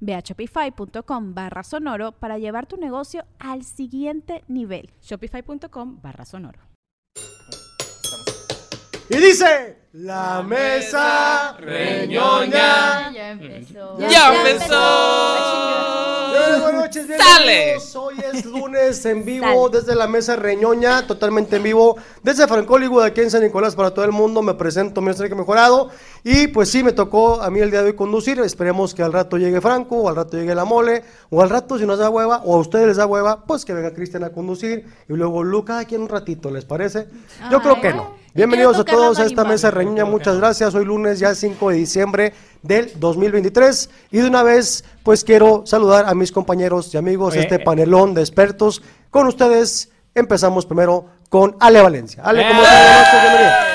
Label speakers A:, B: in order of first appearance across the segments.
A: Ve a shopify.com barra sonoro para llevar tu negocio al siguiente nivel.
B: Shopify.com barra sonoro.
C: Y dice, la mesa reñoña.
A: Ya empezó.
D: ¡Ya empezó!
C: Señores, Buenas noches, bienvenidos. Hoy es lunes en vivo desde la mesa reñoña, totalmente en vivo, desde Franco Hollywood, aquí en San Nicolás, para todo el mundo. Me presento, mi que mejorado. Y pues sí, me tocó a mí el día de hoy conducir. Esperemos que al rato llegue Franco, o al rato llegue la mole, o al rato, si nos da hueva, o a ustedes les da hueva, pues que venga Cristian a conducir. Y luego Luca aquí en un ratito, ¿les parece? Yo creo que no. Bienvenidos a
A: tocar la
C: todos a esta
A: marimba.
C: mesa reñoña, muchas gracias. Hoy lunes ya 5 de diciembre del 2023 y de una vez pues quiero saludar a mis compañeros y amigos de
E: Oye,
C: este
E: eh.
C: panelón de expertos. Con ustedes empezamos primero con Ale Valencia. Ale, ¿cómo
E: ¡Eh!
C: estás? Buenas noches, bienvenida.
F: Ay,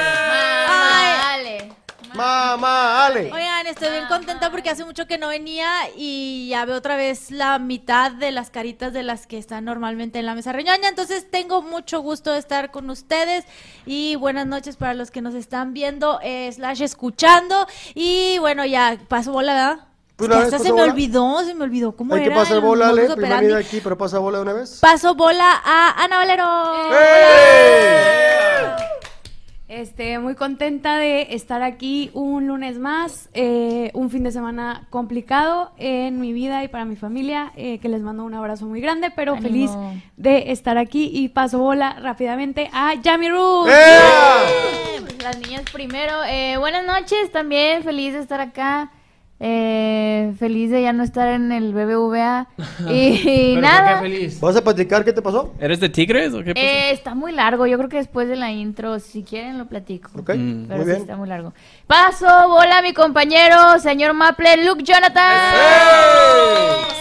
C: Mamá, Ale.
F: Oigan, estoy bien contenta porque hace mucho que no venía y ya veo otra vez la mitad de las caritas de las que están normalmente en la mesa reñoña. Entonces tengo mucho gusto de estar con ustedes y buenas noches para los que nos están viendo, eh, slash escuchando. Y bueno, ya pasó bola, ¿verdad?
C: Pues una
F: Ya
C: vez
F: hasta
C: pasó
F: se me
C: bola.
F: olvidó, se me olvidó cómo
C: Hay que
F: era
C: pasar
F: el
C: bola, Ale.
F: modus
C: Primera
F: operandi.
C: vida aquí, pero pasa bola de una vez.
F: Paso bola
G: Ah,
F: a Ana Valero.
H: Este, muy contenta de estar aquí un lunes más, eh, un fin de semana complicado en mi vida y para mi familia, eh, que les mando un abrazo muy grande, pero feliz de estar aquí y paso bola rápidamente a Yami Ruth.
C: ¡Eh!
G: Pues Las niñas primero. Eh, buenas noches también, feliz de estar acá. Eh, feliz de ya no estar en el BBVA. Y,
E: Pero
G: nada.
E: ¿por qué feliz?
C: ¿Vas a platicar qué te pasó?
D: ¿Eres de Tigres o qué pasó?
G: Eh, está muy largo, yo creo que después de la intro, si quieren lo platico.
C: Ok,
D: Mm.
G: Pero
C: muy
G: sí
C: bien.
G: está muy largo. Paso, bola mi compañero, señor Maple, Luke Jonathan.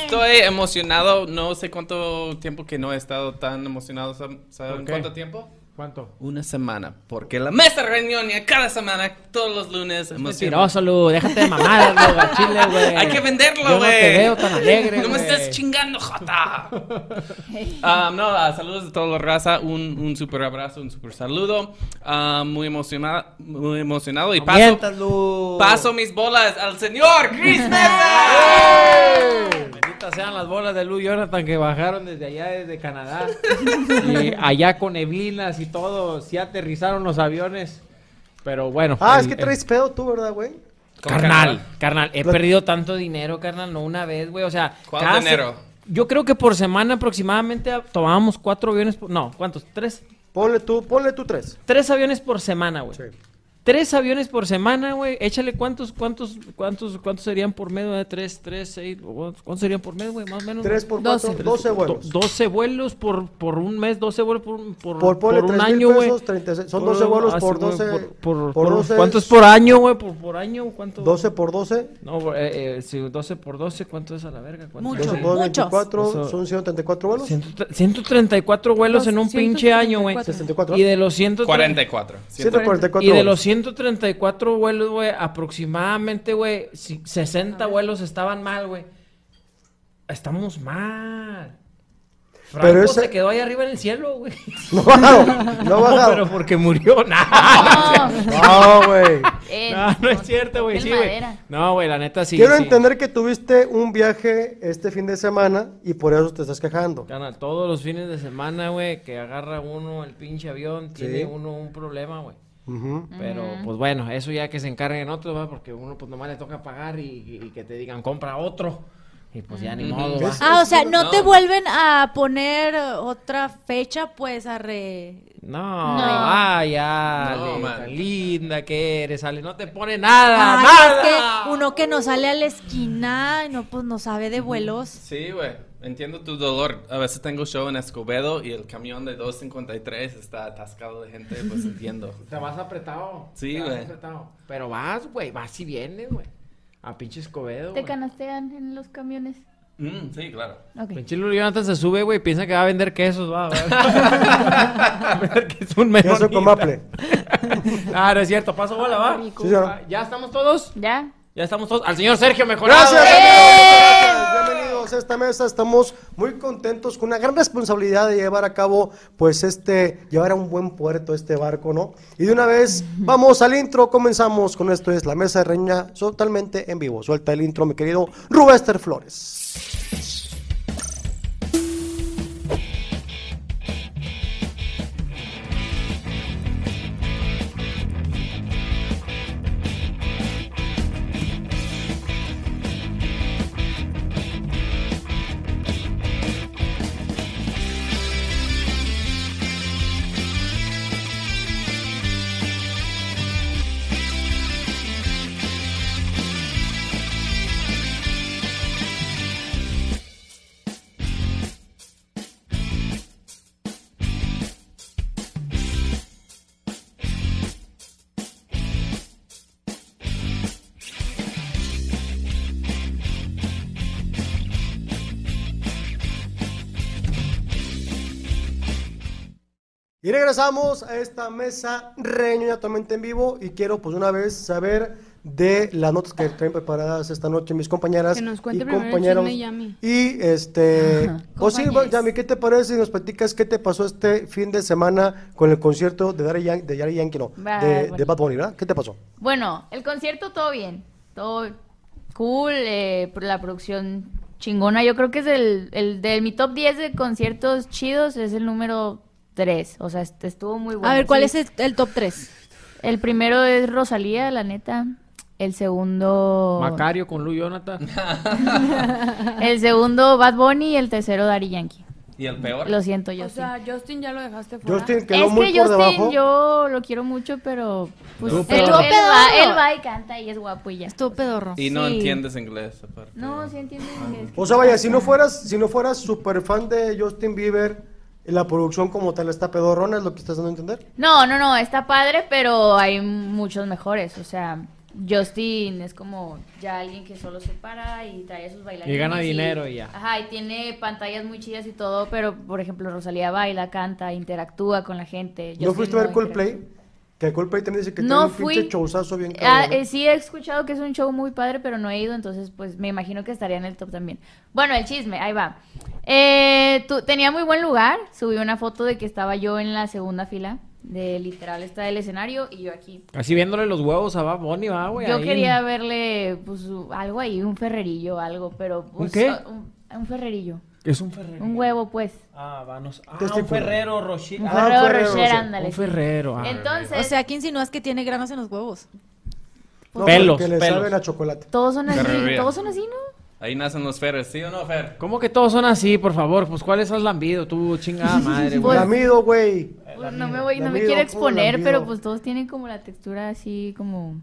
D: Estoy emocionado, no sé cuánto tiempo que no he estado tan emocionado, ¿sab- ¿saben
E: ¿Por qué?
D: cuánto tiempo?
E: ¿Cuánto?
D: Una semana, porque la mesa reunionia cada semana, todos los lunes, emociona.
I: Mentiroso, Lu, déjate de mamadas, Lu, al chile, güey.
D: Hay que venderlo,
I: Yo
D: güey.
I: no te veo tan alegre,
D: No me
I: güey.
D: estés chingando, Jota. Um, no, ah, saludos a todos los raza. Un, un super abrazo, un super saludo. Ah, muy emocionado, muy emocionado. Y
I: No
D: paso,
I: mientas, Lu.
D: paso mis bolas al señor Chris
I: Benditas sean las bolas de Lu y Jonathan que bajaron desde allá, desde Canadá. y allá con neblinas y todo, sí aterrizaron los aviones. Pero bueno.
C: Ah,
I: el-
C: es que
I: el-
C: traes pedo tú, ¿verdad, güey?
I: Carnal, carnal, he
C: Plat-
I: perdido tanto dinero, carnal, no una vez, güey, o sea...
D: ¿Cuánto
I: cada
D: dinero?
I: se- Yo creo que por semana aproximadamente ah, tomábamos cuatro aviones, por- no, ¿cuántos? Tres,
C: Ponle tú, ponle tú tres.
I: tres aviones por semana, güey.
C: Sí.
I: Tres aviones por semana, güey. Échale cuántos, cuántos, cuántos, cuántos serían por mes, güey. Tres, tres, seis, ¿cuántos serían por mes, güey? Más o menos.
C: Tres por cuatro, doce vuelos.
I: Do- 12 vuelos por, por un mes, 12 vuelos por, un- por,
C: Por ponle
I: por un
C: 3,000
I: año, güey.
C: pesos, 36 son
I: Por-
C: 12 vuelos
I: ah,
C: por
I: sí, güey,
C: 12
I: por- por-
C: por
I: por-
C: 12
I: ¿Cuántos por año, güey? Por, por año, ¿cuánto?
C: 12 por 12.
I: No, güey, eh, eh, sí, 12 por 12, ¿cuánto es a la verga? ¿Cuánto
F: Mucho.
C: 12 por 24,
I: Eso-
C: son 134 vuelos.
I: Ciento- 134 vuelos en un pinche año, güey.
C: 64.
I: Y de los 134
D: 44.
C: 144
I: Y de los
C: vuelos.
I: 134 vuelos, güey, aproximadamente, güey, si- 60 vuelos estaban mal, güey. Estamos mal. Franco
C: Pero ese-
I: se quedó ahí arriba en el cielo, güey.
C: No ha bajado, no ha
I: Pero
C: bajado.
I: porque murió, nada.
C: No, güey.
G: Eh,
I: No, no es cierto, güey,
G: el
I: sí, güey.
G: madera.
I: No, güey, la neta sí.
C: Quiero
I: sí.
C: entender que tuviste un viaje este fin de semana y por eso te estás quejando.
I: Carnal, todos los fines de semana, güey, que agarra uno el pinche avión,
C: Sí.
I: tiene uno un problema, güey.
C: Ujú.
I: Pero, pues bueno, eso ya que se encarguen otros, ¿verdad? Porque uno, pues nomás le toca pagar y, y- y que te digan, compra otro. Y pues ya ni
D: Ujú.
I: modo.
D: ¿Qué
I: va.
C: es?
F: Ah, o sea, no,
D: No.
F: te vuelven a poner otra fecha, pues, a re...
I: No,
G: No.
I: ay, Ale,
D: No, man.
I: tan linda que eres, Ale. No te pone nada,
F: Ay,
I: nada.
F: es que uno que no sale a la esquina, no, pues, no sabe de vuelos.
D: Sí, güey. Entiendo tu dolor. A veces tengo show en Escobedo y el camión de 253 está atascado de gente, pues entiendo.
I: Te vas apretado.
D: Sí,
I: te vas
D: güey.
I: apretado. Pero vas, güey, vas y vienes, güey. A pinche Escobedo.
G: Te
I: güey.
G: canastean en los camiones.
D: Mm, sí, claro.
G: Ok.
I: Pinche Lulu Jonathan se sube, güey, piensa que va a vender quesos, va. va. Va a vender que es un menor.
C: Queso con maple.
I: Ah, no es cierto, paso bola, va.
C: Sí, señora.
I: Ah, ¿Ya estamos todos?
G: ¿Ya?
I: Ya estamos todos. Al señor Sergio, ¡Eh! mejor.
C: Gracias, amigos. Bienvenidos a esta mesa. Estamos muy contentos con una gran responsabilidad de llevar a cabo, pues, este, llevar a un buen puerto este barco, ¿no? Y de una vez, vamos al intro. Comenzamos con esto: es la mesa de reña totalmente en vivo. Suelta el intro, mi querido Rubester Flores. Y regresamos a esta mesa reña totalmente en vivo. Y quiero, pues, de una vez saber de las notas que traen preparadas esta noche mis compañeras
H: Que nos
C: y
H: cuente primero el
C: compañeros.
H: chisme, Yami.
C: Y este, pues sí,
G: Compañeros.
C: Yami, ¿qué te parece si nos platicas qué te pasó este fin de semana con el concierto de Daddy Yan- de Daddy Yankee, no,
G: Bad
C: de,
G: Bunny.
C: de Bad Bunny, ¿verdad? ¿Qué te pasó?
G: Bueno, el concierto todo bien, todo cool, eh, por la producción chingona. Yo creo que es el, el de mi top 10 de conciertos chidos, es el número 3, o sea, est- estuvo muy bueno.
F: a ver, ¿cuál
G: Sí.
F: es el, el top 3?
G: El primero es Rosalía, la neta. El segundo...
I: Macario con Lu Jonathan.
G: El segundo Bad Bunny y el tercero Daddy Yankee.
D: ¿Y el peor?
G: Lo siento, yo
H: O sea, Justin ya lo dejaste fuera.
C: Justin quedó
G: Es
C: muy
G: que
C: por
G: Justin,
C: debajo.
G: yo lo quiero mucho, pero pues,
I: Tú,
G: él,
I: pero-
G: él
F: Tú, pero-
G: va, él va y canta y es guapo y ya.
F: Estuvo pedorro.
D: Y no
G: Sí.
D: entiendes inglés, aparte.
G: No, sí entiendo inglés.
C: O sea, vaya, si no fueras, si no fueras super fan de Justin Bieber, la producción como tal está pedorrona, es lo que estás dando a entender.
G: No, no, no, está padre, pero hay muchos mejores. O sea, Justin es como ya alguien que solo se para y trae a sus bailarines.
I: Y gana dinero y ya.
G: Ajá, y tiene pantallas muy chidas y todo, pero por ejemplo, Rosalía baila, canta, interactúa con la gente.
C: ¿No
G: Justin
C: fuiste a ver
G: interactúa.
C: Coldplay? Que Coldplay también dice que
G: No
C: tiene un
G: fui.
C: pinche showzazo bien caro.
G: Ah, eh, sí, he escuchado que es un show muy padre, pero no he ido, entonces pues me imagino que estaría en el top también. Bueno, el chisme, ahí va. Eh, tu- tenía muy buen lugar, subí una foto de que estaba yo en la segunda fila, de literal está el escenario y yo aquí.
I: Así viéndole los huevos a Bad Bunny, va, Ah, güey.
G: Yo
I: ahí.
G: quería verle pues u- algo ahí, un ferrerillo, algo, pero pues,
I: qué?
G: ah, Un, un ferrerillo,
I: Es un ferrero.
G: un huevo pues.
I: Ah, vanos. Ah,
C: Testículo.
I: un ferrero, Roshi.
G: Un
C: Ah,
G: ferrero
C: un ferrero,
G: Rocher,
C: sí.
G: ándale.
I: un
G: sí.
I: ferrero. ah.
G: Entonces,
F: O sea, que insinúas que tiene granos en los huevos.
C: No,
I: Pelos,
C: Que le
I: pelos.
C: saben a chocolate.
G: todos son así,
D: Ferrería.
G: todos son así, ¿no?
D: Ahí nacen los Feres, ¿sí o no, Fer?
I: ¿Cómo que todos son así, por favor? Pues, ¿cuáles has lambido tú, chingada Ah, madre, güey?
C: Lamido, güey.
G: Pues, no me voy, no me
C: Lamido, puro
G: quiero exponer,
C: lamido.
G: pero pues todos tienen como la textura así como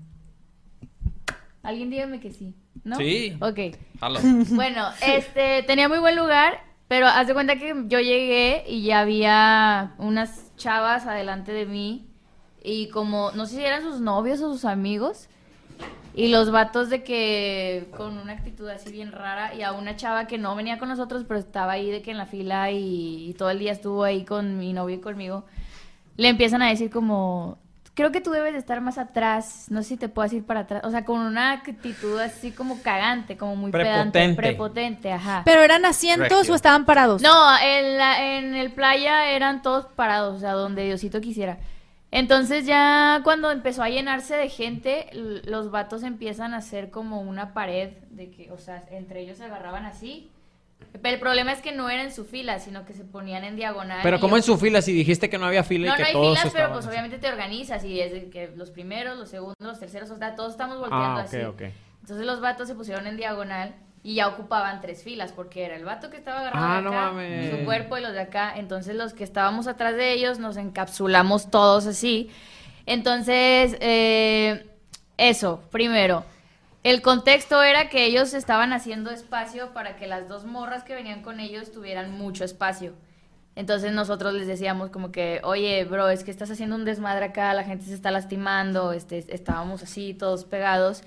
G: Alguien dígame que sí, ¿no?
D: Sí.
G: Ok.
D: Jalo.
G: Bueno, este, tenía muy buen lugar, pero haz de cuenta que yo llegué y ya había unas chavas adelante de mí y como, no sé si eran sus novios o sus amigos, y los vatos de que con una actitud así bien rara y a una chava que no venía con nosotros, pero estaba ahí de que en la fila y, y todo el día estuvo ahí con mi novio y conmigo, le empiezan a decir como... Creo que tú debes de estar más atrás, no sé si te puedas ir para atrás, o sea, con una actitud así como cagante, como muy pedante,
I: Prepotente.
G: prepotente, ajá.
F: ¿Pero eran asientos
D: Regio.
F: o estaban parados?
G: No, en, la- en el playa eran todos parados, o sea, donde Diosito quisiera. Entonces ya cuando empezó a llenarse de gente, l- los vatos empiezan a hacer como una pared de que, o sea, entre ellos se agarraban así. Pero el problema es que no era en su fila, sino que se ponían en diagonal.
I: Pero,
G: y
I: ¿cómo
G: yo-
I: en su fila? Si dijiste que no había fila y
G: no,
I: que
G: no hay
I: todos
G: filas, pero
I: estaban
G: pues
I: así.
G: obviamente te organizas y es de que los primeros, los segundos, los terceros, o sea, todos estamos volteando
I: Ah, ok,
G: así.
I: ok.
G: Entonces los vatos se pusieron en diagonal Y ya ocupaban tres filas porque era el vato que estaba agarrado
I: Ah,
G: de
I: no
G: acá,
I: mames.
G: su cuerpo y los de acá. Entonces los que estábamos atrás de ellos nos encapsulamos todos así. Entonces, eh, eso, primero. El contexto era que ellos estaban haciendo espacio para que las dos morras que venían con ellos tuvieran mucho espacio. Entonces nosotros les decíamos como que, oye, bro, es que estás haciendo un desmadre acá, la gente se está lastimando, este, estábamos así todos pegados.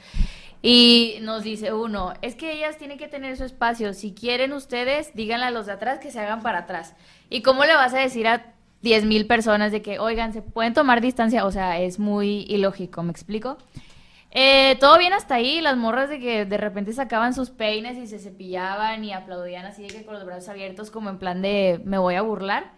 G: Y nos dice uno, es que ellas tienen que tener su espacio, si quieren ustedes, díganle a los de atrás que se hagan para atrás. ¿Y cómo le vas a decir a 10 mil personas de que, oigan, se pueden tomar distancia? O sea, es muy ilógico, ¿me explico? Eh, todo bien hasta ahí, las morras de que de repente sacaban sus peines y se cepillaban y aplaudían así de que con los brazos abiertos como en plan de me voy a burlar.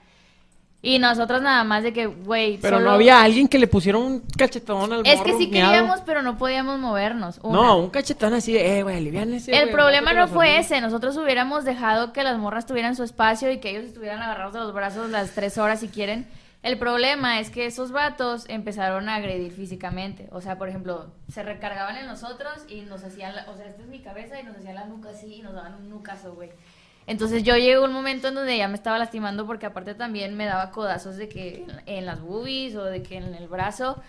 G: Y nosotros nada más de que, güey,
I: Pero
G: solo-
I: no había alguien que le pusiera un cachetón al
G: Es que
I: morro
G: sí
I: miado.
G: queríamos, pero no podíamos movernos. una.
I: No, un cachetón así de, eh, güey, aliviánese.
G: El
I: güey,
G: problema
I: vato que
G: no
I: nos
G: fue
I: ayuda".
G: ese, nosotros hubiéramos dejado que las morras tuvieran su espacio y que ellos estuvieran agarrados de los brazos las tres horas si quieren. El problema es que esos vatos empezaron a agredir físicamente. O sea, por ejemplo, se recargaban en nosotros y nos hacían, la- o sea, esta es mi cabeza y nos hacían la nuca así y nos daban un nucazo, güey. Entonces yo llegué a un momento en donde ya me estaba lastimando porque aparte también me daba codazos de que en, en las boobies o de que en el brazo.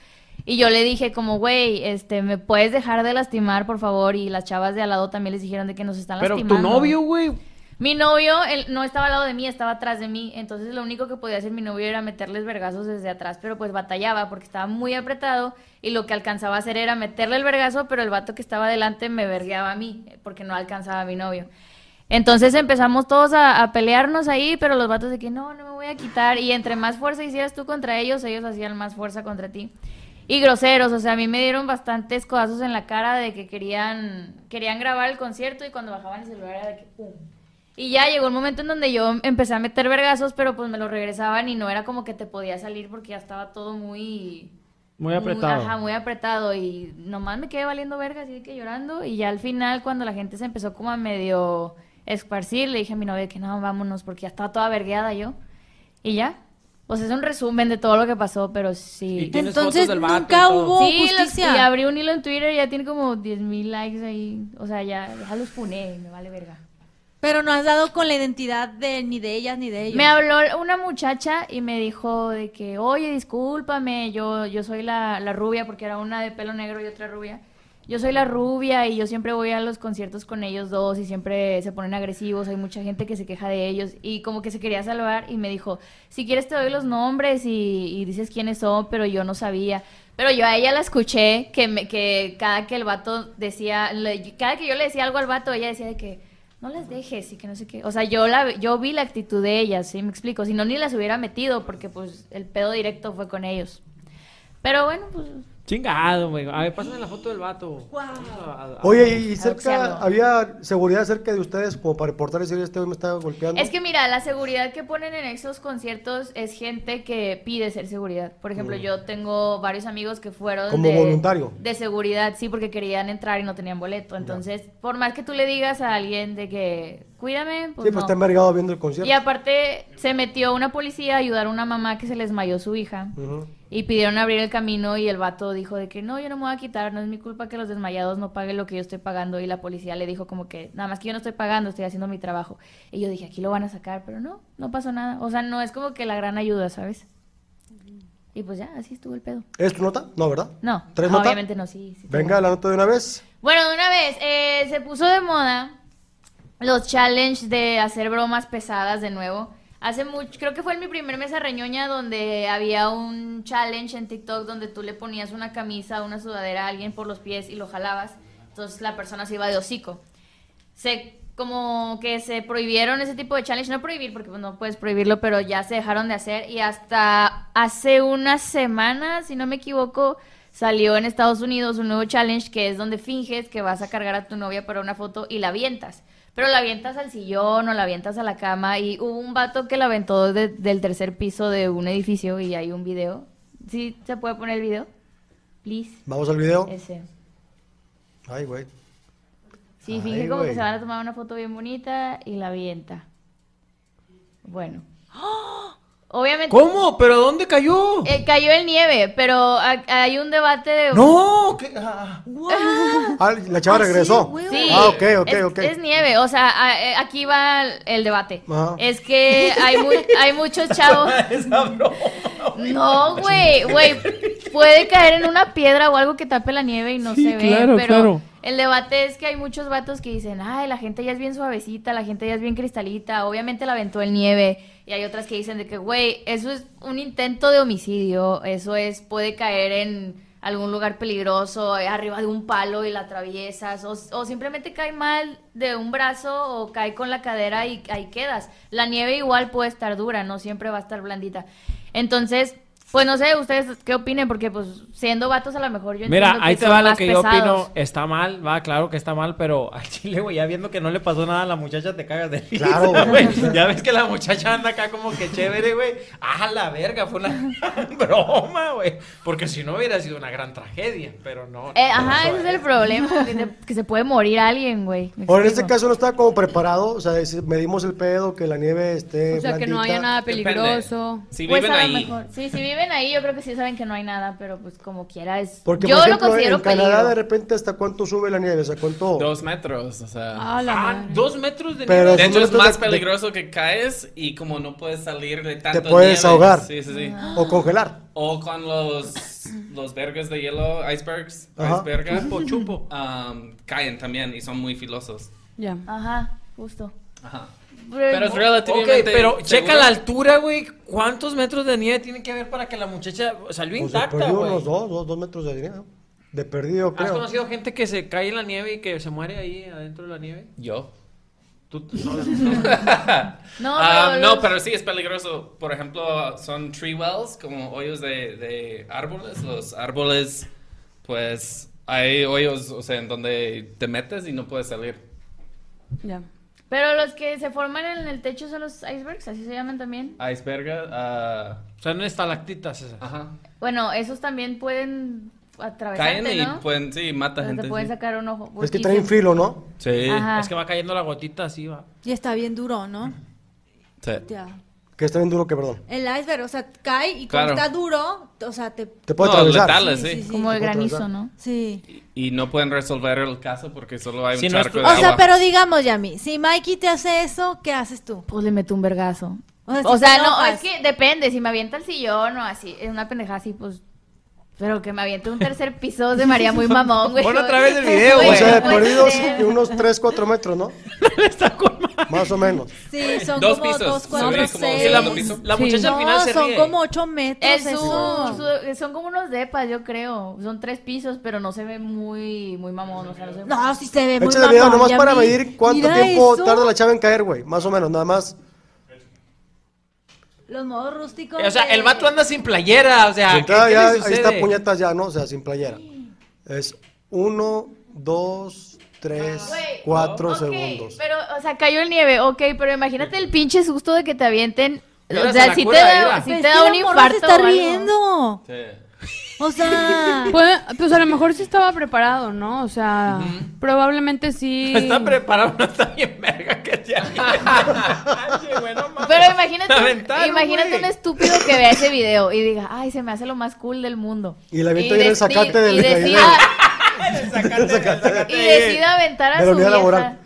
G: Y yo le dije como, güey, este, ¿me puedes dejar de lastimar, por favor? Y las chavas de al lado también les dijeron de que nos están
I: Pero
G: lastimando.
I: tu novio, güey.
G: Mi novio él no estaba al lado de mí, estaba atrás de mí. Entonces lo único que podía hacer mi novio era meterles vergazos desde atrás, pero pues batallaba porque estaba muy apretado y lo que alcanzaba a hacer era meterle el vergazo, pero el vato que estaba adelante me vergueaba a mí eh, porque no alcanzaba a mi novio. Entonces empezamos todos a, a pelearnos ahí, pero los vatos de que no, no me voy a quitar. Y entre más fuerza hicieras tú contra ellos, ellos hacían más fuerza contra ti. Y groseros, o sea, a mí me dieron bastantes codazos en la cara de que querían, querían grabar el concierto y cuando bajaban el celular era de que pum. Y ya llegó un momento en donde yo empecé a meter vergazos, pero pues me los regresaban y no era como que te podía salir porque ya estaba todo muy...
I: Muy apretado.
G: ajá, muy apretado y nomás me quedé valiendo verga, así de que llorando. Y ya al final, cuando la gente se empezó como a medio esparcir, le dije a mi novia que no, vámonos, porque ya estaba toda vergueada yo. Y ya. Pues es un resumen de todo lo que pasó, pero sí.
I: Y tienes
F: Entonces,
I: fotos del vato y
F: nunca
I: todo.
F: hubo-
G: Sí, los-
F: justicia.
G: y abrí un hilo en Twitter y ya tiene como 10.000 likes ahí. O sea, ya, ya los puné, me vale verga.
F: Pero no has dado con la identidad de ni de ellas ni de ellos.
G: Me habló una muchacha y me dijo de que, oye, discúlpame, yo, yo soy la, la rubia, porque era una de pelo negro y otra rubia. Yo soy la rubia y yo siempre voy a los conciertos con ellos dos y siempre se ponen agresivos, hay mucha gente que se queja de ellos y como que se quería salvar y me dijo, si quieres te doy los nombres y, y dices quiénes son, pero yo no sabía. Pero yo a ella la escuché que, me, que cada que el vato decía, le- cada que yo le decía algo al vato, ella decía de que, no las dejes y que no sé qué. O sea, yo la yo vi la actitud de ellas, ¿sí? Me explico. Si no, ni las hubiera metido porque, pues, el pedo directo fue con ellos. Pero bueno, pues...
I: Chingado, güey. A ver, pásame la foto del vato. Wow.
J: Oye, y- y
G: boxearlo.
J: cerca, había seguridad cerca de ustedes como para reportar y decir, este hombre me está golpeando.
G: Es que mira, la seguridad que ponen en esos conciertos es gente que pide ser seguridad. Por ejemplo, yo tengo varios amigos que fueron
J: Mm. Como
G: de,
J: voluntario.
G: de seguridad, sí, porque querían entrar y no tenían boleto. Entonces, por más que tú le digas a alguien de que cuídame, pues,
J: sí, pues
G: no.
J: está envergado viendo el concierto.
G: Y aparte se metió una policía a ayudar a una mamá que se les desmayó su hija.
J: Ujú.
G: Y pidieron abrir el camino y el vato dijo de que no, yo no me voy a quitar, no es mi culpa que los desmayados no paguen lo que yo estoy pagando. Y la policía le dijo como que nada más que yo no estoy pagando, estoy haciendo mi trabajo. Y yo dije, aquí lo van a sacar, pero no, no pasó nada. O sea, no es como que la gran ayuda, ¿sabes? Y pues ya, así estuvo el pedo.
J: ¿Es tu nota? No, ¿verdad?
G: No,
J: ¿Tres nota?
G: obviamente no, sí. sí estuvo.
J: Venga, la nota de una vez.
G: Bueno, de una vez, eh, se puso de moda los challenge de hacer bromas pesadas de nuevo. Hace mucho, creo que fue en mi primer mesa reñoña donde había un challenge en TikTok donde tú le ponías una camisa, una sudadera a alguien por los pies y lo jalabas. Entonces la persona se iba de hocico. Se, como que se prohibieron ese tipo de challenge, no prohibir porque pues, no puedes prohibirlo, pero ya se dejaron de hacer y hasta hace una semana, si no me equivoco, salió en Estados Unidos un nuevo challenge que es donde finges que vas a cargar a tu novia para una foto y la avientas. Pero la avientas al sillón o la avientas a la cama y hubo un vato que la aventó de- del tercer piso de un edificio y hay un video. ¿Sí se puede poner el video? Please.
J: Vamos al video.
G: Ese.
J: Ay, güey.
G: Sí,
J: Ay,
G: finge como que
J: güey.
G: se van a tomar una foto bien bonita y la avienta. Bueno. Obviamente.
I: ¿Cómo? ¿Pero dónde cayó?
G: eh, cayó el nieve, pero a- hay un debate de.
I: No, que- ah,
J: Ah, la chava regresó.
G: Sí.
J: Ah, ok, ok,
G: es,
J: ok.
G: es nieve, o sea, a- eh, aquí va el- el debate.
I: Ah.
J: Ajá.
G: Es que hay, mu- hay muchos chavos. No, güey, güey. Puede caer en una piedra o algo que tape la nieve y no
I: Sí,
G: se ve.
I: claro,
G: pero
I: claro.
G: el debate es que hay muchos vatos que dicen, ay, la gente ya es bien suavecita, la gente ya es bien cristalita, obviamente la aventó el nieve. Y hay otras que dicen de que, güey, eso es un intento de homicidio, eso es, puede caer en algún lugar peligroso, eh, arriba de un palo y la atraviesas, o, o simplemente cae mal de un brazo o cae con la cadera y ahí quedas. La nieve igual puede estar dura, no siempre va a estar blandita. Entonces, pues no sé, ustedes qué opinen, porque pues siendo vatos a lo mejor yo
I: Mira,
G: entiendo
I: ahí te
G: son
I: va lo
G: más
I: que yo
G: pesados.
I: opino. Está mal, va, claro que está mal, pero al chile, güey, ya viendo que no le pasó nada a la muchacha, te cagas de risa,
J: Claro, güey.
I: güey. Ya ves que la muchacha anda acá como que chévere, güey. Ah, la verga, fue una broma, güey. Porque si no hubiera sido una gran tragedia, pero no.
G: Eh, ajá,
I: no,
G: ese es el problema, que, te- que se puede morir alguien, güey. ¿Me
J: Ahora, en este
G: explico?
J: caso no estaba como preparado, o sea, si medimos el pedo, que la nieve esté
H: O sea, que no
J: blandita.
H: haya nada
D: Depende.
H: peligroso.
J: eh,
D: Si
G: Pues
D: viven
G: a lo
D: ahí.
G: mejor. Sí, si viven ahí, yo creo que sí saben que no hay nada, pero pues como quiera es.
J: Porque,
G: yo
J: por ejemplo,
G: lo considero
J: en Canadá de
G: peligro.
J: repente hasta cuánto sube la nieve, o sea, cuánto...
D: Dos metros, o sea.
H: Ah, la
I: Ah,
H: madre.
I: dos metros de
J: Pero
I: nieve.
D: de
J: son
D: hecho, es
J: metros
D: más
J: de- de-
D: peligroso que caes y como no puedes salir de tanto
J: puedes
D: nieve,
J: ahogar.
D: Sí, sí, sí.
J: O congelar.
D: O con los, los vergas de hielo, icebergs,
J: Ajá.
D: iceberga, chupo, caen también y son muy filosos.
H: Ya.
G: Ajá, justo.
D: Ajá.
G: Pero,
D: Pero es
I: Ok,
D: relativamente
I: pero checa
D: seguro.
I: la altura, güey. ¿Cuántos metros de nieve tiene que haber para que la muchacha salió
J: O sea,
I: intacta,
J: perdido Pues unos
I: güey?
J: dos, dos, dos metros de nieve. De perdido,
I: ¿Has
J: creo.
I: conocido gente que se cae en la nieve y que se muere ahí adentro de la nieve?
D: Yo.
I: Tú, no, no.
G: No,
D: Ah,
G: pero
D: no,
G: los-
D: pero sí es peligroso. Por ejemplo, son tree wells, como hoyos de, de árboles. Los árboles, pues hay hoyos, o sea, en donde te metes y no puedes salir.
H: Ya.
G: pero los que se forman en el techo son los icebergs, así se llaman también.
D: Iceberga, ah,
I: O sea, no estalactitas esas.
D: ajá.
G: Bueno, esos también pueden atravesarte,
D: Caen y
G: ¿no?
D: pueden, sí, mata
G: Pero
D: gente.
G: te pueden
D: sí.
G: sacar un ojo.
J: Es que
G: Porque
J: traen
G: sí-
J: filo, ¿no?
D: Sí.
G: Ajá.
I: Es que va cayendo la gotita así, va.
F: Y está bien duro, ¿no?
D: Sí.
F: Ya.
J: Que está bien duro que, perdón.
F: El iceberg, o sea, cae y
D: Claro.
F: como está duro, o sea, te...
J: Te puede
D: No,
J: atravesar.
D: letales, sí.
G: Como el
J: Otra vez,
G: granizo,
J: ah.
G: ¿no?
F: Sí.
D: Y no pueden resolver el caso porque solo hay un
I: Si no
D: charco
I: estu-
D: de
F: O
D: agua.
F: sea, pero digamos, Yami, si Mikey te hace eso, ¿qué haces tú?
G: Pues le meto un vergazo.
F: O sea,
G: O
F: si
G: sea,
F: te
G: no,
F: enojas.
G: es que depende, si me avienta el sillón o así, es una pendejada así, pues... Pero que me aviente un tercer piso se me haría muy mamón, güey.
I: Pon otra vez el video,
J: O
I: güey.
J: sea, de
G: no puede
J: perdidos
G: ser.
J: unos 3, 4 metros, ¿no? Más o menos.
F: Sí, son
D: Dos
F: como
D: pisos,
F: dos,
D: sobre
F: cuatro,
D: como
F: seis.
D: segundo piso.
I: La
H: Sí.
I: muchacha al final
F: No,
I: se
F: son
I: ríe.
F: como ocho metros.
G: Es su-
F: eso.
G: su- son como unos depas, yo creo. Son tres pisos, pero no se ve muy, muy mamón. O sea, no se ve-
F: No, sí se ve muy
J: Échale video
F: mamón,
J: nomás
F: Yami.
J: para medir cuánto
F: Mira
J: tiempo
F: eso.
J: tarda la chava en caer, güey. Más o menos, nada más.
F: Los modos rústicos.
I: O sea,
F: de-
I: el vato anda sin playera, o sea,
J: De
I: ¿qué,
J: entrada
I: qué
J: ya,
I: le
J: ahí está
I: sucede?
J: puñetas ya, ¿no? O sea, sin playera. Es 1, 2, 3,
G: Güey,
J: 4
G: ok,
J: segundos.
G: Pero, o sea, cayó el nieve, ok, pero imagínate el pinche susto de que te avienten.
I: Mira,
G: O
I: se la
G: sea, si te
I: cura,
G: da,
I: mira.
G: sí
F: Pues
G: te
F: sí,
G: da
F: la
G: un
F: morra
G: infarto.
F: Se
G: o
F: está
G: algo.
F: riendo.
D: Sí.
F: O sea.
H: Puede- pues a lo mejor sí estaba preparado, ¿no? O sea, probablemente sí.
I: Está preparado, no está bien verga que te aviente. Güey, no mames.
G: Pero imagínate,
I: La aventaron,
G: imagínate
I: güey.
G: un estúpido que vea ese video y diga, ay, se me hace lo más cool del mundo.
J: Y le aviento bien el
G: deci-
J: zacate del-
G: y
J: del-
G: decida,
J: Sácate de-
G: y decida aventar a
J: De la unidad
G: su vieja.
J: laboral.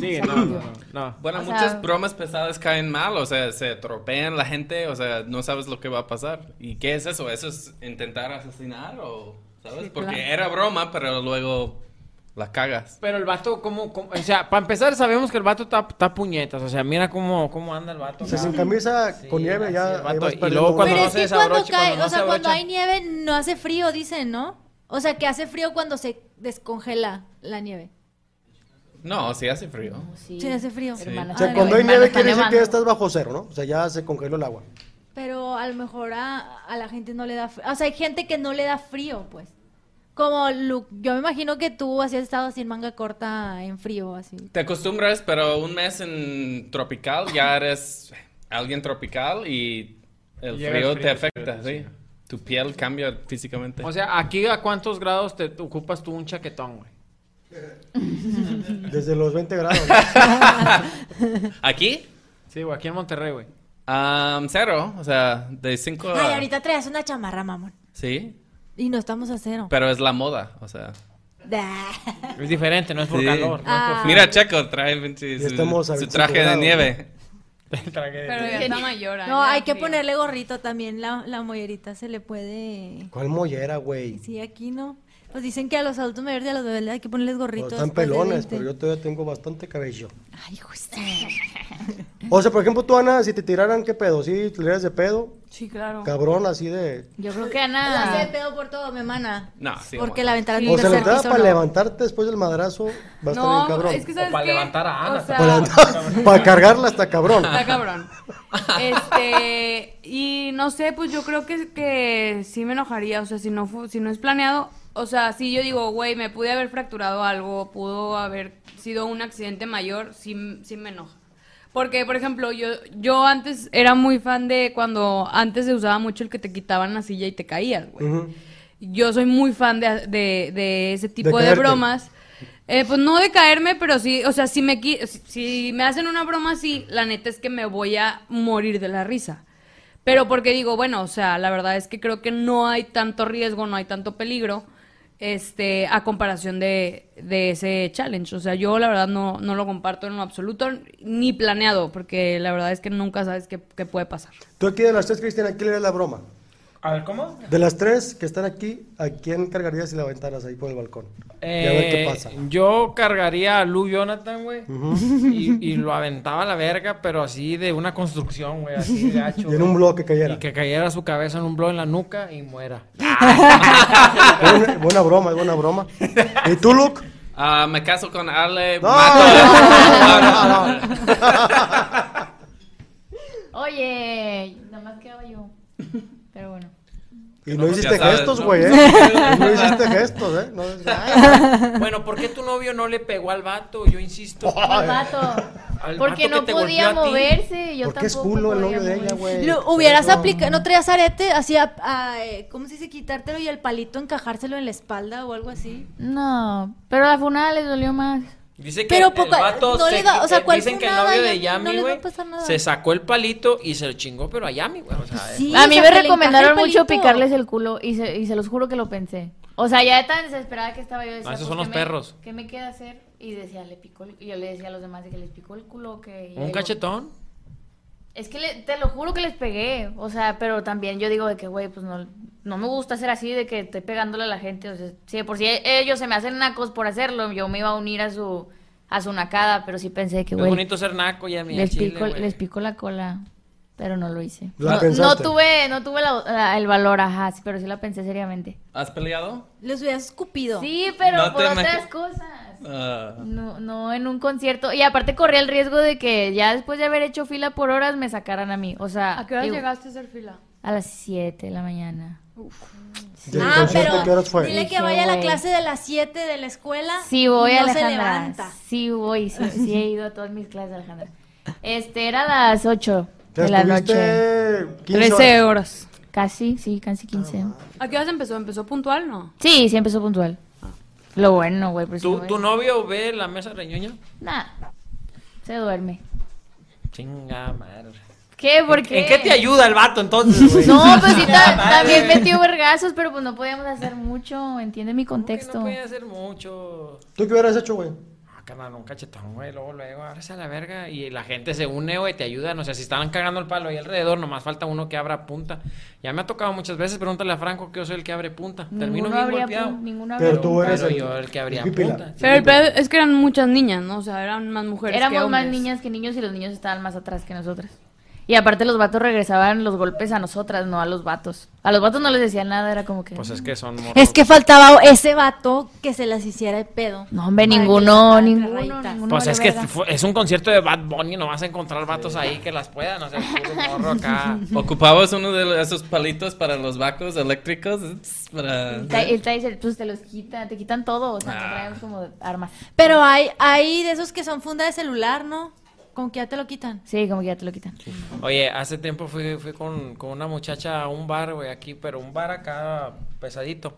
I: Sí, no, no, no.
D: Bueno,
G: O sea-
D: muchas bromas pesadas caen mal, o sea, se tropean la gente, o sea, no sabes lo que va a pasar. ¿Y qué es eso? ¿Eso es intentar asesinar o, sabes? Porque era broma, pero luego la cagas.
I: Pero el vato, ¿cómo, cómo? O sea, para empezar, sabemos que el vato está, está puñetas. O sea, mira cómo, cómo anda el vato.
J: O sea,
I: acá.
J: sin camisa,
I: Sí,
J: con nieve,
I: así
J: ya.
I: el
J: ahí
I: vato.
J: vas
I: Y
J: perdiendo
I: luego cuando
F: Pero
I: no
J: una.
F: es
I: se
F: que cuando
I: desabroche,
F: cae,
I: cuando no
F: o sea,
I: se
F: cuando
I: abrocha.
F: hay nieve no hace frío, dicen, ¿no? O sea, que hace frío cuando se descongela la nieve.
D: No, sí hace frío.
G: Sí,
F: Sí, hace frío.
G: hermana.
J: O sea,
G: Ay,
J: cuando
G: güey,
J: hay nieve
G: hermana,
J: quiere
G: está
J: decir que ya
G: nevando.
J: estás bajo cero, ¿no? O sea, ya se congeló el agua.
F: Pero a lo mejor a, a la gente no le da frío. O sea, hay gente que no le da frío, pues. Como Luke, yo me imagino que tú así has estado así en manga corta en frío, así.
D: Te acostumbras, pero un mes en tropical ya eres alguien tropical y el
I: Llega el
D: frío,
I: frío,
D: te
I: sí,
D: afecta, sí. Tu piel cambia físicamente.
I: O sea, aquí a cuántos grados te te ocupas tú un chaquetón, güey.
J: Desde los 20 grados.
D: ¿Aquí?
I: Sí, güey, aquí en Monterrey, güey.
D: Am, cero, o sea, de
I: Ah.
D: cinco a...
F: Ay, ahorita traes una chamarra, mamón.
D: Sí,
F: Y no estamos a cero.
D: pero es la moda, o sea.
I: Es diferente, no es por
D: sí.
I: calor. no
F: Ah.
D: Mira, Checo trae pinche,
C: Ya
D: su,
C: estamos a
D: su
C: 25
D: traje de
C: grados.
D: nieve.
I: es por traje de-
H: Pero ya está mayor.
F: No, hay que
H: poner
F: ponerle gorrito también. La, la mollerita se le puede.
C: ¿Cuál mollera, güey?
F: Sí, aquí no. Pues dicen que a los adultos mayores y a los bebés hay que ponerles
C: Pero
F: gorritos.
C: Pues Están
F: después de
C: pelones,
F: 20.
C: pero yo todavía tengo bastante cabello.
F: Ay, justo.
C: O sea, por ejemplo, tú, Ana, si te tiraran, ¿qué pedo? ¿Sí? ¿Te tiras de pedo?
H: Sí, claro.
C: Cabrón, así de...
G: Yo creo que
F: La hace de
G: Ana.
F: pedo por todo, mi hermana.
D: No, sí,
F: Porque
D: bueno.
F: la ventana tiene
C: O sea, la
F: tercer
C: entrada
F: piso,
C: para
F: no.
C: levantarte después del madrazo va a estar bien
H: No,
C: cabrón.
H: es que sabes
I: para
H: qué?
I: levantar a Ana,
H: O sea,
C: Para, levantar- para cargarla hasta cabrón.
H: Está cabrón. Este, y no sé, pues yo creo que, que sí me enojaría, o sea, si no fu- si no es planeado, o sea, si yo digo, güey, me pude haber fracturado algo, pudo haber sido un accidente mayor, sí, sí me enoja. Porque, por ejemplo, yo, yo antes era muy fan de cuando antes se usaba mucho el que te quitaban la silla y te caías, güey.
C: Ujú.
H: Yo soy muy fan de, de- de ese tipo de,
C: caerte.
H: bromas. Eh, pues no de caerme, pero sí, o sea, si me, qui- si, si me hacen una broma así, la neta es que me voy a morir de la risa. Pero porque digo, bueno, o sea, la verdad es que creo que no hay tanto riesgo, no hay tanto peligro, este, a comparación de, de ese challenge. O sea, yo la verdad no, no lo comparto en lo absoluto, ni planeado, porque la verdad es que nunca sabes qué, qué puede pasar.
C: Tú aquí de las tres, Cristian, ¿a quién le harías la broma?
I: A ver, ¿cómo?
C: De las tres que están aquí, ¿a quién cargarías si la aventaras ahí por el balcón? y a ver qué
I: Eh,
C: pasa.
I: Yo cargaría a Lou Jonathan, güey. y, y lo aventaba a la verga, pero así de una construcción, güey, así de gacho.
C: Y en un
I: güey.
C: bloque cayera.
I: Y que cayera su cabeza en un blog en la nuca y muera.
C: Buena, buena broma, es buena broma. ¿Y tú, Luke?
D: Ah, me caso con Ale.
C: No,
D: mato a-
C: no, no, no,
G: Oye, nada más quedaba yo. Pero bueno.
C: Y no hiciste
D: Ya sabes,
C: gestos,
D: ¿no?
C: güey, ¿eh? No hiciste gestos, ¿eh? No, ay,
I: Bueno, ¿por qué tu novio no le pegó al vato? Yo insisto.
G: Al vato.
I: Al
G: Porque
I: vato que
G: no
I: te golpeó
G: podía
I: a ti.
G: moverse. Yo
C: ¿Por qué es
G: tampoco
C: culo el
G: podía
C: novio de ella,
G: moverse.
C: güey?
F: Lo- hubieras aplicado, no traías arete, así, a- a, eh, ¿cómo se dice? Quitártelo y el palito encajárselo en la espalda o algo así.
G: No, pero la funada les dolió más.
I: Dice que
F: Pero
I: el
F: poco-
I: vato
F: no
I: se-
F: le da- o sea,
I: que-
F: ¿cuál
I: dicen
F: fue
I: que el
F: nada?
I: novio
F: Ya
I: de
F: no
I: Yami,
F: les va a
I: güey,
F: pasar nada.
I: se sacó el palito y se lo chingó, pero a Yami, güey. O sea, eh,
F: Sí,
G: a mí
F: o sea,
G: me
F: que le
G: recomendaron
F: encaje el
G: mucho
F: palito.
G: picarles el culo y se, y se los juro que lo pensé. O sea, ya de tan desesperada que estaba yo decía,
I: No, esos
G: pues,
I: son
G: ¿qué
I: los
G: me-
I: perros.
G: ¿Qué me queda hacer? Y decía, le picó el- y yo le decía a los demás de que les picó el culo que
I: un cachetón.
G: Es que le- te lo juro que les pegué, o sea, pero también yo digo de que güey, pues no no me gusta ser así de que esté pegándole a la gente, o sea, si de por si ellos se me hacen nacos por hacerlo, yo me iba a unir a su a su nacada, pero sí pensé que
I: Es
G: güey,
I: bonito ser naco, Yami. al
G: les
I: chile,
G: pico,
I: güey.
G: les pico la cola, pero no lo hice.
C: ¿La
G: no,
C: pensaste?
G: no tuve, no tuve la- la- el valor, ajá, sí, pero sí la pensé seriamente.
D: ¿Has peleado?
F: Les hubieras escupido.
G: Sí, pero
D: No
G: por
D: te
G: otras
D: imagi-
G: cosas.
D: Ah,
G: No, no en un concierto. Y aparte corría el riesgo de que ya después de haber hecho fila por horas me sacaran a mí. O sea,
H: ¿A qué hora
G: Ah, digo,
H: llegaste a hacer fila?
G: a las 7 de la mañana.
C: ¿Y el concierto qué horas fue?
F: Ah, dile que
G: Dije,
F: vaya a la
G: güey.
F: clase de las 7 de la escuela.
G: Sí voy,
F: y no
G: Alejandra.
F: se levanta.
G: Sí voy, sí, sí he ido a todas mis clases, Alejandra. Este, era a las 8
C: Te
G: de la noche.
C: estuviste 15
H: 13
C: horas.
H: horas.
G: Casi, sí, casi 15.
H: ¿A qué horas empezó? ¿Empezó puntual, no?
G: Sí, sí empezó puntual. Lo bueno, güey. por si
I: ¿Tu,
G: no
I: tu
G: ves-
I: novio ve la mesa reñoña?
G: Nah, se duerme.
I: Chinga madre.
G: ¿Qué? ¿Por qué?
I: ¿En qué te ayuda el vato entonces, güey?
G: No, pues sí, ta-
I: Chinga madre.
G: también metió vergazos, pero pues no podíamos hacer mucho, entiende mi
I: ¿Cómo que
G: contexto.
I: No puede hacer mucho.
C: ¿Tú qué hubieras hecho, güey?
I: Ah, carnal, un cachetón, güey. Luego, luego, ábrese a la verga. Y la gente se une, güey, te ayudan. O sea, si estaban cagando el palo ahí alrededor, nomás falta uno que abra punta. Ya me ha tocado muchas veces. Pregúntale a Franco que yo soy el que abre punta.
G: Ninguno
I: Termino bien
G: abría
I: golpeado.
G: pun- ninguno
C: Pero
G: abría
C: tú
G: punta.
C: eres
I: Pero
C: el-
I: yo el que abría
C: el pipila.
I: punta.
H: Pero el pedo es que eran muchas niñas, ¿no? O sea, eran más mujeres que
G: Éramos
H: hombres.
G: más niñas que niños y los niños estaban más atrás que nosotras. Y aparte los vatos regresaban los golpes a nosotras, no a los vatos. A los vatos no les decían nada, era como que... "Mm,
I: Pues es que son morros.
F: Es que faltaba ese vato que se las hiciera de pedo.
G: No, hombre,
F: Para que
G: ninguno,
F: les sacara
G: ninguno,
F: rayitas.
G: ninguno
I: Pues
G: vale
I: es que
G: verga.
I: fue- es un concierto de Bad Bunny, no vas a encontrar vatos ahí que las puedan, o sea, puro morro acá.
D: Ah, ¿Ocupabas uno de esos palitos para los vacos eléctricos? Tss, Para...
G: El Ty- El Tyser, pues te los quita, te quitan todo, o sea, no
D: Ah.
G: traemos como armas.
F: Pero hay, hay de esos que son funda de celular, ¿no? Con que ya te lo quitan.
G: Sí, como que ya te lo quitan.
I: Oye, hace tiempo fui, fui con, con una muchacha a un bar, güey, aquí, pero un bar acá pesadito.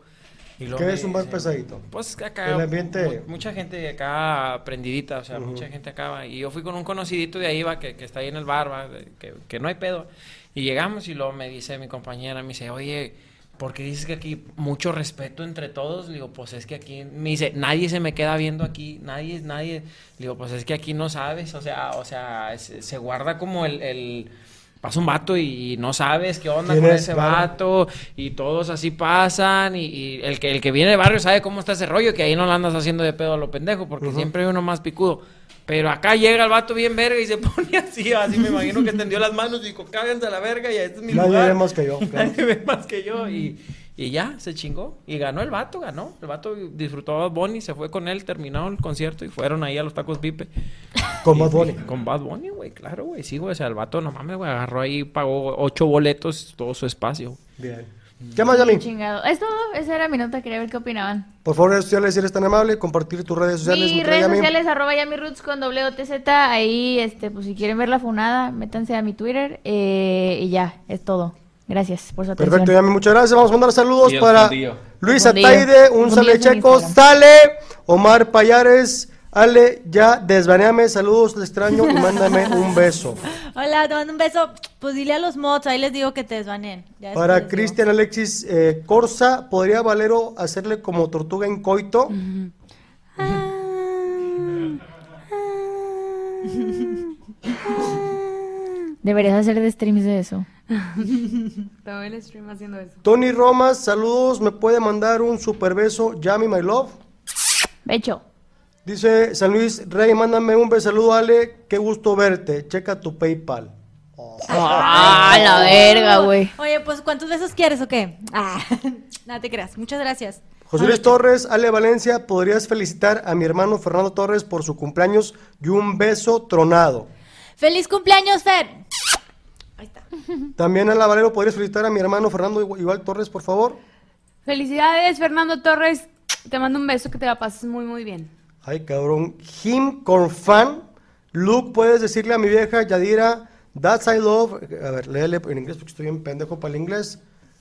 I: Y luego
C: ¿Qué es
I: me
C: un más
I: dicen,
C: pesadito?
I: Pues acá.
C: El ambiente-
I: mu- Mucha gente acá aprendidita, o sea, mucha gente acá. va. Y yo fui con un conocidito de ahí, va, que, que está ahí en el bar, va, de- que, que no hay pedo. Y llegamos y luego me dice mi compañera, me dice, oye, ¿por qué dices que aquí mucho respeto entre todos? Le digo, pues es que aquí. Me dice, nadie se me queda viendo aquí, nadie, nadie. Le digo, pues es que aquí no sabes, o sea, o sea, se, se guarda como el. el- Pasa un vato y no sabes qué onda con
C: Tienes,
I: ese
C: claro.
I: vato vato, y todos así pasan y, y el, que, el que viene del barrio sabe cómo está ese rollo que ahí no lo andas haciendo de pedo a lo pendejo porque siempre hay uno más picudo. Pero acá llega el vato bien verga y se pone así, así me imagino que extendió las manos y dijo, cáganse a la verga y este es mi
C: Nadie
I: lugar.
C: ve más que yo, claro.
I: Nadie ve más que yo y, y ya, se chingó. Y ganó el vato, ganó. El vato disfrutó a Bad Bunny, se fue con él, terminó el concierto y fueron ahí a los tacos Pipe.
C: Con
I: Y-
C: Bad Bunny.
I: Con Bad Bunny, güey, claro, güey. Sí, güey, o sea, el vato, no mames, güey, agarró ahí, pagó ocho boletos, todo su espacio.
C: Bien. ¿Qué más, Yami?
G: Chingado. Es todo. Esa era mi nota. Quería ver qué opinaban.
C: Por favor, redes sociales, si eres tan amable, compartir tus redes sociales. mi
G: Mis
C: querida
G: redes
C: Yami.
G: sociales, arroba yamiroots con doble O T Z. Ahí, este, pues si quieren ver la funada, métanse a mi Twitter. eh, y ya, es todo. Gracias por su atención.
C: Perfecto, Yami, muchas gracias. Vamos a mandar saludos
D: Y el
C: para
D: fundillo.
C: Luis
G: El fundillo.
C: Ataide,
G: El
C: un
G: fundillo
C: sale
G: es en
C: checo,
G: Instagram.
C: sale Omar Payares, Ale, ya desvaneame, saludos, te extraño y mándame un beso.
F: Hola, te mando un beso. Pues dile a los mods, ahí les digo que te desvaneen. Ya después les
C: Para
F: digo.
C: Cristian Alexis eh, Corsa, ¿podría Valero hacerle como tortuga en coito?
G: Ah, ah. Deberías hacer de streams de eso.
H: Todo el stream haciendo eso.
C: Tony Romas, saludos, ¿me puede mandar un super beso? Yami, my love.
G: Becho.
C: Dice San Luis Rey, mándame un beso, saludo Ale, qué gusto verte, checa tu PayPal.
G: Ah, la verga, güey.
F: Oye, pues ¿cuántos besos quieres o qué? Ah, nada te creas. Muchas gracias.
C: José Luis Torres, Ale Valencia, podrías felicitar a mi hermano Fernando Torres por su cumpleaños y un beso tronado.
F: ¡Feliz cumpleaños, Fer!
C: También a la Valero, ¿podrías felicitar a mi hermano Fernando Igu- Igual Torres, por favor?
H: Felicidades, Fernando Torres. Te mando un beso, que te la pases muy, muy bien.
C: Ay, cabrón. Him con fan. Luke, ¿puedes decirle a mi vieja Yadira, that's I love? A ver, léele en inglés porque estoy bien pendejo para el inglés.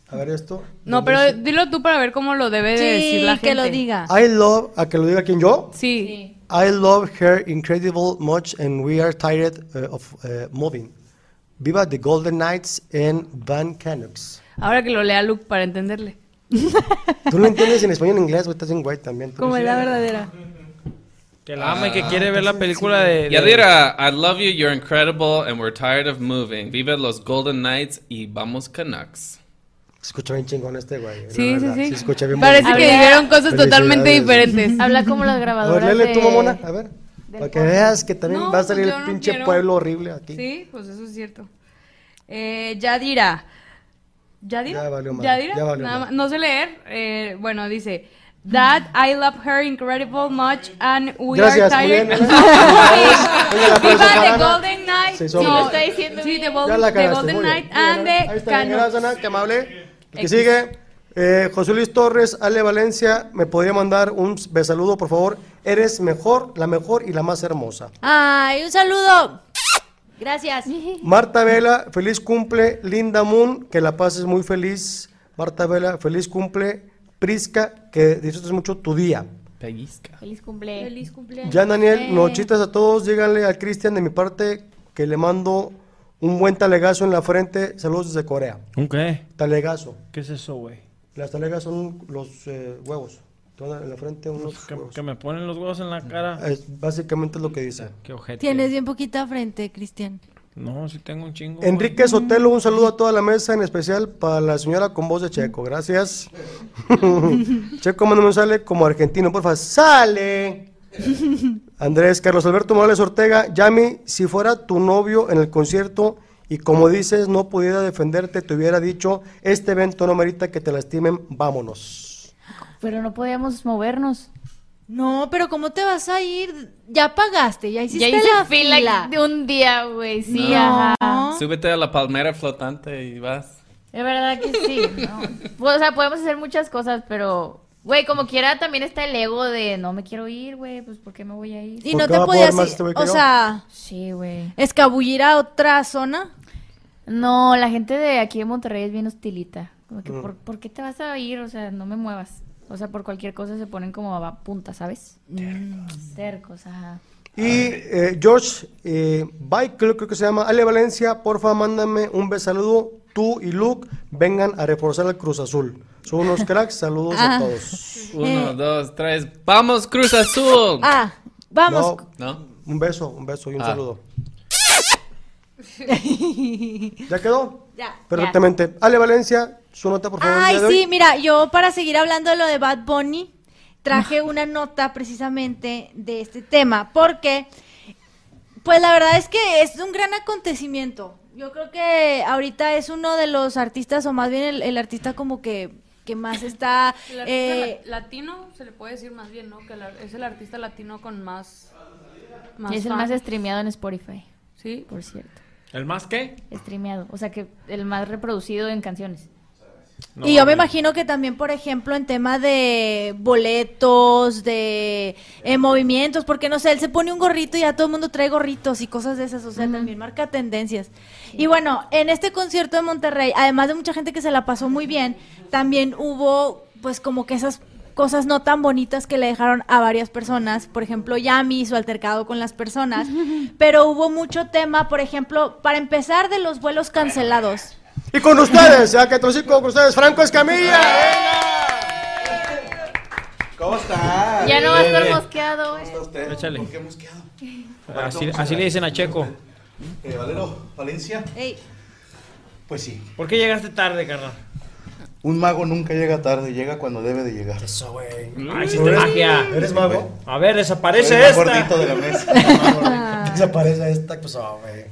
C: A ver esto.
H: No,
C: ¿Dónde
H: pero
C: dice?
H: dilo tú para ver cómo lo debe de decir
F: Sí,
H: la
F: que
H: gente.
F: lo diga.
C: I love, ¿a que lo diga quién yo?
H: Sí.
C: I love her incredible much and we are tired uh, of uh, moving. Viva the Golden Knights and Van Canucks.
H: Ahora que lo lea Luke para entenderle.
C: Tú no entiendes en español en inglés, güey, estás en güey también. tú.
F: Como es la verdadera.
I: Que la ama y que quiere
C: Ah,
I: ver la película de. de-
D: Yadira, I love you, you're incredible, and we're tired of moving. Vive los Golden Knights y vamos Canucks.
C: Se escucha bien chingón este güey. la
H: Sí, sí,
C: verdad,
H: sí.
C: Se escucha bien
H: Parece
C: bonito.
H: que dijeron cosas totalmente
C: Felicidades.
H: diferentes.
G: Habla como las
C: A ver,
G: grabadoras.
C: léele tú,
G: de-
C: mamona, a ver. Para que veas que también
H: No,
C: va a
H: pues
C: salir
H: yo
C: el
H: no
C: pinche
H: quiero.
C: pueblo horrible aquí.
H: Sí, pues eso es cierto. Eh, Yadira. ¿Yadira?
C: Ya valió madre,
H: Yadira.
C: ya valió
H: Nada
C: madre.
H: más- No sé leer. eh, bueno, dice. That I love her incredible much and we
C: Gracias,
H: are
C: muy bien.
H: tired.
C: Venga, la
H: Viva
C: aplauso,
H: the
C: Ana.
H: Golden Knight.
C: Sí, sobre.
H: No,
C: Lo está
G: diciendo
H: sí, the,
C: Ya
H: Golden-
C: la
H: the
C: cagaste,
H: Golden
C: muy bien.
H: Knight and
C: Ahí
H: the
C: está, bien, gracias,
H: Canucks.
C: Ana, qué amable. El que
H: X.
C: sigue, eh, José Luis Torres, Ale Valencia, ¿me podría mandar un besaludo, por favor? Eres mejor, la mejor y la más hermosa.
F: ¡Ay, un saludo! Gracias.
C: Marta Vela, feliz cumple. Linda Moon, que la pases muy feliz. Marta Vela, feliz cumple. Prisca, que disfrutes mucho tu día.
D: Pellizca.
G: Feliz cumple. Eh. Feliz cumpleaños.
C: Ya, Daniel, nochitas a todos. Díganle a Cristian de mi parte que le mando un buen talegazo en la frente. Saludos desde Corea.
I: ¿Un qué?
C: Talegazo.
I: ¿Qué es eso, güey?
C: Las talegas son los eh, huevos. Te mandan en la frente unos
I: Que,
C: huevos.
I: que me ponen los huevos en la cara.
C: Es básicamente es lo que dice.
I: Qué ojete.
F: Tienes bien poquita frente, Cristian.
I: No, sí tengo un chingo. güey.
C: Enrique Sotelo, un saludo a toda la mesa, en especial para la señora con voz de Checo. Gracias. Checo, mándame un sale como argentino, porfa. ¡Sale! Andrés, Carlos Alberto Morales Ortega, Yami, si fuera tu novio en el concierto y como dices, no pudiera defenderte, te hubiera dicho, este evento no merita que te lastimen, vámonos.
G: Pero no podíamos movernos.
F: No, pero ¿cómo te vas a ir? Ya pagaste, ya hiciste
G: Ya hice
F: la
G: fila,
F: fila.
G: de un día, güey. Sí,
F: No.
G: ajá.
D: Súbete a la palmera flotante y vas.
G: Es verdad que sí. no. Pues, o sea, podemos hacer muchas cosas, pero, güey, como quiera, también está el ego de no me quiero ir, güey, pues ¿por qué me voy a ir?
F: Y
C: ¿Por
F: no
C: qué
F: te
C: va a poder
F: podías
C: más
F: ir,
C: este güey que
F: o
C: yo?
F: sea,
G: Sí, güey.
F: escabullir a otra zona.
G: No,
C: Mm.
G: la gente de aquí de Monterrey es bien hostilita. Como que, ¿por, por qué te vas a ir? O sea, no me muevas. O sea, por cualquier cosa se ponen como a punta, ¿sabes?
C: Mm.
G: Tercos. Tercos, ajá.
J: Y eh, George eh, Baikel, creo que se llama, Ale Valencia, porfa, mándame un beso saludo. Tú y Luke vengan a reforzar el Cruz Azul. Son unos cracks, saludos
F: Ah.
J: a todos.
K: Eh,
D: Uno, dos, tres. ¡Vamos, Cruz Azul!
F: Eh. Ah, vamos.
J: No,
D: ¿No?
J: un beso, un beso y un
D: Ah.
J: saludo. ¿Ya quedó?
F: Ya.
J: Perfectamente. Ale Valencia, su nota, por favor. el
F: Ay,
J: día de
F: sí,
J: hoy.
F: mira, yo para seguir hablando de lo de Bad Bunny, traje una nota precisamente de este tema, porque, pues la verdad es que es un gran acontecimiento. Yo creo que ahorita es uno de los artistas, o más bien el, el artista como que, que más está...
L: El artista
F: eh,
L: la- latino se le puede decir más bien, ¿no? Que la- es el artista latino con más. más
G: Es el
L: fan.
G: más streameado en Spotify,
L: Sí.
G: por cierto.
I: ¿El más qué?
G: Streameado. O sea, que el más reproducido en canciones.
I: No,
F: y yo me
I: hombre.
F: imagino que también, por ejemplo, en tema de boletos, de eh, movimientos, porque no sé, él se pone un gorrito y ya todo el mundo trae gorritos y cosas de esas, o sea, también marca tendencias. Y bueno, en este concierto de Monterrey, además de mucha gente que se la pasó muy bien, también hubo pues como que esas cosas no tan bonitas que le dejaron a varias personas, por ejemplo, Yami, su altercado con las personas, pero hubo mucho tema, por ejemplo, para empezar de los vuelos cancelados.
J: Y con ustedes, ya que trocico con ustedes, Franco Escamilla.
K: ¿Cómo está?
G: Ya no va a
K: Bien,
I: Eh,
G: estar
K: bien.
G: mosqueado,
K: ¿Cómo está
G: eh.
K: usted?
I: Échale.
K: ¿Por qué mosqueado?
I: Así, así le dicen a Checo.
K: Eh, Valero, Valencia.
F: Ey.
K: Pues sí.
I: ¿Por qué llegaste tarde, carnal?
K: Un mago nunca llega tarde, llega cuando debe de llegar.
I: Eso, güey.
K: Mm.
I: Ah, hiciste magia.
J: ¿Eres mago?
I: A ver,
K: Soy
I: desaparece
K: el más
I: esta.
K: gordito de la mesa.
J: Desaparece esta cosa, güey.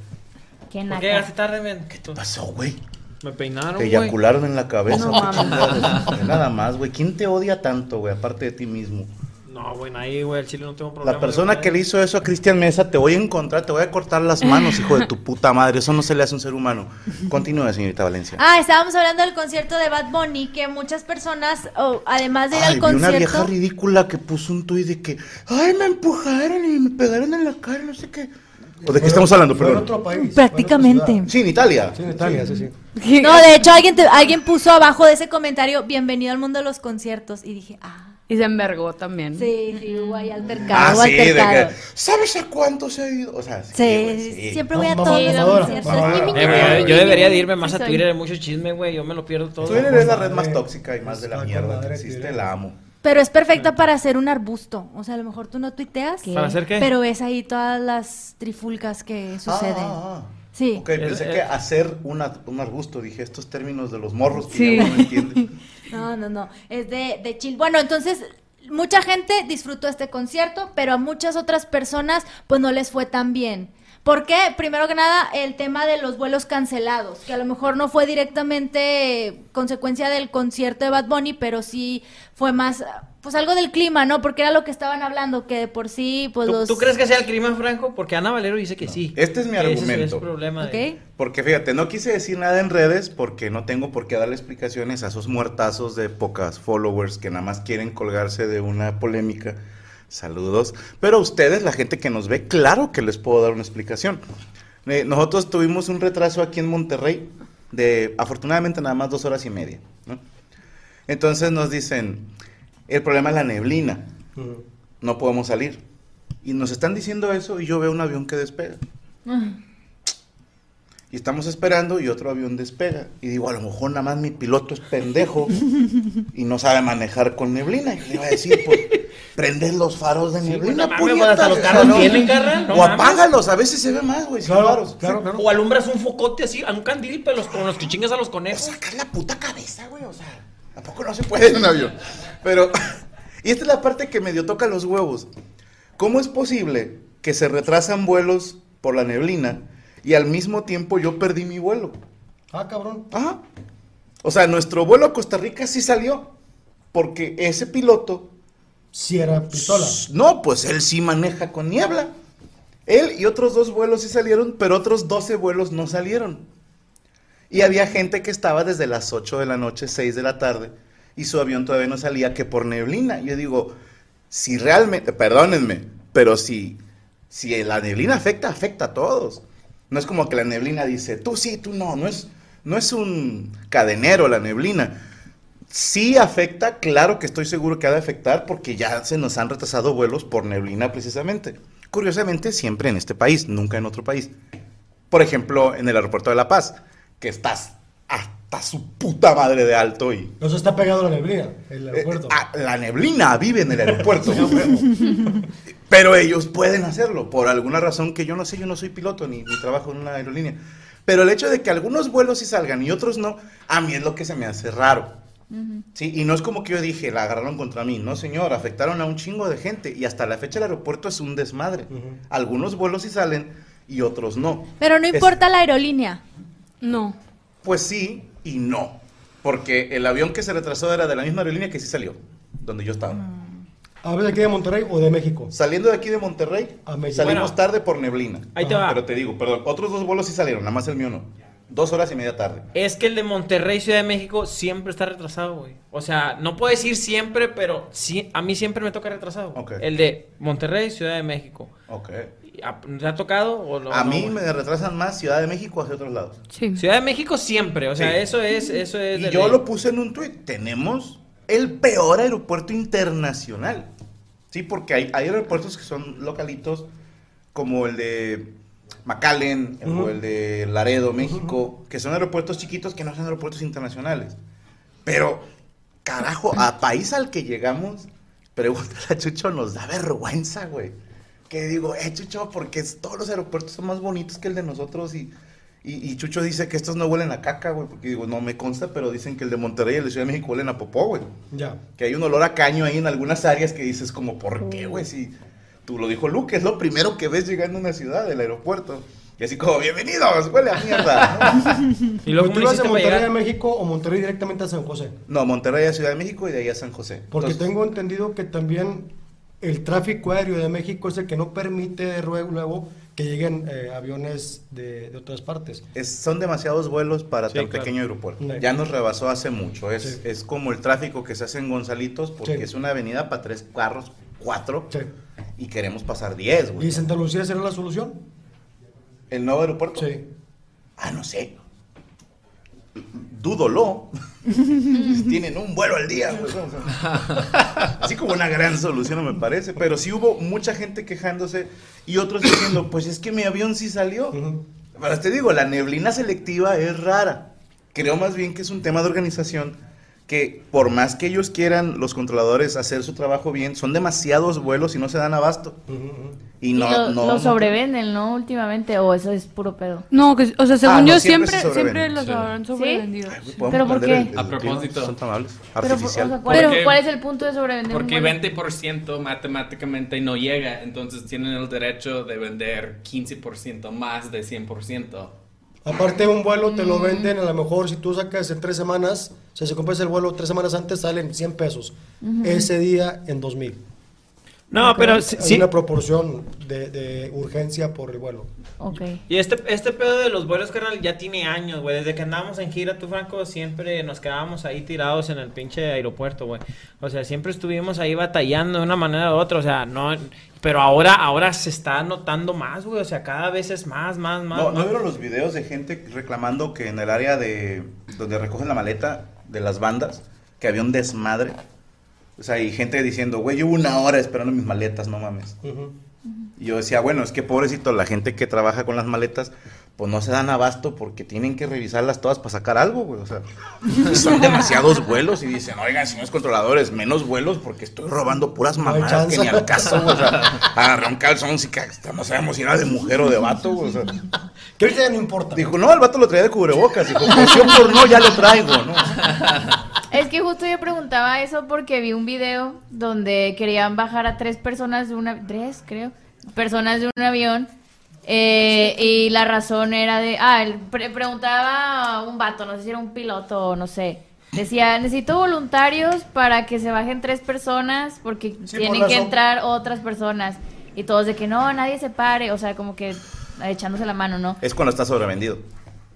G: Qué
I: ¿Por
G: naca.
I: qué llegaste tarde, men? ¿Qué tú?
K: ¿Qué pasó, güey?
I: Me peinaron,
K: Te
I: güey.
K: eyacularon en la cabeza.
L: No
K: qué
L: mames.
K: chingados. Nada más, güey. ¿Quién te odia tanto, güey? Aparte de ti mismo.
J: Pues
I: No, güey, ahí, güey, el chile no tengo problema.
K: La persona que le hizo eso a Cristian Mesa, te voy a encontrar, te voy a cortar las manos, hijo de tu puta madre. Eso no se le hace a un ser humano. Continúa, señorita Valencia.
F: Ah, estábamos hablando del concierto de Bad Bunny, que muchas personas, oh, además de ir al
K: vi una vieja
F: concierto,
K: ridícula que puso un tuit de que, ay, me empujaron y me pegaron en la cara, no sé qué. ¿O de qué estamos hablando,
J: Fue en
K: perdón?
J: otro país.
F: Prácticamente.
J: fue en otra ciudad.
K: Sí, en Italia.
J: Sí, en Italia, sí, sí.
F: no, de hecho alguien, te- alguien puso abajo de ese comentario, bienvenido al mundo de los conciertos, y dije, ah,
L: Y se envergó también.
F: sí, sí, hubo ahí altercado,
K: Ah,
F: hubo
K: sí, de
F: altercado.
K: que, ¿sabes a cuánto se ha ido? O sea, sí,
F: Sí,
K: güey,
F: sí,
K: sí.
F: siempre voy a
J: Vamos,
F: todos los
J: vamos,
F: conciertos.
J: vamos,
F: mi, mi,
I: Eh,
F: mi.
I: güey, yo debería de irme más
G: Sí,
I: a
G: soy.
I: Twitter, hay mucho chisme, güey. Yo me lo pierdo todo.
K: Twitter es la red más
J: Madre.
K: tóxica y más de la
J: Está
K: mierda
J: con
K: que
J: madre,
K: existe,
J: Twitter.
K: la amo.
F: Pero es perfecta para hacer un arbusto, o sea, a lo mejor tú no tuiteas,
I: ¿Para hacer qué?
F: pero ves ahí todas las trifulcas que suceden.
K: Ah, ah, ah.
F: Sí.
K: Ok, pensé
I: Es-
K: que
I: eh.
K: hacer una- un arbusto, dije, estos términos de los morros que ya uno no entiende.
F: No, no, no. Es de, de chill. Bueno, entonces, mucha gente disfrutó este concierto, pero a muchas otras personas, pues no les fue tan bien. ¿Por qué? Primero que nada, el tema de los vuelos cancelados, que a lo mejor no fue directamente consecuencia del concierto de Bad Bunny, pero sí fue más, pues algo del clima, ¿no? Porque era lo que estaban hablando, que de por sí, pues
I: ¿Tú,
F: los...
I: tú crees que sea el crimen, Franco? Porque Ana Valero dice que sí.
K: Este es mi
I: Ese Ese es
K: argumento.
I: el problema. de-
F: ¿Ok?
K: Porque fíjate, no quise decir nada en redes porque no tengo por qué darle explicaciones a esos muertazos de pocas followers que nada más quieren colgarse de una polémica. Saludos. Pero ustedes, la gente que nos ve, claro que les puedo dar una explicación. Eh, nosotros tuvimos un retraso aquí en Monterrey de afortunadamente nada más dos horas y media. ¿no? Entonces nos dicen, el problema es la neblina, no podemos salir. Y nos están diciendo eso y yo veo un avión que despega. Y estamos esperando y otro avión despega. Y digo, a lo mejor nada más mi piloto es pendejo y no sabe manejar con neblina. Y le iba a decir, pues, prendes los faros de neblina,
I: no mames,
K: puñetas,
I: hasta los
K: o
I: carros
K: sea, no.
I: tienen, carnal, no
K: O
I: mames.
K: apágalos, a veces se ve más, güey. sin faros.
J: claro, claro.
I: O alumbras un focote así, a un candil, pero los, con los que chingas a los
K: O
I: conejos.
K: sacar la puta cabeza, güey. O sea, tampoco no se puede en un avión. Pero, y esta es la parte que medio toca los huevos. ¿Cómo es posible que se retrasan vuelos por la neblina y al mismo tiempo yo perdí mi vuelo?
J: Ah, cabrón.
K: Ajá. O sea, nuestro vuelo a Costa Rica sí salió. Porque ese piloto.
J: Si era pistola.
K: No, pues él sí maneja con niebla. Él y otros dos vuelos sí salieron, pero otros 12 vuelos no salieron. Y había gente que estaba desde las 8 de la noche, 6 de la tarde, y su avión todavía no salía que por neblina. Yo digo, si realmente, perdónenme, pero si, si la neblina afecta, afecta a todos. No es como que la neblina dice, tú sí, tú no, no es, no es un cadenero la neblina. Sí afecta, claro que estoy seguro que ha de afectar porque ya se nos han retrasado vuelos por neblina precisamente. Curiosamente, siempre en este país, nunca en otro país. Por ejemplo, en el aeropuerto de La Paz, que estás hasta su puta madre de alto y...
C: No se está pegado a la neblina, el aeropuerto.
K: Ah, la neblina vive en el aeropuerto. Pero ellos pueden hacerlo, por alguna razón que yo no sé, yo no soy piloto ni, ni trabajo en una aerolínea. Pero el hecho de que algunos vuelos sí salgan y otros no, a mí es lo que se me hace raro. Sí, y no es como que yo dije, la agarraron contra mí. No, señor, afectaron a un chingo de gente. Y hasta la fecha el aeropuerto es un desmadre. Algunos vuelos sí salen y otros no.
F: Pero no
K: Es-
F: importa la aerolínea.
H: No.
K: Pues sí y no. Porque el avión que se retrasó era de la misma aerolínea que sí salió, donde yo estaba.
C: ¿Hablas de aquí de Monterrey o de México?
K: Saliendo de aquí de Monterrey,
C: A México.
K: salimos
C: Bueno.
K: tarde por neblina.
I: Ahí te va.
K: Pero te digo, perdón, otros dos vuelos sí salieron, nada más el mío no. Dos horas y media tarde.
I: Es que el de Monterrey, Ciudad de México, siempre está retrasado, güey. O sea, no puedo decir siempre, pero sí, a mí siempre me toca retrasado.
K: Ok.
I: El de Monterrey, Ciudad de México.
K: Ok.
I: ¿Y a- ¿Te ha tocado o no?
K: a
I: no,
K: mí
I: güey?
K: me retrasan más Ciudad de México hacia otros lados.
I: Ciudad de México siempre, o sea,
K: Sí.
I: eso es, eso es.
K: Y
I: de
K: yo
I: ley.
K: lo puse en un tuit. Tenemos el peor aeropuerto internacional. Sí, porque hay, hay aeropuertos que son localitos como el de McAllen o el de Laredo, México, que son aeropuertos chiquitos que no son aeropuertos internacionales. Pero, carajo, a país al que llegamos, pregúntale a Chucho, nos da vergüenza, güey. Que digo, eh, Chucho, porque todos los aeropuertos son más bonitos que el de nosotros y, y, y Chucho dice que estos no huelen a caca, güey, porque digo, no me consta, pero dicen que el de Monterrey y el de Ciudad de México huelen a popó, güey.
C: Ya.
K: Que hay un olor a caño ahí en algunas áreas que dices como, ¿por qué, güey? Si tú lo dijo Luke, es lo primero que ves llegando a una ciudad, del aeropuerto. Y así como, bienvenidos, huele a mierda.
I: ¿Y
C: Pues
I: luego cómo
C: tú
I: lo
C: vas de
I: hiciste para
C: Monterrey
I: llegar?
C: a México o Monterrey directamente a San José.
K: No, Monterrey a Ciudad de México y de ahí a San José.
C: Porque
K: Entonces,
C: tengo entendido que también el tráfico aéreo de México es el que no permite luego, luego que lleguen eh, aviones de, de otras partes.
K: es- son demasiados vuelos para
I: Sí,
K: tan
I: claro.
K: pequeño aeropuerto.
C: No.
K: Ya nos rebasó hace mucho. Es,
C: Sí.
K: es como el tráfico que se hace en Gonzalitos porque
C: Sí.
K: es una avenida para tres carros, cuatro,
C: Sí.
K: y queremos pasar diez, güey.
C: ¿Y Santa Lucía será la solución?
K: ¿El nuevo aeropuerto?
C: Sí.
K: Ah, no sé. Dúdolo. Tienen un vuelo al día. güey. O sea, Así como una gran solución, no me parece. Pero sí hubo mucha gente quejándose y otros diciendo, pues es que mi avión sí salió.
C: Ujú.
K: Pero te digo, la neblina selectiva es rara. Creo más bien que es un tema de organización que por más que ellos quieran los controladores hacer su trabajo bien, son demasiados vuelos y no se dan abasto. Y no,
G: y lo,
K: no-
G: lo
K: no-
G: sobrevenden, ¿no? Últimamente, o eso es puro pedo.
H: No, que, o sea, según
K: Ah, no,
H: yo
K: siempre
H: siempre,
K: se
H: siempre,
K: sobrevenden.
H: los
D: Sí.
H: habrán sobrevendido.
K: Ay, güey, ¿podemos
G: ¿Pero por
K: prender
G: qué?
D: A
K: tiro?
D: propósito.
K: Son tan amables.
G: Pero, o
K: Artificial.
G: sea, ¿cuál,
D: Porque-
G: cuál es el punto de sobrevender? un
D: Porque
G: vuelo?
D: 20% matemáticamente no llega, entonces tienen el derecho de vender 15% más de 100%.
C: Aparte, un vuelo te lo venden, a lo mejor si tú sacas en tres semanas, si se compras el vuelo tres semanas antes, salen 100 pesos. Ese día en 2000.
I: No, pero
C: Hay
I: sí.
C: una proporción de, de urgencia por el vuelo.
G: Ok.
I: Y este, este pedo de los vuelos, carnal, ya tiene años, güey. Desde que andábamos en gira, tú, Franco, siempre nos quedábamos ahí tirados en el pinche aeropuerto, güey. O sea, siempre estuvimos ahí batallando de una manera u otra. O sea, no... Pero ahora, ahora se está notando más, güey. O sea, cada vez es más, más, más.
K: No, ¿no
I: más.
K: vieron los videos de gente reclamando que en el área de donde recogen la maleta de las bandas, que había un desmadre? O sea, y gente diciendo, güey, llevo una hora esperando mis maletas, no mames.
C: Ujú.
K: Y yo decía, bueno, es que pobrecito, la gente que trabaja con las maletas, pues no se dan abasto porque tienen que revisarlas todas para sacar algo, güey. O sea, y son demasiados vuelos y dicen, oigan, señores controladores, menos vuelos porque estoy robando puras
C: hay
K: mamadas que ni
C: chance.
K: al caso, güey. O sea, agarré un calzón, sí, que hasta no sabemos si era de mujer o de vato, güey. O sea,
C: Que ahorita ya no importa.
K: Dijo, no, el vato lo traía de cubrebocas. Dijo, pues yo por no ya lo traigo, ¿no?
E: Mm-hmm.
G: Es que justo yo preguntaba eso porque vi un video donde querían bajar a tres personas de una tres creo personas de un avión eh, y la razón era de ah él pre- preguntaba a un vato no sé si era un piloto o no sé decía necesito voluntarios para que se bajen tres personas porque
C: Sí,
G: tienen
C: por
G: que
C: razón.
G: entrar otras personas y todos de que no nadie se pare o sea como que echándose la mano no
K: Es cuando está sobrevendido.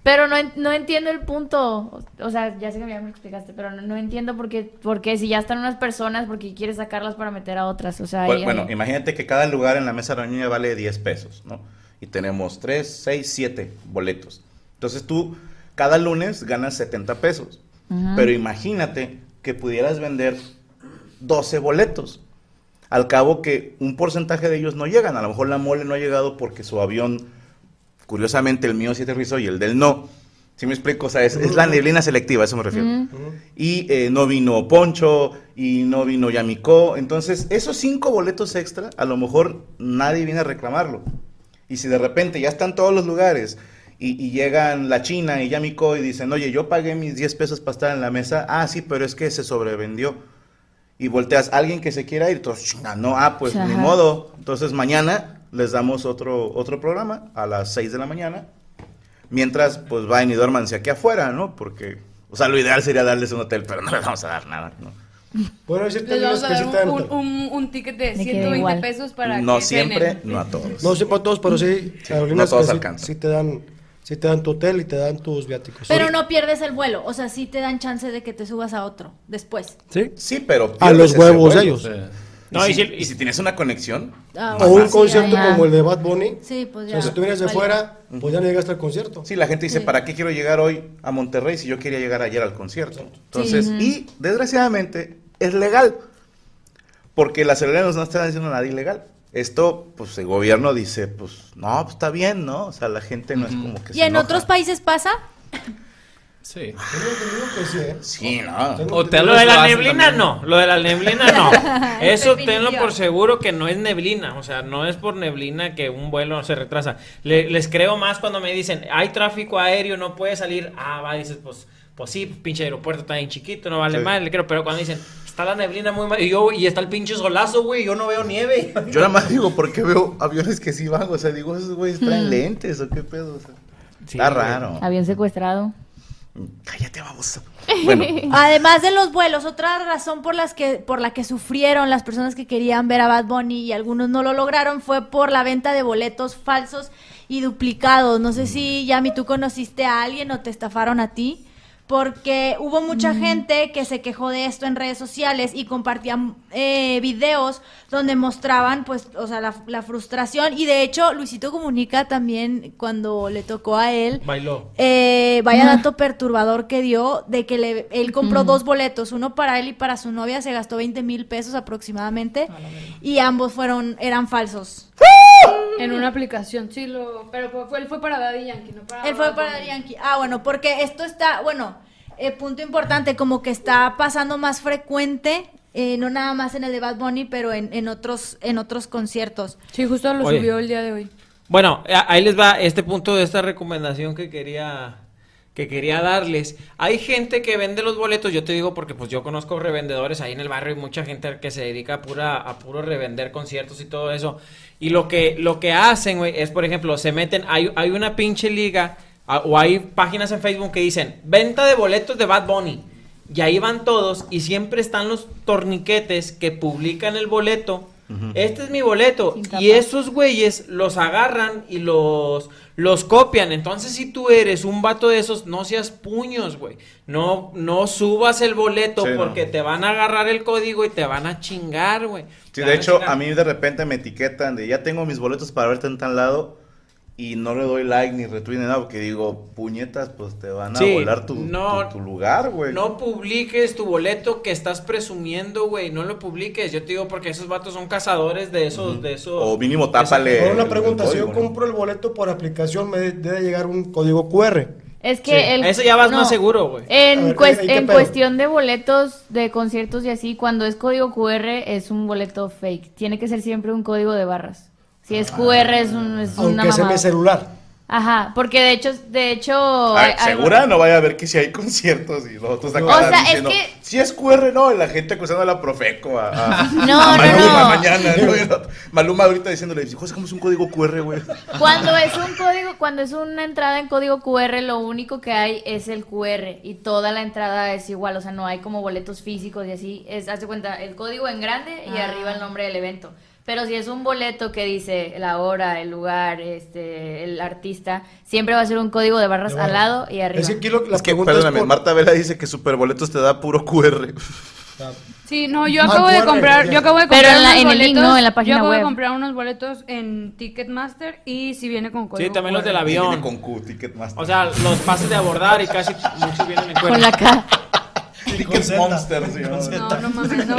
G: pero no, en- no entiendo el punto. O sea, ya sé que ya me lo explicaste, pero no, no entiendo por qué, por qué si ya están unas personas, porque quieres sacarlas para meter a otras? O sea, ahí-
K: Pues, Bueno, bueno,
G: ahí-
K: imagínate que cada lugar en la mesa reunida vale 10 pesos, ¿no? Y tenemos 3, 6, 7
G: Ah.
K: boletos. Entonces tú cada lunes ganas 70 pesos. Pero imagínate que pudieras vender 12 boletos. Al cabo que un porcentaje de ellos no llegan. A lo mejor la mole no ha llegado porque su avión, curiosamente el mío sí aterrizó y el del no. ¿Sí me explico? O sea, es,
G: Mm.
K: es la neblina selectiva, a eso me refiero. Y eh, no vino Poncho, y no vino Yamicó. Entonces, esos cinco boletos extra, a lo mejor nadie viene a reclamarlo. Y si de repente ya están todos los lugares y, y llegan la China y Yamicó y dicen, oye, yo pagué mis 10 pesos para estar en la mesa. Ah, sí, pero es que se sobrevendió. Y volteas a alguien que se quiera ir, entonces, "Chinga, no, ah, pues ni
G: Ajá.
K: modo. Entonces, mañana les damos otro, otro programa a las 6 de la mañana. Mientras, pues vayan y duérmanse aquí afuera, ¿no? Porque, o sea, lo ideal sería darles un hotel, pero no les vamos a dar nada, ¿no?
C: Bueno, decir
H: Les
C: también
H: vamos
C: es
H: a
C: que sí
H: dar
C: te-
H: un, un, un- un ticket de
G: quedé
H: 120
G: igual.
H: pesos para
K: no
H: que
K: siempre,
H: cenen.
K: no a todos.
C: No siempre a todos, pero sí, aerolíneas
K: no todos
C: que sí-
K: alcanzan.
C: sí te dan, sí te dan tu hotel y te dan tus viáticos.
F: Pero no pierdes el vuelo, o sea, sí te dan chance de que te subas a otro después.
C: ¿Sí?
K: Sí, pero...
C: A los
K: pierdes ese
C: huevos de
K: vuelo.
C: ellos.
K: No, y, si, y si tienes una conexión,
F: Ah,
C: O un
K: mamás.
C: concierto
G: ya.
C: como el de Bad Bunny.
F: Sí, pues
C: O
F: ya.
C: sea, si tú vienes de
F: valió.
C: fuera, pues ya no llegaste al concierto.
K: Sí, la gente dice, ¿para qué quiero llegar hoy a Monterrey si yo quería llegar ayer al concierto? Entonces, y desgraciadamente es legal, porque las aerolíneas no están haciendo nada ilegal. Esto, pues el gobierno dice, pues no, pues, está bien, ¿no? O sea, la gente no es como que...
F: ¿Y
K: se
F: en
K: enoja.
F: otros países pasa?
D: Sí.
C: Tengo entendido que sí, ¿eh?
K: Sí, no.
C: Tengo
D: Hotel
I: Lo de
D: lo
I: la
D: hacen
I: neblina
D: también.
I: no, lo de la neblina no. Eso
F: Definitivo.
I: tenlo por seguro que no es neblina, o sea, no es por neblina que un vuelo se retrasa. Le- les creo más cuando me dicen, hay tráfico aéreo, no puede salir. Ah, va, dices, pues, pues sí, pinche aeropuerto está bien chiquito, no vale
K: Sí.
I: más, le creo. Pero cuando dicen, está la neblina muy mal, y yo, y está el pinche solazo, güey, yo no veo nieve.
K: Yo nada más digo, porque veo aviones que sí van, o sea, digo, esos güeyes traen lentes o qué pedo, o sea, está
I: güey.
K: raro.
G: Avión secuestrado.
K: Cállate, baboso. Bueno,
F: Además de los vuelos, otra razón por las que por la que sufrieron las personas que querían ver a Bad Bunny y algunos no lo lograron fue por la venta de boletos falsos y duplicados. No sé si Yami tú conociste a alguien o te estafaron a ti, porque hubo mucha gente que se quejó de esto en redes sociales y compartían eh, videos donde mostraban, pues, o sea, la, la frustración y de hecho Luisito comunica también cuando le tocó a él
I: Bailó.
F: eh, vaya dato perturbador que dio de que le- él compró dos boletos, uno para él y para su novia, se gastó 20 mil pesos aproximadamente y ambos fueron eran falsos.
H: En una aplicación, sí, lo, pero fue- fue, él fue para Daddy Yankee, no para
F: Él fue
H: Bad
F: para
H: Bunny.
F: Yankee. Ah, bueno, porque esto está, bueno, eh, punto importante, como que está pasando más frecuente, eh, no nada más en el de Bad Bunny, pero en, en otros en otros conciertos.
H: Sí, justo lo
I: Oye.
H: subió el día de hoy.
I: Bueno, a- ahí les va este punto de esta recomendación que quería que quería darles. Hay gente que vende los boletos, yo te digo porque pues yo conozco revendedores ahí en el barrio y mucha gente que se dedica a pura a puro revender conciertos y todo eso. Y lo que lo que hacen, güey, es por ejemplo, se meten hay hay una pinche liga a- o hay páginas en Facebook que dicen, "Venta de boletos de Bad Bunny." Y ahí van todos y siempre están los torniquetes que publican el boleto. Este es mi boleto. Y esos güeyes los agarran y los, los copian. Entonces, si tú eres un vato de esos, no seas puños, güey. No, no subas el boleto
K: Sí, no.
I: porque te van a agarrar el código y te van a chingar, güey. Te
K: Sí,
I: van
K: de hecho,
I: chingar.
K: a mí de repente me etiquetan de ya tengo mis boletos para verte en tal lado y no le doy like ni retweet ni nada porque digo, puñetas, pues te van a
I: Sí,
K: volar tu,
I: no,
K: tu, tu lugar, güey.
I: No publiques tu boleto que estás presumiendo, güey. No lo publiques. Yo te digo porque esos vatos son cazadores de esos, de esos.
K: O mínimo
I: de esos-
K: tápale.
C: Ahora una
K: el
C: pregunta, si yo
K: Eh, código, ¿no?
C: compro el boleto por aplicación, me de- debe llegar un código QR.
G: Es que
C: Sí.
G: el-
I: A eso ya vas más seguro, güey.
G: En,
C: A ver,
G: cues-
C: ¿y qué
G: en
C: pedo?
G: cuestión de boletos, de conciertos y así, cuando es código QR es un boleto fake. Tiene que ser siempre un código de barras. Si es QR es, un, es
C: Aunque sea
G: una
C: en
G: mamada.
C: mi celular.
G: Ajá, porque de hecho, de hecho...
K: A ver,
G: hay- hay-
K: Ah, ¿Segura? No vaya a ver que si hay conciertos y los otros
G: O
K: acá
G: sea, es
K: diciendo,
G: que-
K: si es QR, no, y la gente acusando a la Profeco, a, a-
G: No,
K: a
G: no,
K: Maluma
G: no.
K: mañana, ¿no? Y el otro- Maluma ahorita diciéndole, José, ¿cómo es un código QR, güey?
G: Cuando es un código, cuando es una entrada en código QR, lo único que hay es el QR y toda la entrada es igual, o sea, no hay como boletos físicos y así. Es, haz de cuenta, el código en grande y
F: Ah.
G: arriba el nombre del evento. Pero si es un boleto que dice la hora, el lugar, este, el artista, siempre va a ser un código de barras al lado y arriba.
C: Es que aquí lo- la
K: Es que,
C: pregunta
K: perdóname,
C: es por-
K: Marta Vela dice que Superboletos te da puro QR.
H: Sí, no, yo
C: Ah,
H: acabo de
C: QR,
H: comprar,
C: ya.
H: yo acabo de
G: Pero
H: comprar
G: en la-
H: unos
G: en el link,
H: boletos-
G: no, en la página
H: Yo acabo de
G: web.
H: comprar unos boletos en Ticketmaster y si viene con código.
I: Sí, también los
H: QR.
I: del avión.
K: Viene Con Q, Ticketmaster.
I: O sea, los pases de abordar y casi muchos vienen en
G: Con la
I: cuerda.
G: cara.
K: Tickets Monsters, sí, ¿no?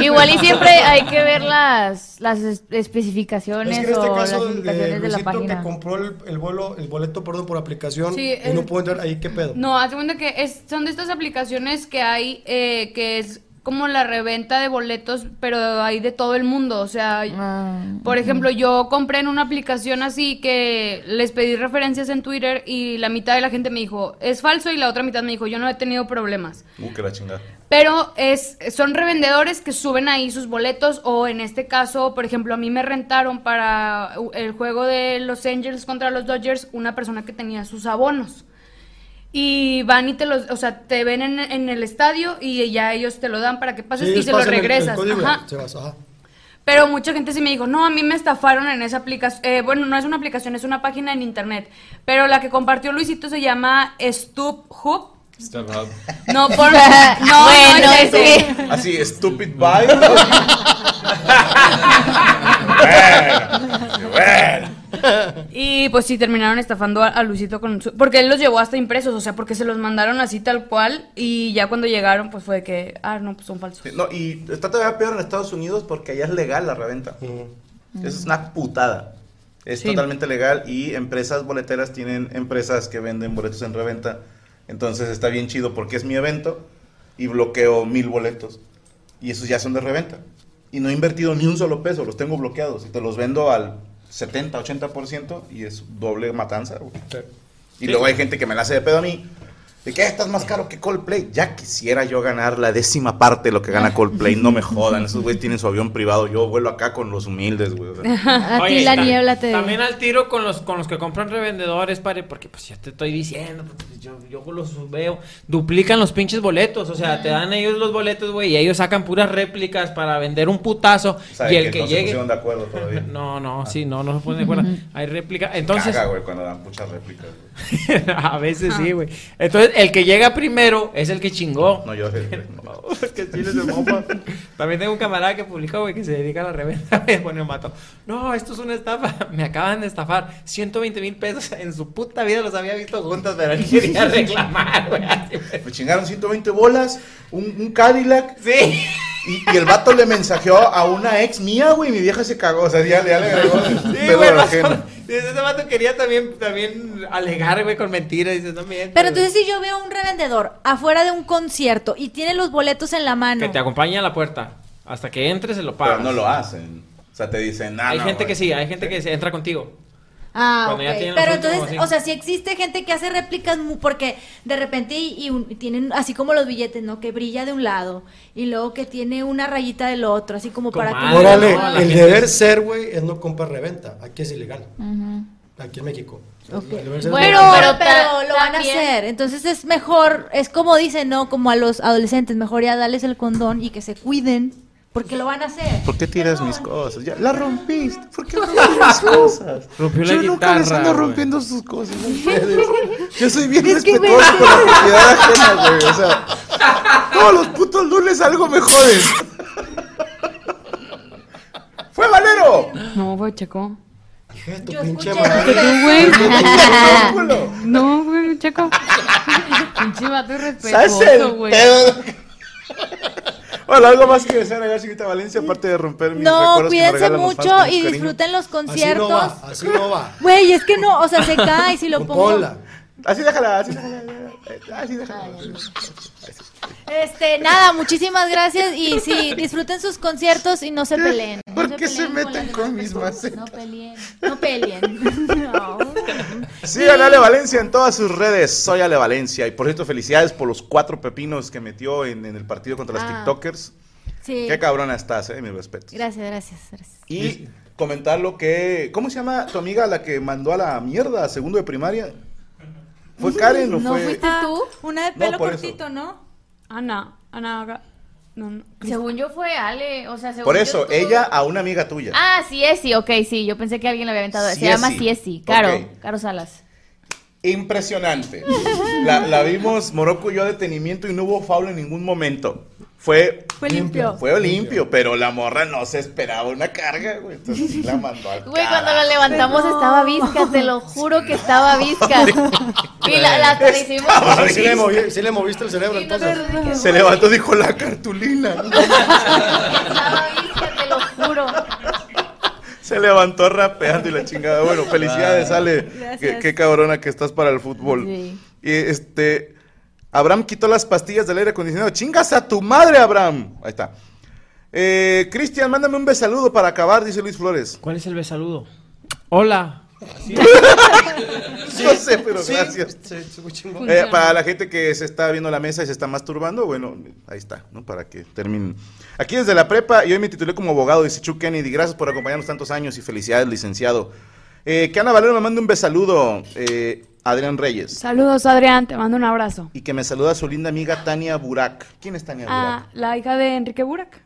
G: Igual y siempre hay que ver las, las es- especificaciones
C: Es que en este
G: o
C: caso,
G: las
C: el
G: indicaciones de la
C: que
G: página.
C: compró el, el vuelo, el boleto, perdón, por aplicación,
H: Sí,
C: y no
H: el-
C: pudo entrar ahí, ¿qué pedo?
H: No, haz de cuenta que es, son de estas aplicaciones que hay, eh, que es como la reventa de boletos, pero hay de todo el mundo. O sea, por ejemplo, yo compré en una aplicación así que les pedí referencias en Twitter y la mitad de la gente me dijo, es falso, y la otra mitad me dijo, yo no he tenido problemas.
K: Uh, que la chingada.
H: Pero es, son revendedores que suben ahí sus boletos o en este caso, por ejemplo, a mí me rentaron para el juego de Los Angels contra los Dodgers una persona que tenía sus abonos. Y van y te los, o sea, te ven en, en el estadio y ya ellos te lo dan para que pases y
C: ellos
H: se los
C: pasan el- el
H: regresas.
C: código,
H: Ajá.
C: se vas, ajá.
H: Pero mucha gente sí me dijo, no, a mí me estafaron en esa aplicación. eh, bueno, no es una aplicación, es una página en internet. Pero la que compartió Luisito se llama StubHub.
D: StubHub.
H: No, por... no, no,
G: Bueno,
H: es
G: es que-
K: Así, stupid vibe. bueno, bueno.
H: Y pues sí, terminaron estafando a, a Luisito con su- Porque él los llevó hasta impresos, o sea, porque se los mandaron así tal cual. Y ya cuando llegaron, pues fue que, ah, no, pues son falsos.
K: No, y está todavía peor en Estados Unidos porque allá es legal la reventa. Eso es una putada. Es
H: Mm. Sí.
K: totalmente legal y empresas boleteras tienen empresas que venden boletos en reventa. Entonces está bien chido porque es mi evento y bloqueo mil boletos. Y esos ya son de reventa. Y no he invertido ni un solo peso, los tengo bloqueados. Y te los vendo al 70, 80% y es doble matanza. güey. Y luego hay gente que me la hace de pedo a mí. ¿De qué estás más caro que Coldplay? Ya quisiera yo ganar la décima parte de lo que gana Coldplay. No me jodan. Esos güeyes tienen su avión privado. Yo vuelo acá con los humildes, güey. o sea.
F: A
I: Oye,
F: ti la
I: tam-
F: niebla te...
I: También al tiro con los con los que compran revendedores, pare, porque pues ya te estoy diciendo, pues, yo, yo los veo, duplican los pinches boletos, o sea, te dan ellos los boletos, güey, y ellos sacan puras réplicas para vender un putazo
K: O sea,
I: y el que,
K: no se
I: llegue
K: pusieron de acuerdo todavía.
I: No, no, sí, no, no se ponen de acuerdo. Hay réplica. Entonces,
K: Caga, güey, cuando dan muchas réplicas. güey.
I: a veces sí, güey. Entonces, el que llega primero es el que chingó.
K: No, yo sé.
I: Que chiles de mofa. También tengo un camarada que publicó, güey, que se dedica a la reventa. Me pone un vato. No, esto es una estafa. Me acaban de estafar 120 mil pesos. En su puta vida los había visto juntos, pero él quería reclamar, güey. Así, güey.
K: Me chingaron 120 bolas, un, un Cadillac.
I: Sí.
K: Y, y el vato le mensajeó a una ex mía, güey. y Mi vieja se cagó. O sea, ya, ya le agregó. el
I: Sí,
K: pedo
I: güey.
K: a la
I: pasó.
K: ajena.
I: Dice, Ese vato quería también, también alegar, güey, con mentiras. Dices, no mientas,
F: Pero
I: güey.
F: entonces si yo veo a un revendedor afuera de un concierto y tiene los boletos en la mano.
I: Que te acompañe a la puerta. Hasta que entres, se lo pagas.
K: Pero no lo hacen. O sea, te dicen, "Ah, nada.
I: Hay gente que sí, hay gente que se entra contigo.
F: Ah,
I: Cuando ya
F: ok.
I: tienen los
F: Pero
I: últimos,
F: entonces,
I: así.
F: o sea, si existe gente que hace réplicas mu- porque de repente y, y un- y tienen así como los billetes, ¿no? Que brilla de un lado y luego que tiene una rayita del otro, así como para que...
I: Comadre,
C: Órale,
I: no, la
C: el
I: gente
C: deber ser, güey, es no comprar reventa. Aquí es ilegal. Aquí en México. El deber ser-
F: Pero,
G: Pero
F: pero,
G: ta-
F: lo van a
G: también-
F: hacer. Entonces es mejor, es como dicen, ¿no? Como a los adolescentes, mejor ya darles el condón y que se cuiden porque lo van a hacer.
K: ¿Por qué tiras mis cosas? Ya, la rompiste. ¿Por qué rompiste mis cosas?
I: Rompió la
K: Yo nunca les
I: guitarra,
K: ando
I: güey.
K: rompiendo sus cosas. a ustedes. Yo soy bien respetuoso con la propiedad ajena, güey. O sea, todos los putos lunes algo me joden. ¡Fue Valero!
H: No, güey, Checo.
C: Hija de tu
F: Yo
C: pinche
F: escuché
C: madre.
F: dos veces.
H: Güey,
K: ¡Culo!
H: no, güey, Checo. Pinche vato
K: ¿Sabes
H: irrespetuoso,
K: el
H: güey.
K: pedo? Bueno, algo más que desear a la señorita Valencia, aparte de romper mis
F: No,
K: recuerdos que me
F: cuídense
K: regalan los fans con
F: mucho
K: mucho
F: y
K: cariño.
F: disfruten los
C: Así no
F: conciertos.
C: va, así no va.
F: Güey, es que no, o sea, se cae si lo pongo.
C: Ponla.
K: Así déjala, así déjala. Así déjala.
F: Este, nada, muchísimas gracias y sí, disfruten sus conciertos y no se peleen. No
K: ¿Por qué se
F: peleen las
K: meten
F: demás
K: con mis
F: personas.
K: macetas?
F: No peleen, no peleen. No.
K: Sigan a Ale Valencia en todas sus redes. Soy Ale Valencia. Y por cierto, felicidades por los cuatro pepinos que metió en, en el partido contra las
F: Ah.
K: TikTokers.
F: Sí.
K: Qué cabrona estás, eh, mi respeto.
F: Gracias, gracias, gracias.
K: Y comentar lo que. ¿Cómo se llama tu amiga la que mandó a la mierda a segundo de primaria? ¿Fue Karen o
G: ¿No
K: fue.?
G: fuiste tú?
F: Una de
K: No,
F: pelo
K: por eso.
F: cortito, ¿no?
H: Ana, Ana, haga- no, no.
G: Según yo fue Ale, o sea, según
K: Por
G: yo
K: eso,
G: estuvo-
K: ella a una amiga tuya.
G: Ah, Ciesi, ok, sí, yo pensé que alguien lo había aventado. Se
K: Ciesi.
G: llama Ciesi, Caro,
K: Ok.
G: Caro Salas.
K: Impresionante. La, la vimos Morocco y yo a detenimiento y no hubo faula en ningún momento. Fue,
H: Fue limpio.
K: fue limpio, pero la morra no se esperaba una carga, güey. Entonces sí la mandó al
G: Güey, cuando lo
K: carajo.
G: levantamos
H: Pero-
G: estaba visca, te lo juro que estaba visca. y la, la hasta le hicimos.
K: Estaba
C: Sí le,
K: bien.
C: movi- sí le moviste el cerebro entonces.
K: Se levantó, dijo la cartulina.
G: Estaba visca, te lo juro.
K: Se levantó rapeando y la chingada. Bueno, felicidades, Ale. Qué, qué cabrona que estás para el fútbol.
G: Sí.
K: Y este. Abraham quitó las pastillas del aire acondicionado. ¡Chingas a tu madre, Abraham! Ahí está. Eh, Cristian, mándame un besaludo para acabar, dice Luis Flores.
I: ¿Cuál es el besaludo? Hola.
K: no sé, pero gracias.
C: Sí, estuvo chingón.
K: Eh, para la gente que se está viendo la mesa y se está masturbando, bueno, ahí está, ¿no? Para que terminen. Aquí desde la prepa, y hoy me titulé como abogado, dice Chu Kennedy. Gracias por acompañarnos tantos años y felicidades, licenciado. Eh, que Ana Valero me manda un besaludo, eh, Adrián Reyes.
H: Saludos, Adrián, te mando un abrazo.
K: Y que me saluda su linda amiga Tania Burak. ¿Quién es Tania
H: Ah, la hija de Enrique Burak.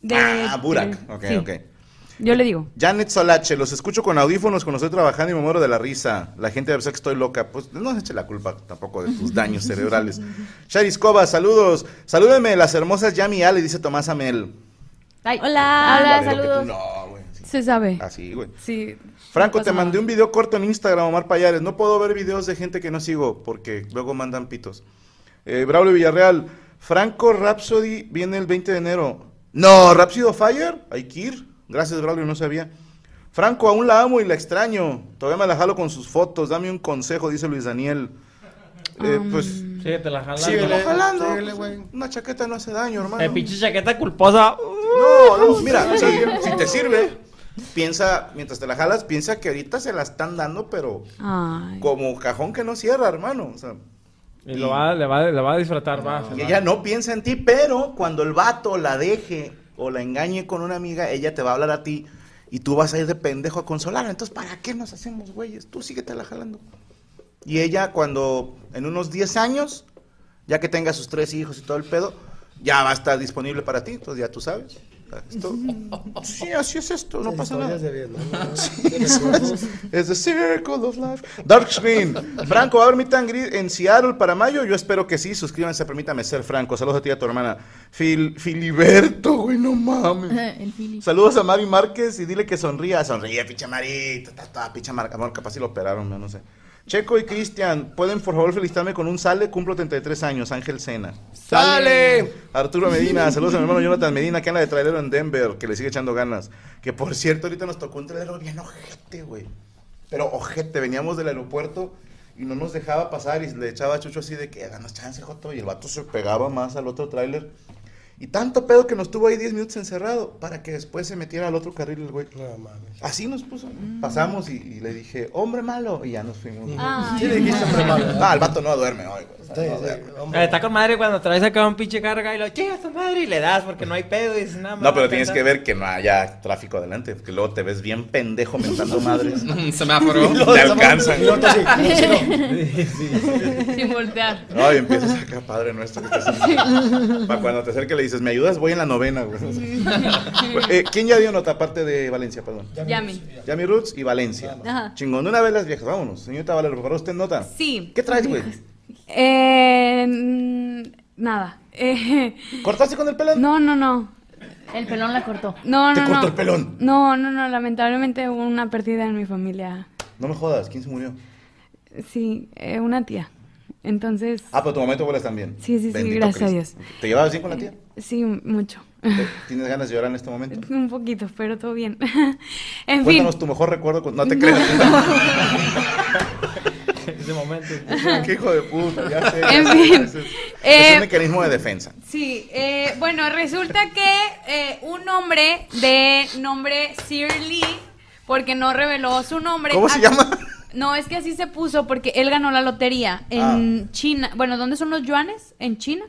H: De-
K: Burak? ah, Burak.
H: de-
K: Ok,
H: sí.
K: ok.
H: Yo le digo.
K: Janet Solache, los escucho con audífonos cuando estoy trabajando y me muero de la risa. La gente pensar que estoy loca. Pues no se eche la culpa tampoco de tus daños cerebrales. Charis Cova, saludos. Salúdenme las hermosas Yami y Ale, dice Tomás Amel.
G: Ay,
M: Hola.
G: Hola,
K: Vale, lo que tú-
G: saludos.
K: No, güey. Ah, sí,
H: Se sabe.
K: Así, güey.
H: Sí.
K: Franco,
H: No
K: te
H: pasa
K: mandé
H: nada.
K: un video corto en Instagram, Omar Payares. No puedo ver videos de gente que no sigo porque luego mandan pitos. Eh, Braulio Villarreal, Franco Rhapsody viene el 20 de enero. No, Rhapsody of Fire, hay que ir. Gracias, Braulio, no sabía. Franco, aún la amo y la extraño. Todavía me la jalo con sus fotos. Dame un consejo, dice Luis Daniel. Eh,
H: Um,
K: pues,
I: Sí, te la jalan.
C: Síguele.
K: jalando.
C: síguele, güey.
K: Una chaqueta no hace daño, hermano.
I: Eh, pinche chaqueta culposa.
K: No, no, mira, si, si te sirve, piensa, mientras te la jalas, piensa que ahorita se la están dando, pero
H: Ay.
K: como cajón que no cierra, hermano. O sea,
I: Y lo va, le, va, le va a disfrutar, va. se
K: y
I: va.
K: ella no piensa en ti, pero cuando el vato la deje o la engañe con una amiga, ella te va a hablar a ti y tú vas a ir de pendejo a consolar. Entonces, ¿para qué nos hacemos, güeyes? Tú síguete la jalando. Y ella, cuando en unos 10 años, ya que tenga sus tres hijos y todo el pedo, ya va a estar disponible para ti. Entonces, ya tú sabes. Esto- sí, así es esto, no pasa nada.
C: Historias de Vietnam, ¿no?
K: Es the circle of life. Dark Screen. Franco, ¿va a haber meet and greet en Seattle para mayo? Yo espero que sí. Suscríbanse, permítame ser Franco. Saludos a ti y a tu hermana. Fil- Filiberto, güey, no mames.
G: El Fili.
K: Saludos a Mari Márquez y dile que sonría. Sonríe, pinche Mari. Ta, ta, ta, pinche Mar- amor, capaz si lo operaron, no, no sé. Checo y Cristian, ¿pueden por favor felicitarme con un sale? Cumplo 33 años, Ángel Sena.
I: ¡Sale!
K: Arturo Medina, saludos a mi hermano Jonathan Medina, que anda de trailero en Denver, que le sigue echando ganas. Que por cierto, ahorita nos tocó un trailero bien ojete, güey. Pero ojete, veníamos del aeropuerto y no nos dejaba pasar y le echaba a Chucho así de que danos chance, Joto. Y el vato se pegaba más al otro trailer. Y tanto pedo que nos tuvo ahí 10 minutos encerrado para que después se metiera al otro carril el güey.
C: No mames.
K: Así nos puso. Pasamos y, y le dije, hombre malo, y ya nos fuimos.
B: Ah.
C: Sí, le dijiste hombre malo. ¿no?
K: Ah, el vato no duerme hoy, güey. O sea,
C: Sí,
K: no
C: sí,
K: duerme.
C: hombre.
I: Eh, Está con madre cuando traes acá un pinche carga y lo chingas tu madre y le das porque no hay pedo y dices nada más.
K: No, pero tienes que ver que no haya tráfico adelante, porque luego te ves bien pendejo mentando madres.
D: Un semáforo.
K: Te alcanzan.
C: Y otro sí, sí, no.
G: Sin voltear.
K: No, y empiezas acá, padre nuestro. Que estás en- Para cuando te acerques le dices, ¿me ayudas? Voy en la novena, güey. Eh, ¿Quién ya dio nota aparte de Valencia, perdón?
N: Yami.
K: Yami Roots y Valencia.
H: Ah.
K: Chingón, de una vez las viejas, vámonos. Señorita Valero, ¿preparó usted nota?
H: Sí.
K: ¿Qué traes, güey?
H: Eh, mm, nada. Eh,
K: ¿Cortaste con el pelón?
H: no, no, no.
G: El pelón la cortó.
H: No, no,
K: Te
H: no.
K: cortó el pelón.
H: No, no, no. Lamentablemente hubo una pérdida en mi familia.
K: No me jodas, ¿quién se murió?
H: Sí, eh, una tía. Entonces,
K: Ah, pero tu mamá y tu abuela están bien.
H: Sí, sí, sí, gracias a Dios.
K: ¿Te llevabas bien con la tía?
H: sí, mucho.
K: ¿Te- ¿Tienes ganas de llorar en este momento?
H: Un poquito, pero todo bien. en fin.
K: Cuéntanos tu mejor recuerdo. con- No te creas.
I: ver. Ese momento.
K: Qué hijo de puta, ya sé. ya
H: En
K: sé,
H: fin,
K: ya sé. Es
H: eh,
K: un mecanismo de defensa.
H: Sí, eh, bueno, resulta que eh, un hombre de nombre Sir Lee, porque no reveló su nombre.
K: ¿Cómo se
H: Ah,
K: llama?
H: No, es que así se puso porque él ganó la lotería
K: Ah.
H: en China. Bueno, ¿dónde son los yuanes? ¿En China?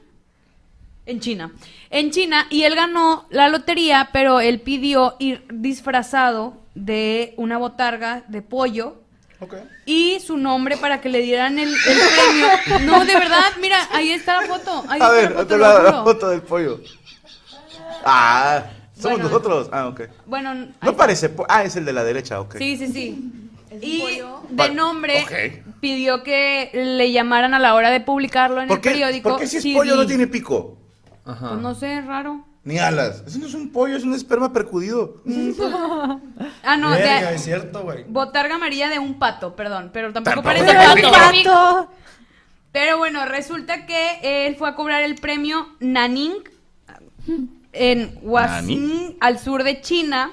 H: En China. En China, y él ganó la lotería, pero él pidió ir disfrazado de una botarga de pollo y su nombre para que le dieran el, el premio. No, de verdad, mira, ahí está la foto. Ahí
K: A
H: está
K: ver,
H: la foto,
K: otro
H: lo
K: lado, la
H: juro.
K: foto del pollo. Ah, somos
H: Bueno.
K: nosotros. Ah, ok.
H: Bueno, ahí
K: No
H: está.
K: parece. po- Ah, es el de la derecha, ok.
H: Sí, sí, sí. Y de
K: Vale,
H: nombre
K: ok.
H: pidió que le llamaran a la hora de publicarlo en
K: ¿Por
H: el
K: qué,
H: periódico.
K: por qué si es
H: Sir
K: pollo no
H: Lee.
K: tiene pico?
D: Ajá.
H: Pues no sé, es raro.
K: Ni alas. Eso no es un pollo, es un esperma percudido.
H: Ah, no,
C: Verga,
H: de,
C: es cierto, güey.
H: botarga amarilla de un pato, perdón, pero tampoco
K: Tampoco.
H: parece pato.
F: Pato.
H: Pero bueno, resulta que él fue a cobrar el premio Nanning en Huaxing, al sur de China,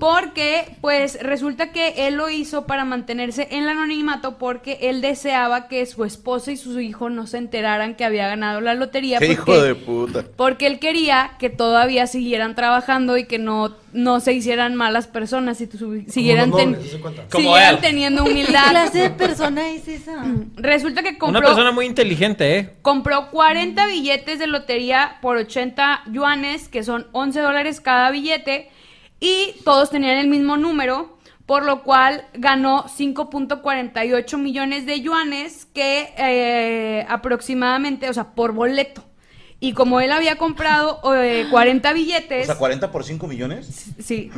H: porque pues resulta que él lo hizo para mantenerse en el anonimato porque él deseaba que su esposa y su hijo no se enteraran que había ganado la lotería.
K: ¡Qué hijo
H: porque-
K: de puta!
H: porque él quería que todavía siguieran trabajando y que no, no se hicieran malas personas y tu- su- siguieran,
C: los
H: ten-
C: nobles, ¿se cuenta?
D: Como
H: siguieran
D: él.
H: teniendo
F: ¿Qué
H: humildad.
F: clase de persona es esa?
H: Resulta que compró,
I: Una persona muy inteligente, ¿eh?
H: compró 40 billetes de lotería por 80 yuanes, que son 11 dólares cada billete, y todos tenían el mismo número, por lo cual ganó 5.48 millones de yuanes, que eh, aproximadamente, o sea, por boleto. Y como él había comprado eh, 40
K: O
H: billetes...
K: sea, 40 por 5 millones. Ah.
H: Sí.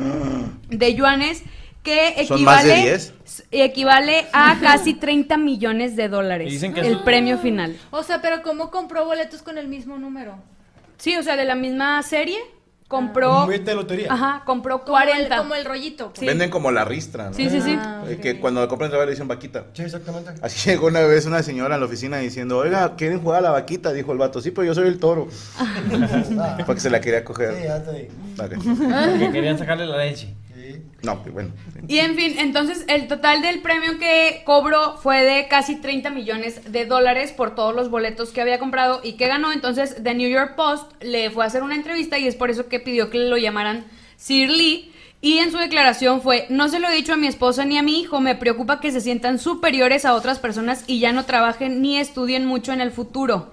H: De yuanes que equivale,
K: Son más de 10.
H: s- equivale a casi 30 millones de dólares.
I: Y dicen que
H: el
I: es-
H: premio final.
F: O sea, pero ¿cómo compró boletos con el mismo número?
H: Sí, o sea, de la misma serie compró
C: Un billete de lotería.
H: Ajá, compró
F: Como el-
H: 40.
F: Como el rollito. pues.
K: Venden como la ristra, ¿no?
H: Sí, sí, sí.
F: Ah,
K: Eh,
F: ok.
K: Que cuando la compran le dicen vaquita.
C: Sí, exactamente.
K: Así llegó una vez una señora a la oficina diciendo, oiga, ¿quieren jugar a la vaquita? Dijo el vato, sí, pero yo soy el toro.
C: Ah,
K: Porque se la quería
C: sí,
K: coger.
C: ya te digo.
K: Ok.
I: Porque querían sacarle la leche.
C: Sí.
K: No, pues bueno. sí.
H: Y en fin, entonces el total del premio que cobró fue de casi 30 millones de dólares por todos los boletos que había comprado y que ganó. Entonces The New York Post le fue a hacer una entrevista y es por eso que pidió que lo llamaran Sir Lee. Y en su declaración fue, no se lo he dicho a mi esposa ni a mi hijo, me preocupa que se sientan superiores a otras personas y ya no trabajen ni estudien mucho en el futuro.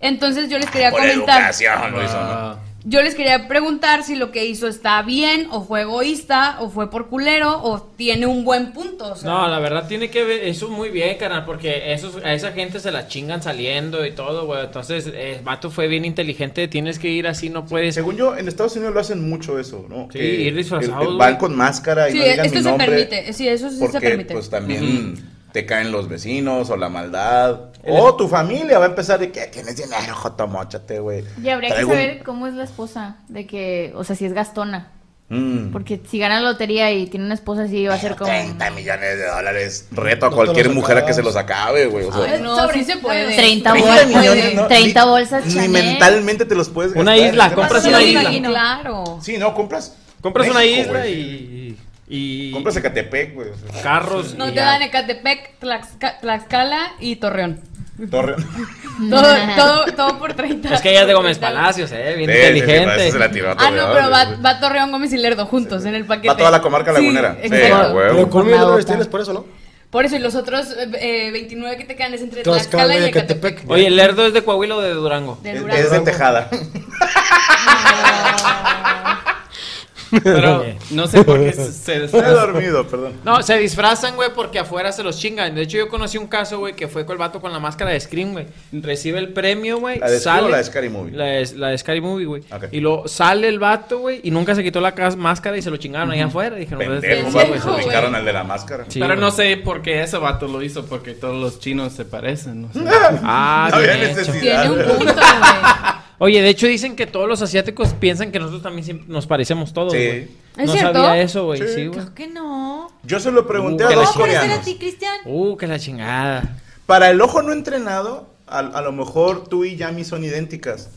H: Entonces yo les quería
K: Por
H: comentar.
K: educación lo hizo, ¿no?
D: Ah,
H: Yo les quería preguntar si lo que hizo está bien, o fue egoísta, o fue por culero, o tiene un buen punto. o sea.
I: No, la verdad tiene que ver eso muy bien, carnal, porque esos, a esa gente se la chingan saliendo y todo, güey. Entonces, el vato fue bien inteligente, tienes que ir así, no puedes.
K: Según yo, en Estados Unidos lo hacen mucho eso, ¿no?
I: Sí, ir disfrazado,
K: el- el- Van
I: güey.
K: con máscara y
H: sí,
K: no digan
H: esto
K: mi
H: se
K: nombre.
H: permite. Sí, eso sí
K: porque
H: se permite.
K: pues también te caen los vecinos o la maldad. O tu familia va a empezar de que tienes dinero, Joto, mochate, güey.
G: Y habría que
K: Traigo un-
G: saber cómo es la esposa, de que, o sea, si es gastona.
K: Mm.
G: Porque si gana la lotería y tiene una esposa así, va a ser como...
K: 30 millones de dólares. Reto a
C: No te
K: cualquier
C: los
K: mujer a que
C: acabas.
K: se los acabe, güey. O sea,
H: Ay, no, sí se puede.
G: 30
K: 30
G: bolsas.
K: millones, ¿no?
G: 30
K: Ni-
G: bolsas
K: Ni
G: Chanel.
K: mentalmente te los puedes
I: Una
K: gastar.
I: isla,
K: Te
I: compras
K: vas a
I: una
K: la
I: isla.
H: Claro.
K: Sí, no, compras.
I: Compras una
K: México,
I: isla
K: güey.
I: y, y.
K: Compras Zacatepec, güey. o sea,
I: Carros.
H: No
I: y
H: te
I: ya.
H: dan Ecatepec, Tlaxca- Tlaxcala y Torreón.
K: Torre.
H: Todo, todo, todo por 30.
I: Es que ella es de Gómez
H: Por 30.
I: Palacios, eh, bien
K: Sí, sí, sí, para
I: inteligente.
K: eso se la tiró a
H: Ah,
K: Torreón,
H: no, pero va,
K: güey.
H: va Torreón, Gómez y Lerdo juntos en el paquete.
K: Va toda la comarca
H: Sí,
K: lagunera. Sí,
H: exacto.
K: a huevo.
C: Pero con mil
G: Una
C: dólares
G: bota.
C: tienes por eso, ¿no?
H: Por eso, y los otros eh, 29 que te quedan es entre Tlaxcala,
C: Tlaxcala
H: y
C: y
H: Ecatepec.
C: Ecatepec.
I: Oye, ¿el Lerdo es de Coahuila o de Durango?
H: de
K: Es-
H: Durango.
K: Es de Tejada.
D: Pero no sé por qué se- se
K: Estoy
D: se-
K: dormido, perdón.
I: No, se disfrazan, güey, porque afuera se los chingan. De hecho, yo conocí un caso, güey, que fue con el vato con la máscara de Scream, güey. Recibe el premio, güey.
K: ¿La de Scream
I: sale,
K: o la de Scary Movie?
I: La de, la de Scary Movie, güey.
K: Ok.
I: Y luego sale el vato, güey, y nunca se quitó la cas- máscara y se lo chingaron allá afuera. Dijeron, pues,
K: Pendejo,
I: sí,
K: va,
I: güey.
K: pues, se ubicaron al de la máscara.
I: Sí,
D: Pero
I: güey.
D: no sé por qué ese vato lo hizo, porque todos los chinos se parecen. no sé.
I: Ah,
K: No había
I: bien hecho.
K: necesidad.
H: Tiene un punto, güey.
I: Oye, de hecho dicen que todos los asiáticos piensan que nosotros también siempre nos parecemos todos,
K: Sí.
I: güey.
H: ¿Es
I: no
H: cierto?
I: sabía eso, güey. Sí, güey.
F: Creo que no.
K: Yo se lo pregunté
I: Uh,
K: a
I: que la
K: dos
F: ¿Cómo puede ser a
K: coreanos.
F: ti, Cristian?
I: Uh, que la chingada.
K: Para el ojo no entrenado, a, a lo mejor tú y Yami son idénticas.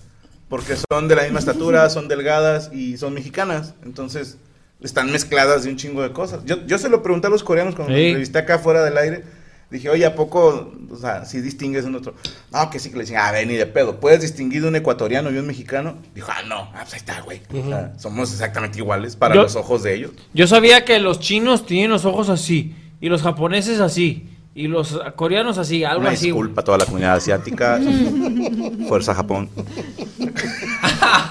K: Porque son de la misma estatura, son delgadas y son mexicanas. Entonces, están mezcladas de un chingo de cosas. Yo, yo se lo pregunté a los coreanos cuando
I: Sí.
K: los entrevisté acá fuera del aire. Dije, oye, ¿a poco, o sea, si distingues un otro? No, que sí, que le decían, a ver, ni de pedo. ¿Puedes distinguir un ecuatoriano y un mexicano? Dijo, ah, no, ah, pues ahí está, güey. O sea, somos exactamente iguales para
I: Yo-
K: los ojos de ellos.
I: Yo sabía que los chinos tienen los ojos así, y los japoneses así, y los coreanos así, algo
K: Una
I: así. güey.
K: disculpa a toda la comunidad asiática. Fuerza Japón.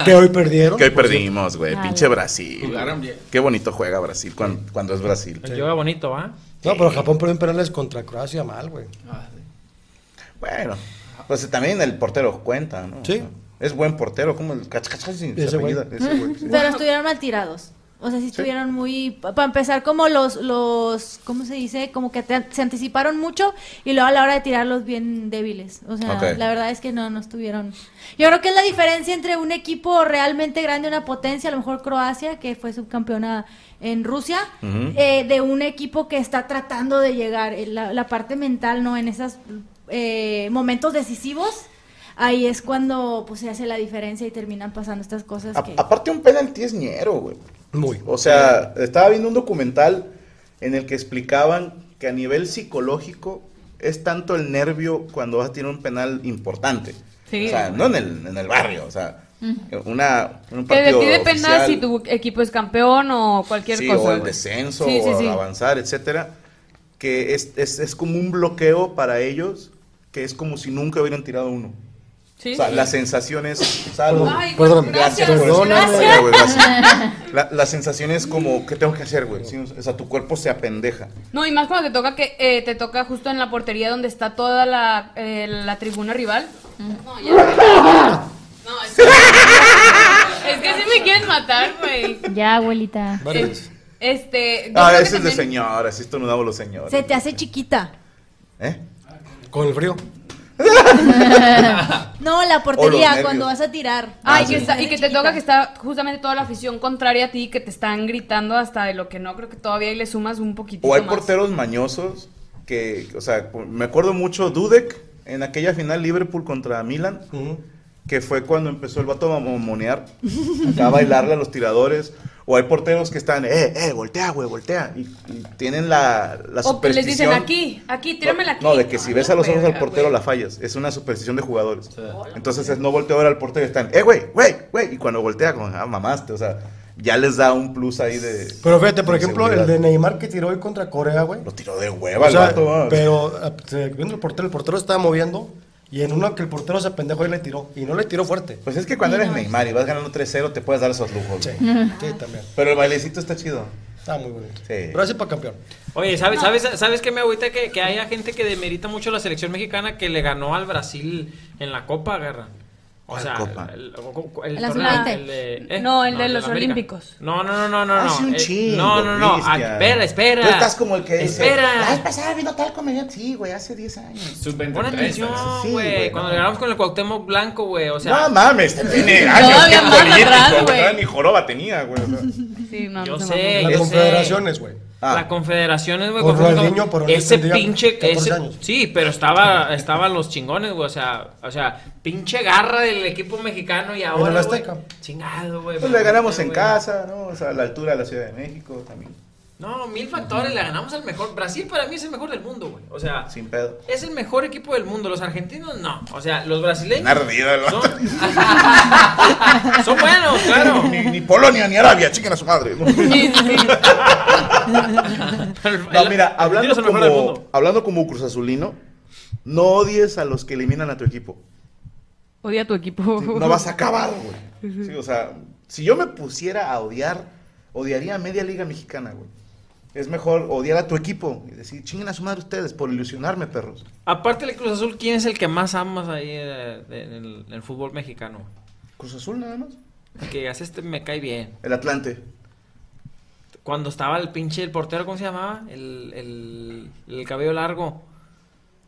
C: Que hoy perdieron.
K: Que hoy perdimos, güey. Pinche Brasil.
D: Jugaron bien.
K: Qué bonito juega Brasil cuan- cuando, es Brasil.
I: El yoga bonito, ¿ah? ¿va?
C: No, pero Japón perdió en penales contra Croacia mal, güey.
I: Ah,
K: Bueno, pues también el portero cuenta, ¿no?
C: Sí.
K: Es buen portero, como el cach, cach, cach, sin- se
C: Ese güey.
K: apellida, ese güey, sí.
F: Pero estuvieron mal tirados. O sea, sí estuvieron muy... Para empezar, como los, los... ¿Cómo se dice? Como que te- se anticiparon mucho y luego a la hora de tirarlos bien débiles. O sea,
K: Ok.
F: la verdad es que no, no estuvieron... Yo creo que es la diferencia entre un equipo realmente grande, una potencia, a lo mejor Croacia, que fue subcampeona en Rusia,
K: Ujú.
F: eh, de un equipo que está tratando de llegar. Eh, La, la parte mental, ¿no? En esos momentos decisivos, ahí es cuando pues, se hace la diferencia y terminan pasando estas cosas
K: A-
F: que...
K: aparte un penalti es ñero, güey.
C: Muy.
K: O sea, estaba viendo un documental en el que explicaban que a nivel psicológico es tanto el nervio cuando vas a tirar un penal importante.
H: Sí.
K: O sea, no en el, en el barrio, o sea, una, un
H: Que de
K: partido
H: ti dependa
K: oficial,
H: si tu equipo es campeón o cualquier
K: sí,
H: cosa.
K: o el
H: güey.
K: descenso,
H: Sí, sí,
K: o
H: sí.
K: avanzar, etcétera, que es, es, es como un bloqueo para ellos que es como si nunca hubieran tirado uno.
H: Sí,
K: O sea,
H: sí.
K: la sensación es...
C: Perdón,
K: salvo.
H: Ay, güey,
C: perdóname.
H: gracias,
K: por eso.
C: Perdóname.
K: Ya, güey, gracias. La, la sensación es como, ¿qué tengo que hacer, güey? Sí, o sea, tu cuerpo se apendeja.
H: No, y más cuando te toca que eh, te toca justo en la portería donde está toda la, eh, la tribuna rival.
F: Mm.
H: No, ya. No, es que, es que sí me quieren matar, güey.
G: Ya, abuelita.
C: Varias
H: Eh,
C: veces.
H: Este. yo
K: Ah,
H: creo que
K: ese es de
H: también-
K: señora, así estornudamos los señores.
F: Se te hace chiquita.
K: ¿Eh?
C: Con el frío.
F: No, la
K: O
F: portería,
K: los
F: cuando
K: nervios.
F: vas a tirar.
H: Ay,
K: Ah,
H: que
K: sí.
H: está- y que te toca que está justamente toda la afición contraria a ti, que te están gritando hasta de lo que no, creo que todavía y le sumas un poquitito
K: O hay
H: más.
K: porteros mañosos que, o sea, me acuerdo mucho Dudek en aquella final Liverpool contra Milan, que fue cuando empezó el vato a mamonear, acá a bailarle a los tiradores. O hay porteros que están, eh, eh, voltea, güey, voltea. Y, y tienen la, la
H: O que les dicen
K: superstición-
H: aquí, aquí, tíramela aquí.
K: No, de que si ves a los ojos al
H: verga,
K: portero
H: güey.
K: la fallas. Es una superstición de jugadores. Entonces es no volteo a ver al portero y están, eh, güey, güey, güey. Y cuando voltea, como, ah, mamaste. O sea, ya les da un plus ahí de.
C: Pero fíjate, por
K: de
C: ejemplo,
K: seguridad.
C: el de Neymar que tiró hoy contra Corea, güey.
K: Lo tiró de hueva
C: O
K: el
C: sea,
K: vato, ah.
C: pero ah, se- viendo el portero, el portero se estaba moviendo y en una que el portero se pendejo y le tiró. Y no le tiró fuerte.
K: Pues es que cuando eres Neymar y vas ganando 3-0, te puedes dar esos lujos.
C: Sí,
K: güey.
C: sí, también.
K: Pero el bailecito está chido.
C: Estaba muy bonito.
K: Sí.
C: Pero así para campeón.
I: Oye, ¿sabes, sabes, sabes qué me agüita? Que, que haya gente que demerita mucho la selección mexicana que le ganó al Brasil en la Copa, garra. O
K: ¿Cuál
I: sea,
K: Copa?
I: el, el- el
F: ¿En la
I: torneo,
F: sub-veinte?
I: el de-
H: No, el de los
I: América.
H: Olímpicos.
I: No, no, no, no, no.
K: Hace
I: no.
K: un
I: Eh,
K: chingo,
I: no, no, no. Ah,
K: Cristian.
I: Espera, espera.
K: Tú estás como el que dice. La vez
I: Espera.
K: pasada vino tal comediante. Sí, güey, hace 10 años.
D: Sub-23,
I: Pon atención,
K: Sí,
I: güey.
K: güey,
I: Cuando
K: no.
I: le ganamos con el Cuauhtémoc Blanco, güey. O sea,
K: no mames, tiene años.
H: Todavía
K: que
H: más
K: político,
H: atrás,
K: güey,
H: güey.
K: todavía Ni joroba tenía, güey. o sea.
H: Sí, no,
I: yo
H: no se
I: sé.
C: Las
I: yo sé.
C: confederaciones, güey.
K: Ah.
I: La Confederación es, güey.
C: Por
I: confundo-
C: Ronaldinho, por Ronaldinho
I: Ese
C: tendría
I: pinche.
C: 14
I: ese-
C: años.
I: sí, pero estaba, estaban los chingones, güey. O sea, o sea, pinche garra del equipo mexicano y ahora.
C: el
I: güey,
C: Azteca.
I: Chingado, güey.
K: Pues le ganamos
I: güey.
K: en casa, ¿no? O sea, a la altura de la Ciudad de México también.
I: No, mil factores. Le ganamos al mejor. Brasil para mí es el mejor del mundo, güey. O sea,
K: Sin pedo.
I: es el mejor equipo del mundo. Los argentinos no. O sea, los brasileños.
K: Ardido el vato.
I: Son, son buenos, claro.
K: Ni, ni Polonia ni Arabia, chiquen a su madre. No, No, mira, hablando como, hablando como Cruz Azulino, no odies a los que eliminan a tu equipo.
H: Odia a tu equipo.
K: No vas a acabar, güey. Sí, o sea, si yo me pusiera a odiar, odiaría a media liga mexicana, güey. Es mejor odiar a tu equipo y decir, chinguen a su madre ustedes por ilusionarme, perros.
I: Aparte del Cruz Azul, ¿quién es el que más amas ahí eh, de- en el, en el fútbol mexicano?
K: Cruz Azul nada más.
I: Que digas, este me cae bien.
K: El Atlante.
I: Cuando estaba el pinche el portero, ¿cómo se llamaba? El, el, el cabello largo.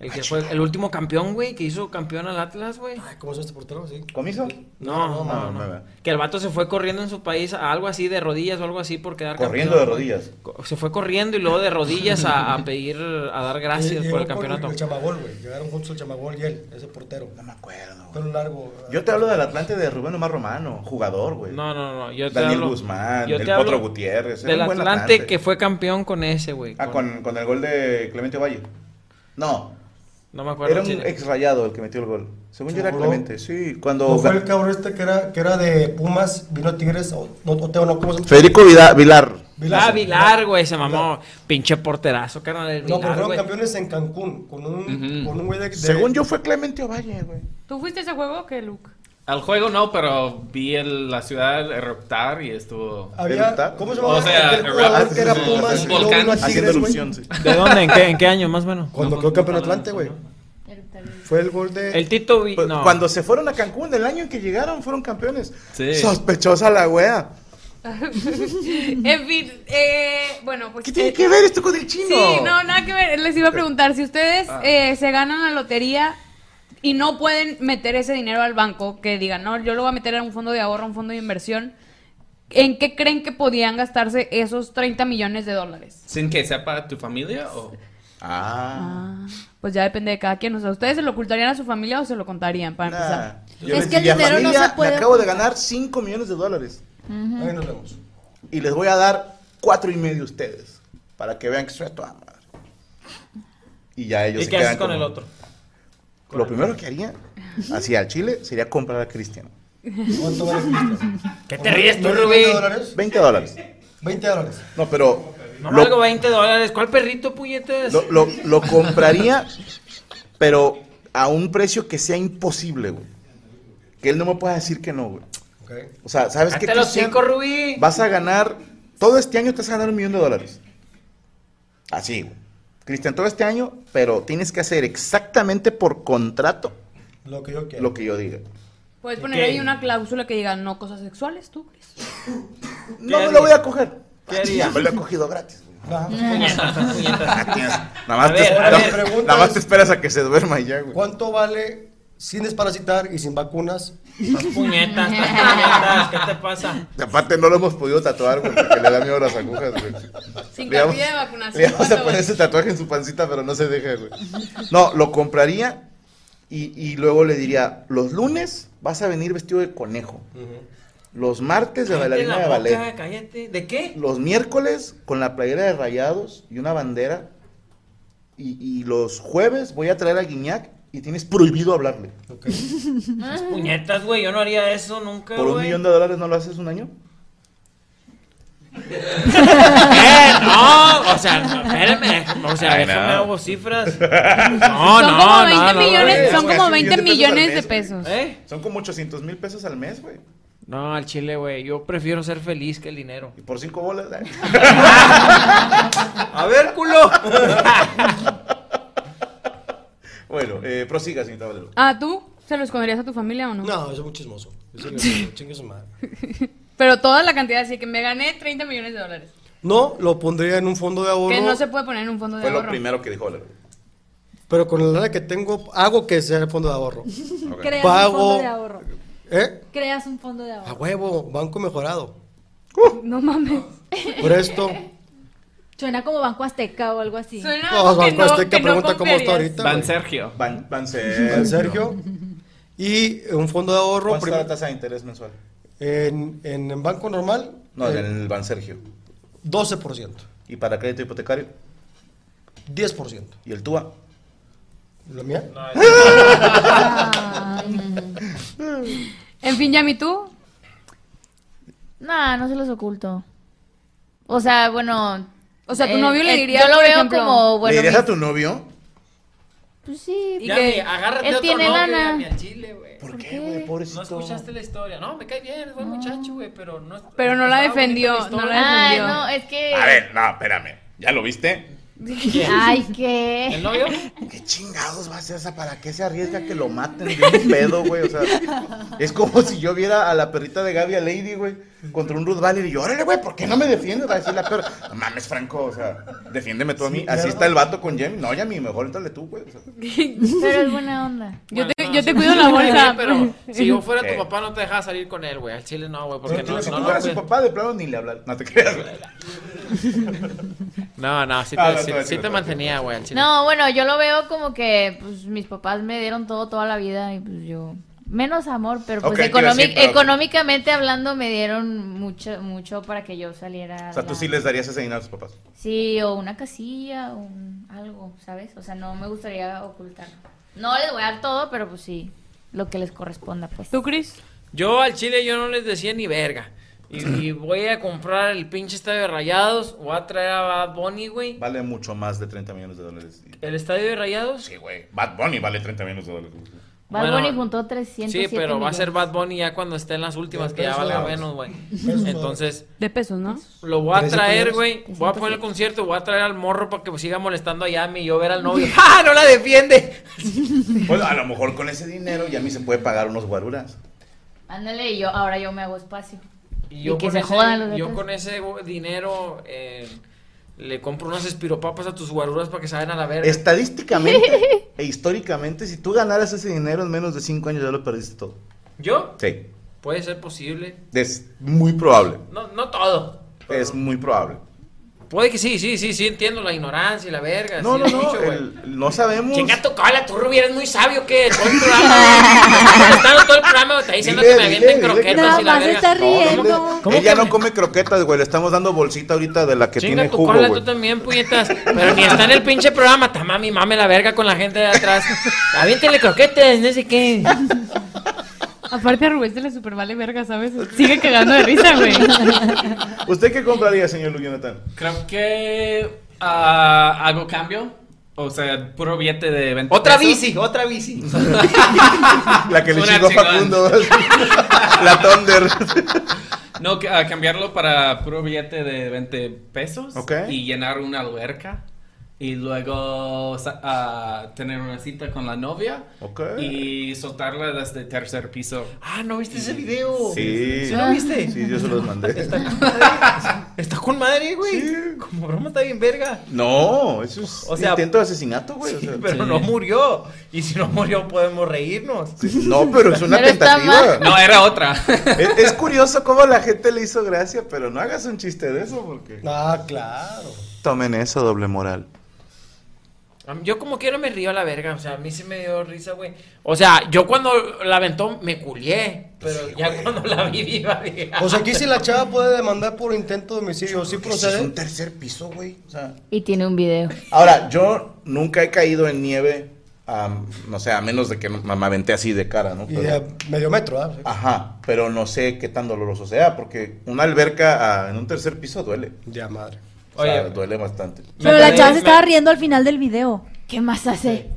I: El que fue el último campeón, güey, que hizo campeón al Atlas, güey.
C: Ah, Ay, ¿Cómo es este portero? Sí.
K: ¿Comiso?
I: No,
C: No,
I: no,
K: no,
I: no,
K: no.
I: Que el vato se fue corriendo en su país a algo así de rodillas o algo así por quedar
K: Corriendo de
I: campeón, güey.
K: rodillas.
I: Co- Se fue corriendo y luego de rodillas a, a pedir, a dar gracias
C: Llegó
I: Ah, por el
C: Eh, con
I: campeonato.
C: El chamagol, güey. Llegaron juntos el chamagol y él, ese portero.
K: No me acuerdo. güey.
C: Pelo largo.
K: Yo te hablo del Atlante de Rubén Omar Romano, jugador, güey.
I: No, no, no. Yo te
K: Daniel
I: hablo-
K: Guzmán,
I: yo
K: el
I: te hablo
K: Ah, Potro Gutiérrez, era
I: Del
K: un buen
I: Atlante,
K: Atlante.
I: que fue campeón con ese, güey.
K: Ah, con, con el gol de Clemente Valle. No,
I: No me acuerdo.
K: era un
I: quién-
K: ex rayado el que metió el gol. Según yo era
C: ¿Seguro?
K: Clemente, sí.
C: ¿No
K: Cuando.
C: fue el cabrón este que era, que era de Pumas, vino a Tigres, o no, no, no, ¿cómo se llama?
K: Federico Vida- Vilar.
C: Vilazo.
I: Ah, Vilar, güey, se mamó. Pinche porterazo, carnal. El
C: No, pero
I: Vilar,
C: fueron
I: güey.
C: campeones en Cancún con un, con un güey de, de-
K: Según yo fue Clemente Ovalle, güey.
H: ¿Tú fuiste a ese juego o qué, Luke?
D: Al juego no, pero vi el- la ciudad eruptar y estuvo...
C: Había,
K: ¿Verdad?
C: ¿Cómo se llamaba?
D: O sea,
C: aquel
D: ah,
C: jugador
D: sí,
C: que era
D: sí, sí,
C: Pumas
D: sí,
C: y luego
D: volcán.
C: vino a
K: Haciendo
C: Tigres, güey.
K: erupción, sí.
I: ¿De dónde? ¿En qué, en qué año, más o menos?
C: Cuando quedó campeón Atlante, güey. Fue el gol de...
I: El Tito... Vi-
K: Pues,
I: No.
K: Cuando se fueron a Cancún, el año en que llegaron, fueron campeones.
D: Sí.
K: Sospechosa la wea.
H: en fin, eh, bueno, pues...
K: ¿Qué tiene
H: eh,
K: que ver este esto con el chino?
H: Sí, no, nada que ver. Les iba a preguntar, si ustedes
K: Ah.
H: eh, se ganan la lotería y no pueden meter ese dinero al banco, que digan, no, yo lo voy a meter en un fondo de ahorro, un fondo de inversión, ¿en qué creen que podían gastarse esos 30 millones de dólares?
D: ¿Sin que sepa tu familia o...?
K: Ah.
H: Pues ya depende de cada quien. O sea, ¿ustedes se lo ocultarían a su familia o se lo contarían para empezar?
K: nah. Yo
F: Es
K: les
F: que el
K: diría,
F: dinero no
K: "Familia,
F: se puede
K: Me acabo de ganar 5 millones de dólares.
C: Ahí nos vemos.
K: Y les voy a dar cuatro y medio a ustedes. Para que vean que soy a toda madre. Y ya ellos
I: ¿Y
K: se
I: qué haces
K: quedan
I: con
K: como-
I: el otro?
K: Lo primero que haría, hacia el Chile, sería comprar a Cristian.
C: ¿Cuánto vale Cristian?
I: ¿Qué te ríes tú,
C: ¿No eres
I: Rubí?
C: 20 dólares?
K: 20 dólares.
C: 20 dólares.
K: No, pero...
I: No
K: lo-
I: valgo 20 dólares. ¿Cuál perrito, puñetes?
K: Lo, lo- lo compraría, pero a un precio que sea imposible, güey. Que él no me pueda decir que no, güey.
C: Ok.
K: O sea, ¿sabes qué?
I: Cállate los
K: Cristian?
I: cinco, Rubí.
K: Vas a ganar, todo este año te vas a ganar un millón de dólares. Así, güey. Cristian, todo este año, pero tienes que hacer exactamente por contrato
C: Lo que yo quiero.
K: lo que yo diga.
H: Puedes poner
I: Ok.
H: ahí una cláusula que diga no cosas sexuales, ¿tú crees?
K: No me
I: harías?
K: lo voy a coger.
I: ¿Qué
K: Ah,
I: harías?
K: ya me lo he cogido gratis. güey.
C: Ajá.
I: Puñetas, puñetas.
K: Ah, tienes- Nada más,
I: A
K: te,
I: ver, a
K: nada-
I: ver,
K: nada
C: preguntas.
K: más te esperas a que se duerma y ya, güey.
C: ¿Cuánto vale sin desparasitar y sin vacunas?
I: Estás puñetas, estás puñetas. ¿Qué te pasa?
K: Aparte no lo hemos podido tatuar, güey, porque le da miedo a las agujas, güey.
H: Sin
K: Le vamos-
H: cartilla de vacunación.
K: Le vamos a
H: ¿cuándo
K: poner
H: vas?
K: ese tatuaje en su pancita, pero no se deja, güey. No, lo compraría y, y luego le diría, los lunes vas a venir vestido de conejo. Los martes de
I: Cállate
K: bailarina
I: la
K: de
I: boca,
K: ballet.
I: cállate. ¿De qué?
K: Los miércoles con la playera de rayados y una bandera. Y, y los jueves voy a traer a Guiñac y tienes prohibido hablarle.
C: Ok.
I: Estás puñetas, güey. Yo no haría eso nunca,
K: ¿Por un
I: güey.
K: millón de dólares no lo haces un año?
I: ¿Qué? Eh, No, o sea, no, espérame, o sea,
K: Ay,
I: déjame
K: no.
I: hago cifras. No,
H: son
I: no,
H: como
I: no,
H: 20
I: no,
H: millones,
I: güey.
H: son como 20 millones de pesos.
K: pesos
I: ¿Eh?
K: Son como 800 mil pesos al mes, güey.
I: No, al chile, güey, yo prefiero ser feliz que el dinero.
K: Y por cinco bolas. ay.
I: A ver, culo.
K: Bueno, eh, prosiga, señorita Valero.
H: Ah, ¿tú? ¿Se lo esconderías a tu familia o no?
C: No, eso es muy chismoso. Eso le digo, chingue su madre.
H: Pero toda la cantidad, así que me gané 30 millones de dólares.
C: No, lo pondría en un fondo de ahorro.
H: Que no se puede poner en un fondo de
K: Fue lo
H: ahorro.
K: primero que dijo Valero.
C: Pero con la lana que tengo, hago que sea el fondo de ahorro.
F: Creas
C: Pago.
F: un fondo de ahorro.
C: ¿Eh?
F: Creas un fondo de
C: A
F: ahorro.
C: huevo, banco mejorado.
K: Uh.
H: No mames.
C: Por esto.
F: Suena como Banco Azteca o algo así.
H: Suena
C: Todos
H: algo que
C: Oh, Banco
H: no,
C: Azteca
H: que no
C: pregunta cómo está
H: confiarías.
C: ahorita.
D: Van
C: güey.
D: Sergio.
K: Van, van
C: Van
K: Sergio.
C: Sergio. Y un fondo de ahorro
K: ¿Cuánto está la
C: prim-
K: tasa de interés mensual?
C: en, en, en banco normal,
K: No,
C: eh,
K: en el Ban Sergio.
C: 12%,
K: ¿Y para crédito hipotecario?
C: 10%.
K: ¿Y el TUA?
C: ¿La mía?
H: En fin, Yami, ¿tú?
G: Nah, no se los oculto. O sea, bueno.
H: O sea, tu
G: el-
H: novio le
G: el-
H: diría,
G: Yo lo
H: por
G: veo
H: ejemplo,
G: como,
K: ¿Le
G: bueno.
K: dirías
G: mi-
K: a tu novio?
G: Pues sí.
H: ¿Y
I: Ya,
H: qué?
I: güey, agárrate
G: Él
I: otro
G: tiene
I: novio,
G: lana.
I: ya, mi al chile, güey.
K: ¿Por qué, güey? Pobrecito.
I: No escuchaste la historia. No, me cae bien, es buen muchacho, güey, pero no es-
H: Pero no la
I: estaba
H: defendió,
I: bonita
H: no
I: historia.
G: Ah, Ay,
H: defendió.
G: no, es
C: Eh.
G: que.
K: A ver, no, espérame. ¿Ya lo viste?
G: Ay, qué.
I: ¿El novio?
K: ¿Qué chingados va a hacer esa? ¿Para qué se arriesga que lo maten de un pedo, güey? O sea, es como si yo viera a la perrita de Gaby a Lady, güey, contra un Ruth Valley y yo, órale, güey, ¿por qué no me defiendes? Va a decir la perra. No mames, Franco, o sea, defiéndeme tú a mí.
C: Sí,
K: Así
C: claro.
K: está el vato con Jamie. No, Jamie, mejor entrale tú, güey. o sea.
G: Pero es buena onda.
H: Yo te,
I: Bueno,
H: yo
I: no,
H: te
I: sí,
H: cuido la
I: sí,
H: bolsa.
I: Pero si yo fuera
K: Sí.
I: tu papá, no te dejaba salir con él, güey. Al chile no, güey, porque
C: Pero
I: no,
C: tú,
I: no,
K: si
I: no,
K: Eh. tú fueras su
I: güey.
K: papá, de plano ni le hablar. No te creas, güey.
I: No, no, sí te,
K: Ah, no,
I: sí-
K: tú, tú,
I: sí
K: tú,
I: te
K: tú,
I: mantenía, güey, al chile.
G: No, bueno, yo lo veo como que pues mis papás me dieron todo toda la vida y pues yo menos amor, pero pues
K: Ok, te iba a
G: economi-
K: decir, pero-
G: económicamente hablando me dieron mucho mucho para que yo saliera.
K: O sea, tú
G: la-
K: sí les darías ese dinero a tus papás.
G: Sí, o una casilla, o un- algo, ¿sabes? O sea, no me gustaría ocultarlo. No les voy a dar todo, pero pues sí, lo que les corresponda, pues.
H: ¿Tú, Cris?
I: Yo al chile yo no les decía ni verga. Y, y voy a comprar el pinche estadio de Rayados, voy a traer a Bad Bunny, güey.
K: Vale mucho más de 30 millones de dólares.
I: ¿El estadio de Rayados?
K: Sí, güey. Bad Bunny vale 30 millones de dólares.
G: Bad
I: Bueno,
G: Bunny juntó 300
I: Sí, pero va a ser Bad Bunny ya cuando esté en las últimas, que ya valga
C: Pesos.
I: menos, güey.
C: Pesos.
I: Entonces,
H: De pesos, ¿no?
I: lo voy a
C: Trece
I: traer,
C: pesos.
I: güey. Voy a poner el concierto, voy a traer al morro para que siga molestando a Yami y yo ver al novio.
K: Ah,
I: ¡Ja! ¡No la defiende! pues,
K: Bueno, a lo mejor con ese dinero ya a mí se puede pagar unos guaruras.
G: Ándale, y yo ahora yo me hago espacio.
I: Y yo,
G: que
I: con
G: se
I: ese,
G: jodan los
I: yo
G: gatos.
I: con ese dinero eh, le compro unas espiropapas a tus guaruras para que se vayan a la verga.
K: Estadísticamente e históricamente, si tú ganaras ese dinero en menos de 5 años, ya lo perdiste todo.
I: ¿Yo?
K: Sí.
I: Puede ser posible.
K: Es muy probable.
I: No, no todo.
K: Es muy probable.
I: Puede que sí, sí, sí, sí, entiendo la ignorancia y la verga.
K: No,
I: sí,
K: no,
I: el
K: no.
I: dicho, güey.
K: el- no sabemos.
I: Chinga tu cola, tú Rubi, eres muy sabio que todo el programa. Estaba todo el programa, está diciendo
K: Dile,
I: que me avienten
K: dile, dile que
I: croquetas y la
F: Nada más está
I: verga.
K: No, no,
F: riendo.
K: no.
I: ¿Cómo
K: Ella
I: que
K: no
I: me-
K: come croquetas, güey. Le estamos dando bolsita ahorita de la que
I: Chinga
K: tiene
I: tu
K: jugo,
I: cola, tú
K: güey.
I: también, puñetas. Pero ni está en el pinche programa, está mami, mame la verga con la gente de atrás. Aviéntenle croquetas, no sé qué.
L: Aparte a Rubén se le super vale verga, ¿sabes? Sigue cagando de risa, güey.
K: ¿Usted qué compraría, señor Luke Jonathan?
D: Creo que ah, hago cambio. O sea, puro billete de 20
I: Otra
D: pesos.
I: bici, otra bici.
K: La que le
D: Una
K: chingó
D: chingona.
K: Facundo. la Thunder.
D: No, que- a cambiarlo para puro billete de 20 pesos.
K: Ok.
D: Y llenar una alberca. Y luego sa- ah, tener una cita con la novia.
K: Ok.
D: Y soltarla desde tercer piso.
I: Ah, ¿no viste ese video?
K: Sí.
I: ¿Sí lo viste?
K: Sí, yo se los mandé.
I: Está con madre, güey. Como broma está bien verga.
K: No, eso es
I: O sea-
K: intento de asesinato, güey. o sea.
I: Pero no murió. Y si no murió, podemos reírnos.
K: Sí, no, pero es una
G: Pero está
K: tentativa.
D: No, era otra.
K: Es, es curioso cómo la gente le hizo gracia, pero no hagas un chiste de eso porque.
C: Ah, claro.
K: Tomen eso, doble moral.
I: A mí- Yo como quiero me río a la verga, o sea, a mí sí me dio risa, güey. O sea, yo cuando la aventó me culié, pero ya cuando la vi viva dije,
C: O sea, Pues aquí si la chava puede demandar por intento de homicidio, ¿sí
K: Porque si es un
C: procede?
K: tercer piso, güey. O sea.
G: Y tiene un video.
K: Ahora, yo nunca he caído en nieve, am, no sé, a menos de que me me aventé así de cara, ¿no?
C: Y
K: Pero-
C: de medio metro, ¿ah? Sí.
K: Ajá, pero no sé qué tan doloroso sea, porque una alberca ah, en un tercer piso duele.
C: Ya madre.
K: O sea,
I: Oye.
K: duele bastante.
F: Pero la chava
I: me-
F: se estaba riendo al final del video.
G: ¿Qué más hace?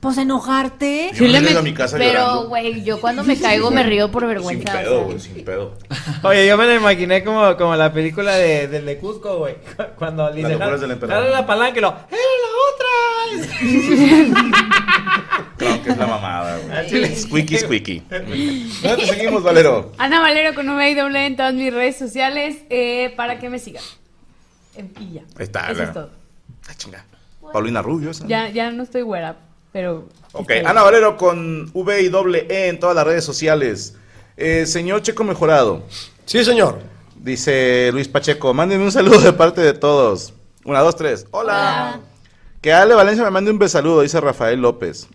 F: Pues enojarte.
K: Yo
G: le
K: me he ido
G: met-
K: a mi casa
G: Pero,
K: llorando.
G: güey, yo cuando me caigo me río por
K: Sin
G: vergüenza. o
K: pedo,
G: sea.
K: güey, sin pedo.
O: Oye, yo me lo imaginé como, como la película de, del de Cusco, güey. Cuando le dice,
K: locuras
O: "Jala-
K: del emperador".
O: jala la palanca y lo, ¡era la otra!
K: Creo que es la mamada,
I: Ah,
O: Al
K: güey.
O: chile.
K: Squeaky, squeaky. ¿Dónde te seguimos, Valero?
L: Ana Valero con V y doble en todas mis redes sociales eh, para que me sigan. Em, Y ya.
K: Ahí está,
L: Eso
K: la-
L: es todo.
K: Ah, chinga. Paulina Rubio, esa.
L: Ya, ya no estoy güera, pero.
K: Ok,
C: Este,
L: estoy-
K: Ana Valero con V y doble E en todas las redes sociales. Eh, señor Checo Mejorado,
C: Sí, señor.
K: dice Luis Pacheco, mándenme un saludo de parte de todos. Una, dos, tres. Hola. Que Ale Valencia me mande un besaludo, dice Rafael López.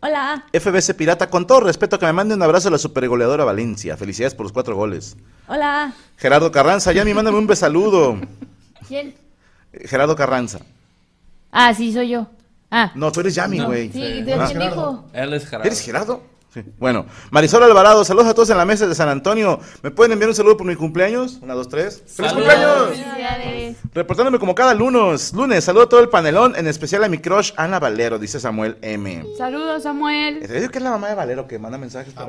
F: Hola.
K: FBC Pirata, con todo respeto, que me mande un abrazo a la supergoleadora Valencia. Felicidades por los cuatro goles.
F: Hola.
K: Gerardo Carranza, Yami, mándame un besaludo.
G: ¿Quién?
K: Eh, Gerardo Carranza.
G: Ah, sí, soy yo. Ah,
K: No, tú eres Yami, güey.
G: sí, ¿de
K: Ah.
G: quién dijo?
D: Él es Gerardo.
K: ¿Eres Gerardo? Sí. Bueno, Marisol Alvarado, saludos a todos en la mesa de San Antonio. ¿Me pueden enviar un saludo por mi cumpleaños? Una, dos, tres. ¡Feliz
D: Saludos.
K: cumpleaños!
G: Felicidades.
K: Reportándome como cada lunes. Lunes, saludo a todo el panelón, en especial a mi crush Ana Valero, dice Samuel M.
L: Saludos, Samuel.
K: ¿Te digo que es la mamá de Valero que manda mensajes? para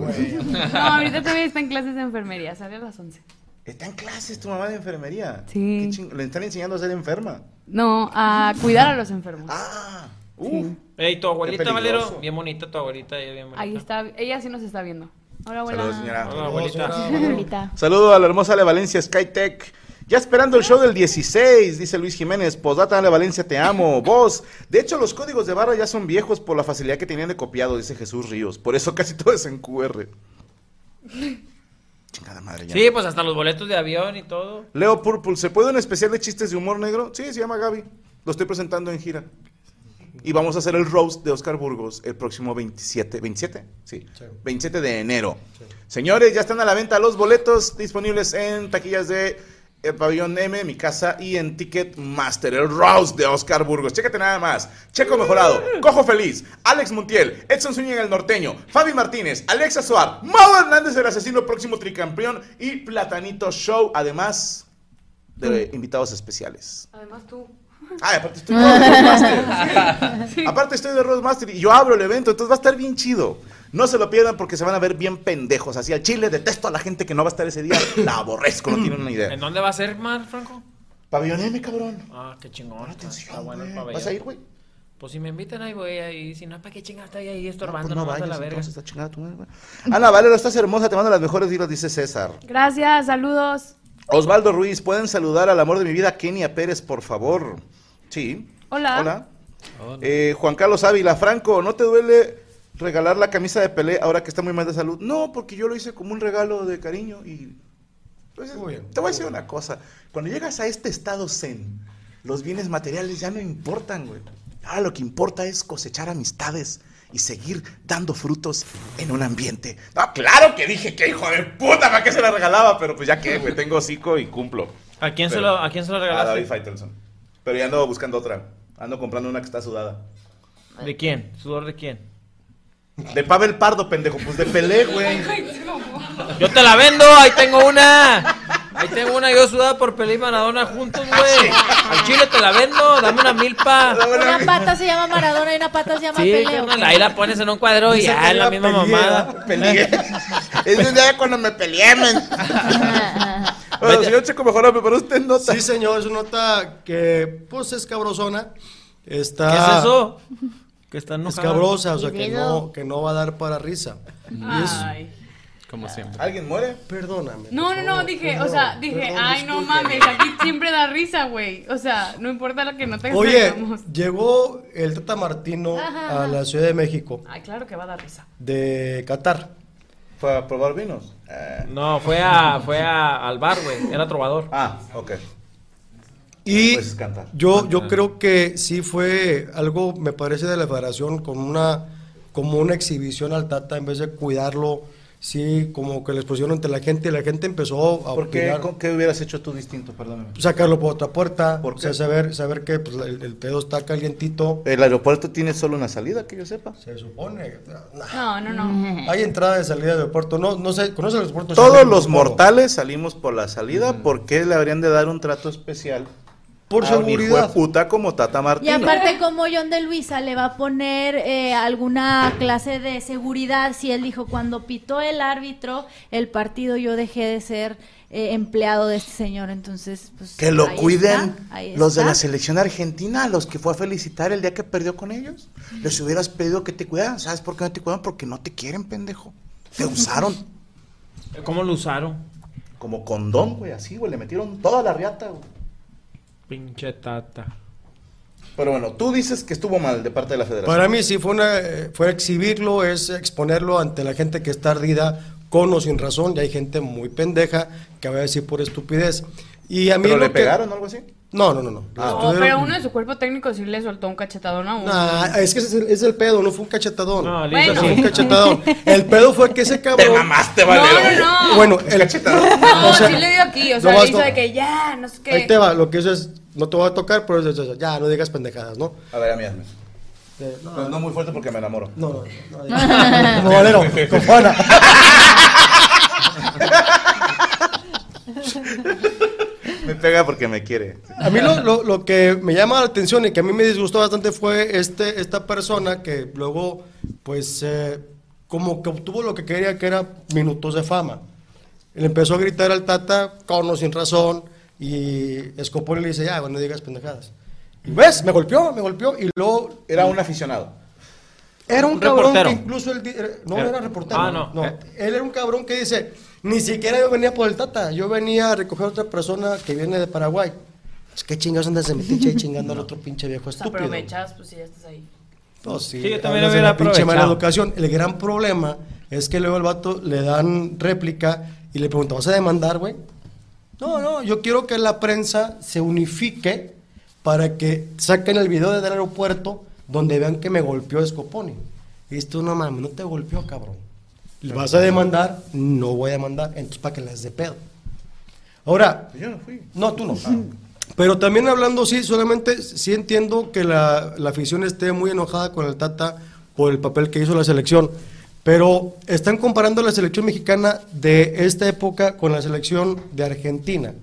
L: No, ahorita todavía está en clases de enfermería, sale a las 11.
K: Está en clases tu mamá de enfermería.
L: Sí.
K: Qué ching- Le están enseñando a ser enferma.
L: No, a cuidar a los enfermos.
K: Ah, uh.
I: Ey, tu abuelita,
K: Qué peligroso.
I: Valero, bien bonita tu abuelita, ella bien bonita.
L: Ahí está, ella sí nos está viendo. Hola, abuela.
K: Saludos, señora.
I: Hola, abuelita.
G: Abuelita.
K: Saludo a la hermosa Ale Valencia Skytech. Ya esperando el show del 16, dice Luis Jiménez. Posdata Ale Valencia, te amo. Vos. De hecho, los códigos de barra ya son viejos por la facilidad que tenían de copiado, dice Jesús Ríos. Por eso casi todo es en QR. Chingada madre ya.
I: Sí, pues hasta los boletos de avión y todo.
K: Leo Purple, ¿se puede un especial de chistes de humor negro? Sí, se llama Gaby. Lo estoy presentando en gira. Y vamos a hacer el roast de Oscar Burgos el próximo 27. ¿27? Sí. 27 de enero. Señores, ya están a la venta los boletos disponibles en taquillas de el Pabellón M, mi casa, y en Ticketmaster. El roast de Oscar Burgos. Chécate nada más. Checo Mejorado, Cojo Feliz, Alex Montiel, Edson Zúñiga el Norteño, Fabi Martínez, Alexa Suar, Mau Hernández el Asesino, próximo tricampeón, y Platanito Show. Además de invitados especiales.
L: Además tú.
K: Ah, aparte estoy de Roadmaster. Sí. Aparte estoy de Roadmaster y yo abro el evento, entonces va a estar bien chido. No se lo pierdan porque se van a ver bien pendejos. Así al chile detesto a la gente que no va a estar ese día. La aborrezco, no tienen una
I: ¿En
K: idea.
I: dónde va a ser, Mar, Franco?
K: Pabellón M, cabrón.
I: Ah, qué chingón. está-
K: Atención,
I: Está bueno el
K: güey.
I: pabellón.
K: ¿Vas a ir, güey?
I: Pues si me invitan ahí voy ahí, si no, ¿para qué chingada estoy ahí
K: Pues
I: estorbando
K: no
I: nomás a
K: vayas,
I: la verga?
K: entonces, está chingada tu madre. Ana Valero, estás hermosa, te mando las mejores vidas, dice César.
L: Gracias, saludos.
K: Osvaldo Ruiz, ¿pueden saludar al amor de mi vida, Kenia Pérez, por favor? Sí.
L: Hola.
K: Hola. Eh, Juan Carlos Ávila, Franco, ¿no te duele regalar la camisa de Pelé ahora que está muy mal de salud? No, porque yo lo hice como un regalo de cariño y... pues, te voy a decir una cosa. Cuando llegas a este estado zen, los bienes materiales ya no importan, güey. Ahora lo que importa es cosechar amistades y seguir dando frutos en un ambiente. Ah, claro que dije que hijo de puta, ¿para qué se la regalaba? Pero pues ya que, güey, tengo hocico y cumplo.
I: ¿A quién, se
K: Pero-
I: lo, ¿A quién se lo
K: A Ah, David
I: regalaste?
K: Faitelson. Pero ya ando buscando otra. Ando comprando una que está sudada.
I: ¿De quién? ¿Sudor de quién?
K: De Pavel Pardo, pendejo. Pues de Pelé, güey.
I: Yo te la vendo, ahí tengo una. Ahí tengo una yo sudada por Pelé y Maradona juntos, güey. Al chile te la vendo, dame una milpa.
F: Una pata se llama Maradona y una pata se llama
I: Sí,
F: Peleo.
I: carnal, ahí la pones en un cuadro y
K: Dice
I: ya
K: que
I: es la
K: la
I: misma
K: peleé,
I: mamada.
K: Ese es el día cuando me peleé, men. Bueno, señor Checo Mejorado, me paró usted nota.
C: Sí, señor, es una nota que, pues, es cabrosona. Está...
I: ¿Qué es eso? Que están enojada.
C: Escabrosa, o sea,
I: ¿Qué
C: que
I: pedo?
C: no, que no va a dar para risa. Y es- Ah.
H: Ay.
D: Como siempre.
K: ¿Alguien muere?
C: Perdóname.
H: No, no, no, dije, o sea, dije,
C: perdón,
H: ay, no mames, aquí siempre da risa, güey. O sea, no importa lo que no te
C: Oye,
H: salgamos.
C: llegó el Tata Martino
H: Pues Ajá,
C: a
H: ajá.
C: la Ciudad de México,
H: Ay, claro que va a dar risa.
C: de Qatar.
K: ¿Fue a probar vinos?
I: No, fue a, fue a, al bar, güey. Era trovador.
K: Ah, ok.
C: Y
K: Puedes cantar.
C: Yo, yo creo que sí fue algo, me parece, de la federación, con una, como una exhibición al Tata, en vez de cuidarlo, sí, como que les pusieron ante la gente y la gente empezó a
K: ¿Por qué,
C: opinar.
K: con- qué hubieras hecho tú distinto? Perdóname.
C: Sacarlo por otra puerta,
K: ¿Por
C: o sea,
K: qué?
C: saber, saber que pues, el, el pedo está calientito.
K: El aeropuerto tiene solo una salida, que yo sepa.
C: Se supone.
H: No, no, no.
C: Hay entrada y salida del aeropuerto. No, no sé, ¿conoce el aeropuerto?
K: Todos
C: Charlie?
K: los
C: Supongo.
K: mortales salimos por la salida.
F: Mm.
K: ¿Por qué le habrían de dar un trato especial?
C: Por
K: a un hijo de
C: seguridad.
K: puta como Tata
F: Y
K: Martino.
F: aparte, como John de Luisa le va a poner eh, alguna clase de seguridad, si él dijo, cuando pitó el árbitro, el partido yo dejé de ser eh, empleado de este señor, entonces, pues...
K: Que lo
F: ahí
K: cuiden
F: está, ahí
K: los de
F: está.
K: la selección argentina, a los que fue a felicitar el día que perdió con ellos. Les hubieras pedido que te cuidaran. ¿Sabes por qué no te cuidan? Porque no te quieren, pendejo. Te usaron
I: ¿Cómo lo usaron?
K: como condón, güey, así, güey. Le metieron toda la riata, güey.
I: Pinche tata.
K: Pero bueno, tú dices que estuvo mal de parte de la federación.
C: Para mí sí fue una, eh, fue exhibirlo, es exponerlo ante la gente que está ardida con o sin razón, y hay gente muy pendeja que va a decir por estupidez. Y a mí
K: ¿Pero
C: lo
K: le
C: que- Ah.
K: pegaron o algo así?
C: No, no, no, no.
H: No,
C: Estuvieron-
H: pero uno de su cuerpo técnico sí le soltó un cachetadón a uno.
C: Nah, Ah, es que ese es el, es el pedo, no fue un cachetadón.
I: No,
H: le hizo
C: fue
H: así.
C: un cachetadón. El pedo fue que ese cabrón. Te mamaste,
H: Valero. No, no, no.
C: Bueno, el cachetadón.
H: No, sí le dio aquí, o sea,
C: no
H: le hizo
C: basta-
H: de que ya, no sé qué.
C: Ahí te va, lo que hizo es, no te voy a tocar, pero es- es- ya, no digas pendejadas, ¿no?
K: A ver, a mí, hazme.
C: Eh, no,
K: Pero no muy fuerte porque me enamoro.
C: no, no, no, no. Como Valero, con Juana.
K: Me pega porque me quiere.
C: A mí lo, lo- lo que me llama la atención y que a mí me disgustó bastante fue este, esta persona que luego, pues, eh, como que obtuvo lo que quería, que era minutos de fama. Le empezó a gritar al Tata, con o sin razón, y Scopoli le dice, ya, bueno, no digas pendejadas. Y ves, me golpeó, me golpeó, y luego...
K: Era un aficionado.
C: Era un
I: Un
C: cabrón
I: reportero.
C: que incluso él... di- era- No,
I: Era-
C: era reportero.
I: Ah, no. Eh.
C: Él era un cabrón que dice, ni siquiera yo venía por el Tata, yo venía a recoger a otra persona que viene de Paraguay. Es que Pues, chingados andas de metiche ahí chingando al otro pinche viejo
H: O sea,
C: estúpido.
H: aprovechas, pues si ya estás ahí.
C: No, sí,
I: Sí, yo también
C: hablas de
I: hubiera
C: la pinche mala
I: aprovechado.
C: educación. El gran problema es que luego al vato le dan réplica y le preguntan, ¿vas a demandar, güey? No, no, yo quiero que la prensa se unifique para que saquen el video del aeropuerto donde vean que me golpeó Escoponi. Y esto no mames, no te golpeó, cabrón. ¿Le ¿Vas a demandar? No voy a demandar. Entonces, para que las de pedo. Ahora,
K: Yo no fui.
C: no, tú no. Pero también hablando, sí, solamente sí entiendo que la, la afición esté muy enojada con el Tata por el papel que hizo la selección. Pero están comparando la selección mexicana de esta época con la selección de Argentina,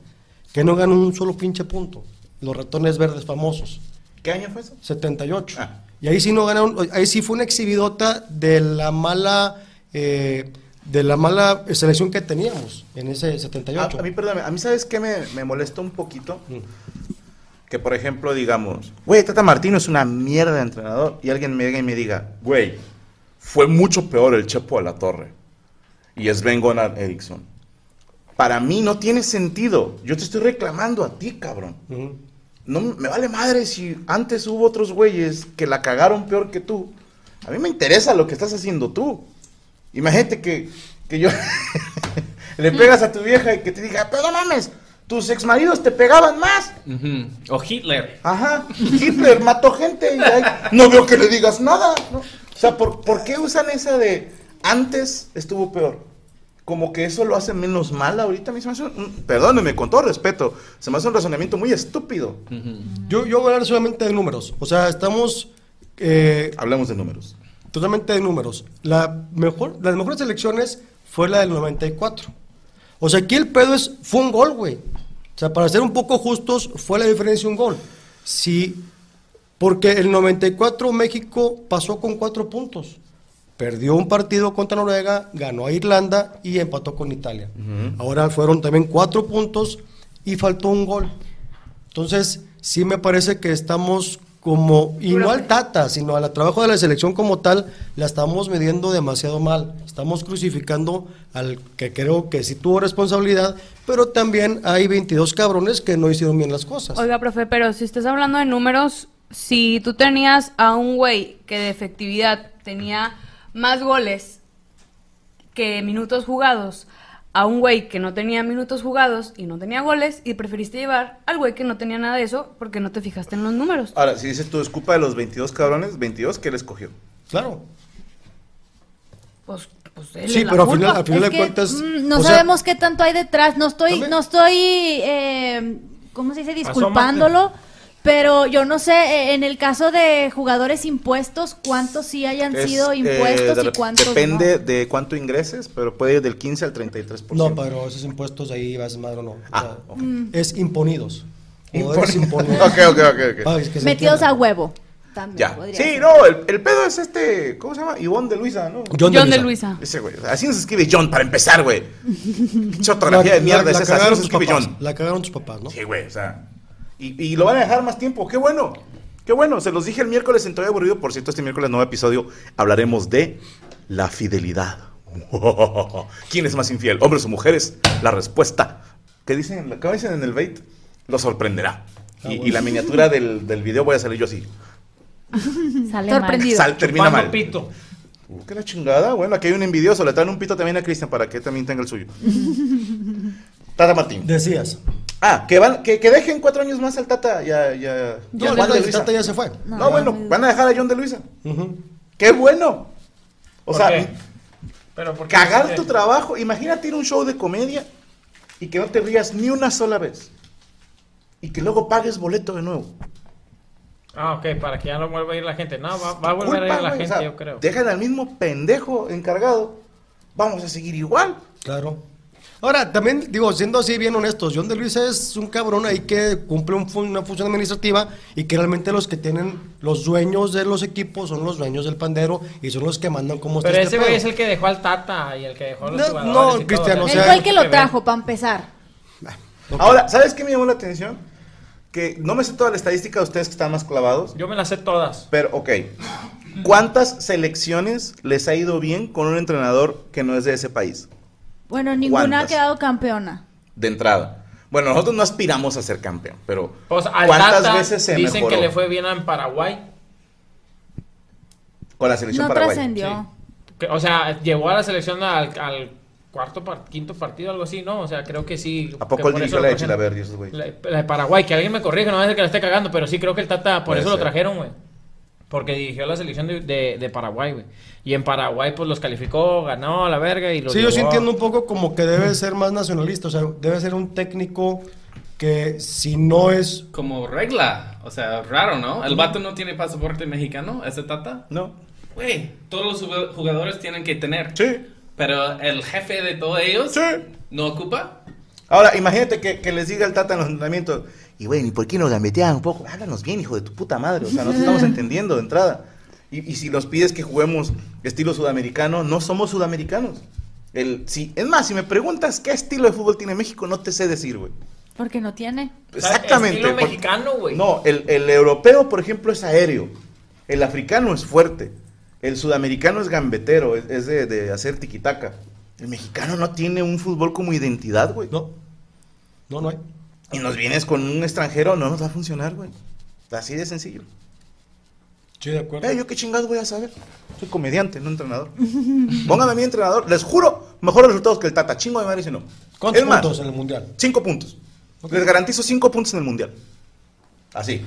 C: que no ganó un solo pinche punto. Los ratones verdes famosos,
K: ¿Qué año fue eso?
C: 78.
K: Ah.
C: Y ahí sí no ganaron, ahí sí fue una exhibidota de la mala, eh, de la mala selección que teníamos en ese
K: A,
C: 78.
K: a mí, perdóname, a mí sabes qué me, me molesta un poquito. Que por ejemplo digamos, güey, Tata Martino es una mierda de entrenador. Y alguien me diga y me diga, güey, fue mucho peor el Chepo de la Torre. Y es Ben Gunnar Erickson. Para mí no tiene sentido. Yo te estoy reclamando a ti, cabrón. No me vale madre si antes hubo otros güeyes que la cagaron peor que tú. A mí me interesa lo que estás haciendo tú. Imagínate que, que yo le pegas a tu vieja y que te diga, pero no mames, tus exmaridos te pegaban más.
D: Ujú. O Hitler.
K: Ajá, Hitler mató gente y ahí no veo que le digas nada. ¿no? O sea, ¿por, por qué usan esa de antes estuvo peor? Como que eso lo hace menos mal ahorita mismo. Perdóneme, con todo respeto, se me hace un razonamiento muy estúpido.
C: Yo, yo voy a hablar solamente de números. O sea, estamos. eh,
K: Hablemos de números.
C: Totalmente de números. La mejor, las mejores elecciones fue la del 94. O sea, aquí el pedo es. Fue un gol, güey. O sea, para ser un poco justos, fue la diferencia un gol. Sí. Porque el 94 México pasó con cuatro puntos. Perdió un partido contra Noruega, ganó a Irlanda y empató con Italia. Ahora fueron también cuatro puntos y faltó un gol. Entonces, sí me parece que estamos como, y no al Tata, sino al trabajo de la selección como tal, la estamos midiendo demasiado mal. Estamos crucificando al que creo que sí tuvo responsabilidad, pero también hay 22 cabrones que no hicieron bien las cosas.
H: Oiga, profe, pero si estás hablando de números, si tú tenías a un güey que de efectividad tenía más goles que minutos jugados, a un güey que no tenía minutos jugados y no tenía goles, y preferiste llevar al güey que no tenía nada de eso porque no te fijaste en los números.
K: Ahora, si dices tú, es culpa de los 22 cabrones, 22 que él escogió.
C: Claro.
H: Pues, pues
F: él
C: Sí,
F: es la
C: pero al
F: culpa.
C: final- al final
F: Es
C: de
F: que,
C: cuentas,
F: mm, no
C: o sea-
F: sabemos qué tanto hay detrás. No estoy, no estoy, eh, ¿cómo se dice? Disculpándolo. Pero yo no sé, eh, en el caso de jugadores impuestos, cuántos sí hayan
K: Es,
F: sido
K: eh,
F: impuestos
K: de-
F: y cuántos
K: Depende de cuánto ingreses, pero puede ir del 15 al 33%.
C: No, pero esos impuestos ahí vas madre o no. O sea,
F: ok. Mm.
C: Es imponidos.
K: Impone-
C: Poderes imponidos.
K: Ah, Ok, ok, ok, ok.
C: Para que
F: no.
C: se
F: Metidos
C: entienda.
F: a huevo. También
K: Ya.
F: podría
K: Sí,
F: ser.
K: no, el, el pedo es este. ¿Cómo se llama? Ivonne de Luisa, ¿no?
C: John de John de
H: Luisa.
K: Ese güey. Así nos escribe John para empezar, güey. Pinche ortografía de mierda es esa. Así
C: cagaron
K: nos
C: tus
K: escribe
C: papás,
K: John.
C: la cagaron tus papás, ¿no?
K: Sí, güey, o sea. Y, y lo van a dejar más tiempo. Qué bueno. Qué bueno. Se los dije el miércoles en Todavía Aburrido. Por cierto, este miércoles, nuevo episodio, hablaremos de la fidelidad. ¿Quién es más infiel, hombres o mujeres? La respuesta. ¿Qué dicen? en la- ¿Qué dicen en el bait? Lo sorprenderá.
I: Ah,
K: Y, y la miniatura del, del video voy a salir yo así.
G: Sale
F: Sorprendido.
K: Sal, termina
I: Chupando
K: mal. Uh,
I: pito.
K: ¿Qué la chingada? Bueno, aquí hay un envidioso. Le traen un pito también a Cristian para que también tenga el suyo. Tata Martín.
C: Decías.
K: Ah, que, van, que, que dejen cuatro años más al Tata. Ya, ya.
C: No, el Tata- el Tata ya se fue.
K: No,
F: No,
K: bueno, van a dejar a John de Luisa.
C: Ujú.
K: ¡Qué bueno! O
I: ¿Por
K: sea,
I: qué? Pero porque
K: cagar tu trabajo. Imagínate ir a un show de comedia y que no te rías ni una sola vez. Y que luego pagues boleto de nuevo.
I: Ah, ok, para que ya no vuelva a ir la gente. No, va, va a volver a
K: Culpa,
I: ir la
K: güey, o
I: gente,
K: sea,
I: yo creo.
K: Dejan al mismo pendejo encargado. Vamos a seguir igual.
C: Claro. Ahora, también, digo, siendo así bien honestos, John de Luisa es un cabrón ahí que cumple un fun- una función administrativa y que realmente los que tienen los dueños de los equipos son los dueños del pandero y son los que mandan cómo está
I: Pero
C: este
I: ese güey
C: pedo.
I: es el que dejó al Tata y el que dejó a los
C: No,
I: jugadores.
C: no,
I: y todo,
C: Cristian,
I: ¿no?
C: o
F: Él
C: sea,
F: fue el que
I: que
F: lo
I: ver.
F: trajo, para empezar.
C: Ok.
K: Ahora, ¿sabes qué me llamó la atención? Que no me sé toda la estadística de ustedes que están más clavados,
I: Yo me las sé todas.
K: pero ok. ¿Cuántas selecciones les ha ido bien con un entrenador que no es de ese país?
F: Bueno, ninguna
K: ¿Cuántas?
F: ha quedado campeona.
K: De entrada. Bueno, nosotros no aspiramos a ser campeón, pero
I: Pues al
K: ¿cuántas
I: Tata
K: veces se
I: dicen
K: mejoró
I: que le fue bien en Paraguay.
K: con la selección
F: No
K: paraguaya?
F: trascendió.
I: Que, o sea, llevó a la selección al, al cuarto, par- quinto partido, algo así, ¿no? O sea, creo que sí. que
K: ¿A poco
I: por
K: él dirigió
I: eso
K: la
I: lo
K: de
I: trajeron.
K: Chilaver y esos güeyes?
I: La, la de Paraguay, que alguien me corrija, no es que la esté cagando, pero sí creo que el Tata por
K: Puede
I: eso lo
K: ser.
I: trajeron, güey. Porque dirigió la selección de, de- de Paraguay, güey. Y en Paraguay, pues los calificó, ganó la verga y los.
C: Sí, yo sí
I: llevó a-
C: entiendo un poco como que debe ser más nacionalista, o sea, debe ser un técnico que si no es...
D: Como regla. O sea, raro, ¿no? El vato no tiene pasaporte mexicano, ese tata.
K: No.
D: Güey, todos los jugado- jugadores tienen que tener.
K: Sí.
D: Pero el jefe de todos ellos
K: Sí.
D: no ocupa.
K: Ahora, imagínate que, que les diga el Tata en los entrenamientos, y bueno, ¿y por qué nos gambetean un poco? Háblanos bien, hijo de tu puta madre, o sea, no te estamos entendiendo de entrada. Y, y si nos pides que juguemos estilo sudamericano, no somos sudamericanos. El, si, es más, si me preguntas qué estilo de fútbol tiene México, no te sé decir, güey.
F: Porque no tiene.
K: Exactamente.
I: Estilo
K: porque-
I: mexicano, güey.
K: No, el, el europeo, por ejemplo, es aéreo. El africano es fuerte. El sudamericano es gambetero, es, es de, de hacer tiquitaca. El mexicano no tiene un fútbol como identidad, güey.
C: No. No, no hay.
K: Y nos vienes con un extranjero, no nos va a funcionar, güey. Así de sencillo.
C: Sí, de acuerdo.
K: Eh, yo qué chingados voy a saber. Soy comediante, no entrenador. Póngame a mi entrenador, les juro, mejores resultados que el Tata. Chingo de madre si no.
C: ¿Cuántos
K: Es más,
C: puntos en el mundial?
K: Cinco puntos. Les garantizo cinco puntos en el mundial. Así.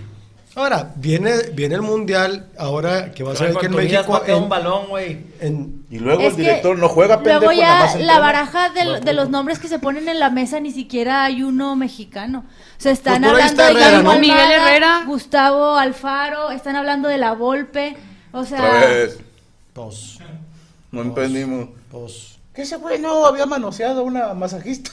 C: Ahora, viene, viene el mundial, ahora que va a ser aquí en
I: Con tu vida
C: México.
I: has pateado un
C: En,
I: balón, güey.
C: en-
K: Y luego
F: Es
K: el
F: que
K: director no juega, pendejo,
F: Luego
K: nada
F: ya
K: más
F: la
K: entrena.
F: baraja de, de los nombres que se ponen en la mesa ni siquiera hay uno mexicano. O sea, están
C: Pues por ahí
F: hablando
C: está
F: de
C: Herrera,
F: Guillermo
C: ¿no?
H: Miguel
F: Almada,
H: Herrera.
F: Gustavo Alfaro, están hablando de la Volpe. O
K: Otra
F: sea,
K: vez.
C: Pues,
K: No entendimos.
C: pues.
K: Que ese güey no había manoseado a una masajista.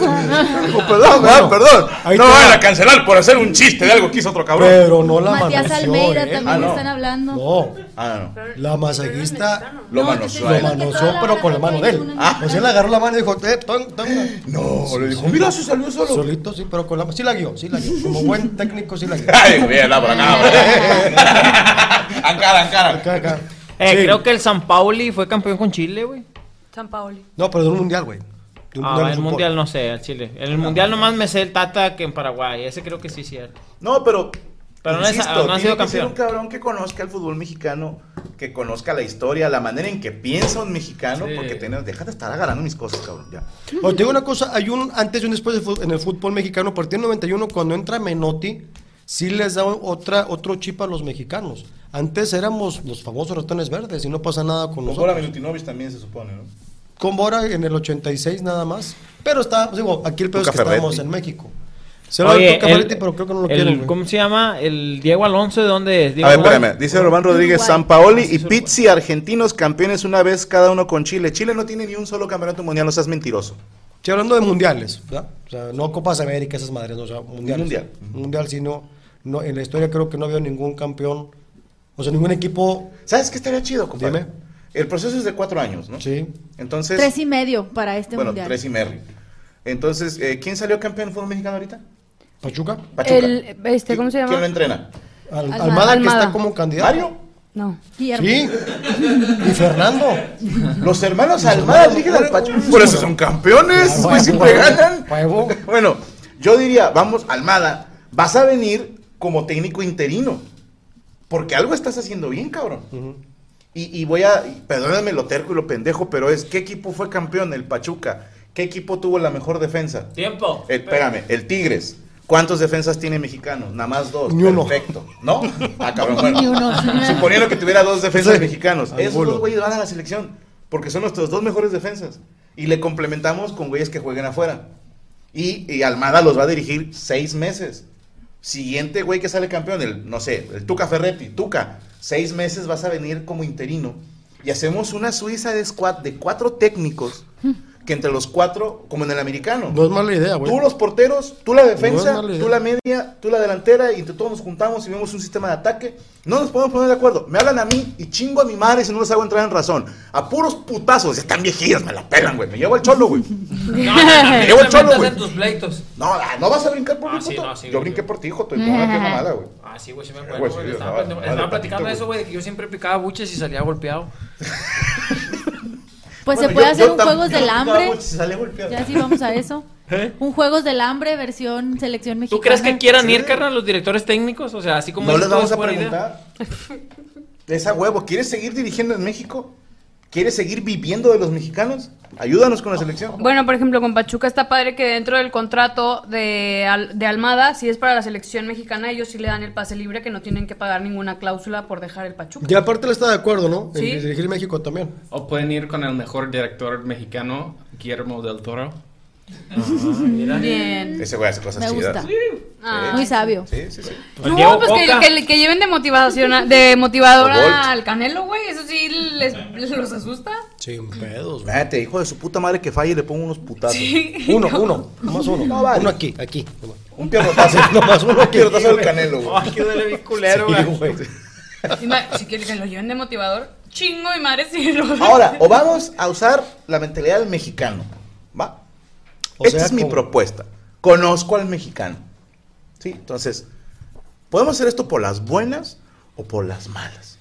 K: Oh, perdón, ah, perdón.
C: Ahí
K: no
C: te va.
K: van a cancelar por hacer un chiste de algo que hizo otro cabrón.
C: Pero no la
F: Matías
C: manoseó,
F: Almeida
C: ¿eh?
F: también
K: Ah, no.
F: están hablando.
C: No,
K: Ah, no.
C: la masajista
K: Lo
F: No,
K: manoseó
F: te
C: lo
F: estoy diciendo
K: a él.
F: que
C: manoseó,
F: toda
C: pero
F: la
C: con la mano de
F: baraja es
C: él.
F: una
K: Ah.
C: O sea, él agarró la mano y dijo, eh, toma, toma.
K: No, le dijo, mira, se salió solo.
C: Solito, sí, pero con la mano. Sí la guió, sí la guió. Como buen técnico, sí la guió.
K: Ay, güey, la bracada. Ankara,
C: Acá,
K: Ankara.
C: acá.
I: Eh,
C: Sí.
I: Creo que el San Pauli fue campeón con Chile, güey.
H: San Paoli.
C: No, pero de un mundial, güey. De un
I: Ah,
C: mundial de
I: el
C: fútbol.
I: mundial no sé, al Chile. En el mundial nomás me sé el Tata que en Paraguay. Ese creo que sí es cierto.
K: No, pero.
I: Pero no es- no ha
K: tiene
I: sido
K: que ser
I: campeón.
K: un cabrón que conozca el fútbol mexicano, que conozca la historia, la manera en que piensa un mexicano,
I: Sí.
K: porque tenés, deja de estar agarrando mis cosas, cabrón, ya.
C: Oye, te digo una cosa, hay un antes y un después de fu- en el fútbol mexicano, a partir del 91, cuando entra Menotti, sí les da otra, otro chip a los mexicanos. Antes éramos los famosos ratones verdes y no pasa nada con
K: Con Bora
C: nosotros.
K: Milutinovich también se supone, ¿no?
C: Con Bora en el 86 nada más. Pero está, pues, digo, aquí el pedo es
K: Tuca
C: que estábamos
K: Ferretti.
C: en México. Se lo Oye,
I: el-
C: pero creo que no lo
I: el-
C: quieren. güey.
I: ¿Cómo se llama? El Diego Alonso, ¿de dónde es? Diego
K: a ver,
I: Alonso.
K: espérame. Dice Román Rodríguez,
F: Uruguay.
K: San Paoli
I: Así
K: y
I: es Uruguay.
K: Pizzi, argentinos campeones una vez cada uno con Chile. Chile no tiene ni un solo campeonato mundial, no seas mentiroso.
C: Estoy hablando de mundiales, ¿verdad? O sea, no Copas América, esas madres, no, o sea, mundiales.
K: Mundial.
C: Mundial, sino, no, en la historia creo que no veo ningún campeón, o sea, ningún equipo,
K: ¿Sabes qué estaría chido, compadre?
C: Dime.
K: El proceso es de cuatro años, ¿no?
C: sí,
K: Entonces,
F: Tres y medio para este
K: bueno,
F: mundial.
K: tres y medio. Entonces, eh, ¿quién salió campeón del fútbol mexicano ahorita?
C: Pachuca,
K: Pachuca.
H: El, este, ¿cómo se llama?
K: ¿Quién lo entrena?
C: Al-
H: Almada.
C: Almada, que
H: Almada.
C: está como candidato.
K: Mario.
H: No.
F: Guillermo.
C: Sí, y Fernando.
K: Los hermanos Almada dirigen al Pachuca. Por eso son campeones, güey, siempre ganan.
C: Huevo.
K: Bueno, yo diría, vamos, Almada, vas a venir como técnico interino. Porque algo estás haciendo bien, cabrón. y, y voy a, y perdóname lo terco y lo pendejo, pero es, ¿qué equipo fue campeón? El Pachuca. ¿Qué equipo tuvo la mejor defensa?
I: Tiempo.
K: El- espérame, el Tigres. ¿Cuántos defensas tiene mexicano? Nada más dos.
C: Ni uno.
K: Perfecto. ¿No? Ah, cabrón. Bueno, suponiendo que tuviera dos defensas
C: Sí.
K: mexicanos. Esos
C: Alguno.
K: dos güeyes van a la selección. Porque son nuestros dos mejores defensas. Y le complementamos con güeyes que jueguen afuera. Y, y Almada los va a dirigir seis meses. Siguiente güey que sale campeón, el, no sé, el Tuca Ferretti. Tuca, seis meses vas a venir como interino. Y hacemos una Suiza de squad de cuatro técnicos. Que entre los cuatro, como en el americano.
C: No es mala idea, güey.
K: Tú los porteros, tú la defensa,
C: No es mala idea.
K: tú la media, tú la delantera y entre todos nos juntamos y vemos un sistema de ataque. No nos podemos poner de acuerdo. Me hablan a mí y chingo a mi madre si no les hago entrar en razón. A puros putazos, ya están viejitas, me la pelan, güey. Me llevo al cholo, güey.
I: No, no, no,
K: Me llevo el
I: no te
K: cholo,
I: metas
K: güey.
I: en tus pleitos.
K: No, la- no vas a brincar por
I: Ah,
K: mi
I: sí,
K: puto.
I: no, sí,
K: yo
I: güey.
K: brinqué por ti, hijo, te pongo una mamada, güey.
I: Ah, sí, güey, sí me
K: acuerdo, güey,
I: acuerdo.
K: sí, güey,
I: estaba
K: estaba-
I: estaba
K: vale,
I: platicando
K: patito,
I: eso, güey, de que yo siempre picaba buches y salía golpeado.
F: Pues
K: Bueno,
F: se puede
K: yo-
F: hacer
K: yo
F: un
K: pues, tam-
F: Juegos
K: yo
F: del
K: picaba
F: Hambre.
K: mucho y salía golpeado.
F: Ya sí vamos a eso. Un Juegos del Hambre versión selección mexicana.
I: ¿Eh? ¿Tú crees que quieran
K: Sí.
I: ir, carnal, los directores técnicos? O sea, así como...
K: No
I: dices
K: les
I: tú,
K: vamos
I: es
K: a
I: buena idea.
K: preguntar. Esa huevo, ¿quieres seguir dirigiendo en México? ¿Quieres seguir viviendo de los mexicanos? Ayúdanos con la selección.
H: Bueno, por ejemplo, con Pachuca está padre que dentro del contrato de, Al- de Almada, si es para la selección mexicana, ellos sí le dan el pase libre que no tienen que pagar ninguna cláusula por dejar el Pachuca.
C: Y aparte él está de acuerdo, ¿no? En
H: Sí.
C: dirigir México también.
D: O pueden ir con el mejor director mexicano, Guillermo del Toro.
H: Bien.
K: Ese güey hace cosas
F: Ah, Me
K: chidas.
F: gusta.
H: Ah.
F: Muy sabio.
K: Sí, sí, sí.
I: El
H: No,
I: Diego
H: pues que,
I: Coca.
H: que- que lleven de motivación a- de motivadora al Canelo, güey. Eso sí les, los asusta.
C: Sin pedos, güey.
K: Espérate, hijo de su puta madre que falle y le pongo unos putazos.
C: Uno, uno, nomás uno.
K: No vale.
C: Uno aquí, aquí.
K: Un pierrotazo.
C: Nomás uno
K: un
C: aquí.
K: pierrotazo del canelo, güey.
I: Ay, que duele bien culero,
C: Sí,
I: güey.
C: güey.
H: Ima- Si quieren que lo lleven de motivador, chingo mi madre si lo
K: Ahora, o vamos a usar la mentalidad del mexicano. ¿Va?
C: O
K: Esta
C: sea,
K: es mi
C: como-
K: propuesta. Conozco al mexicano. Sí, entonces, podemos hacer esto por las buenas o por las malas.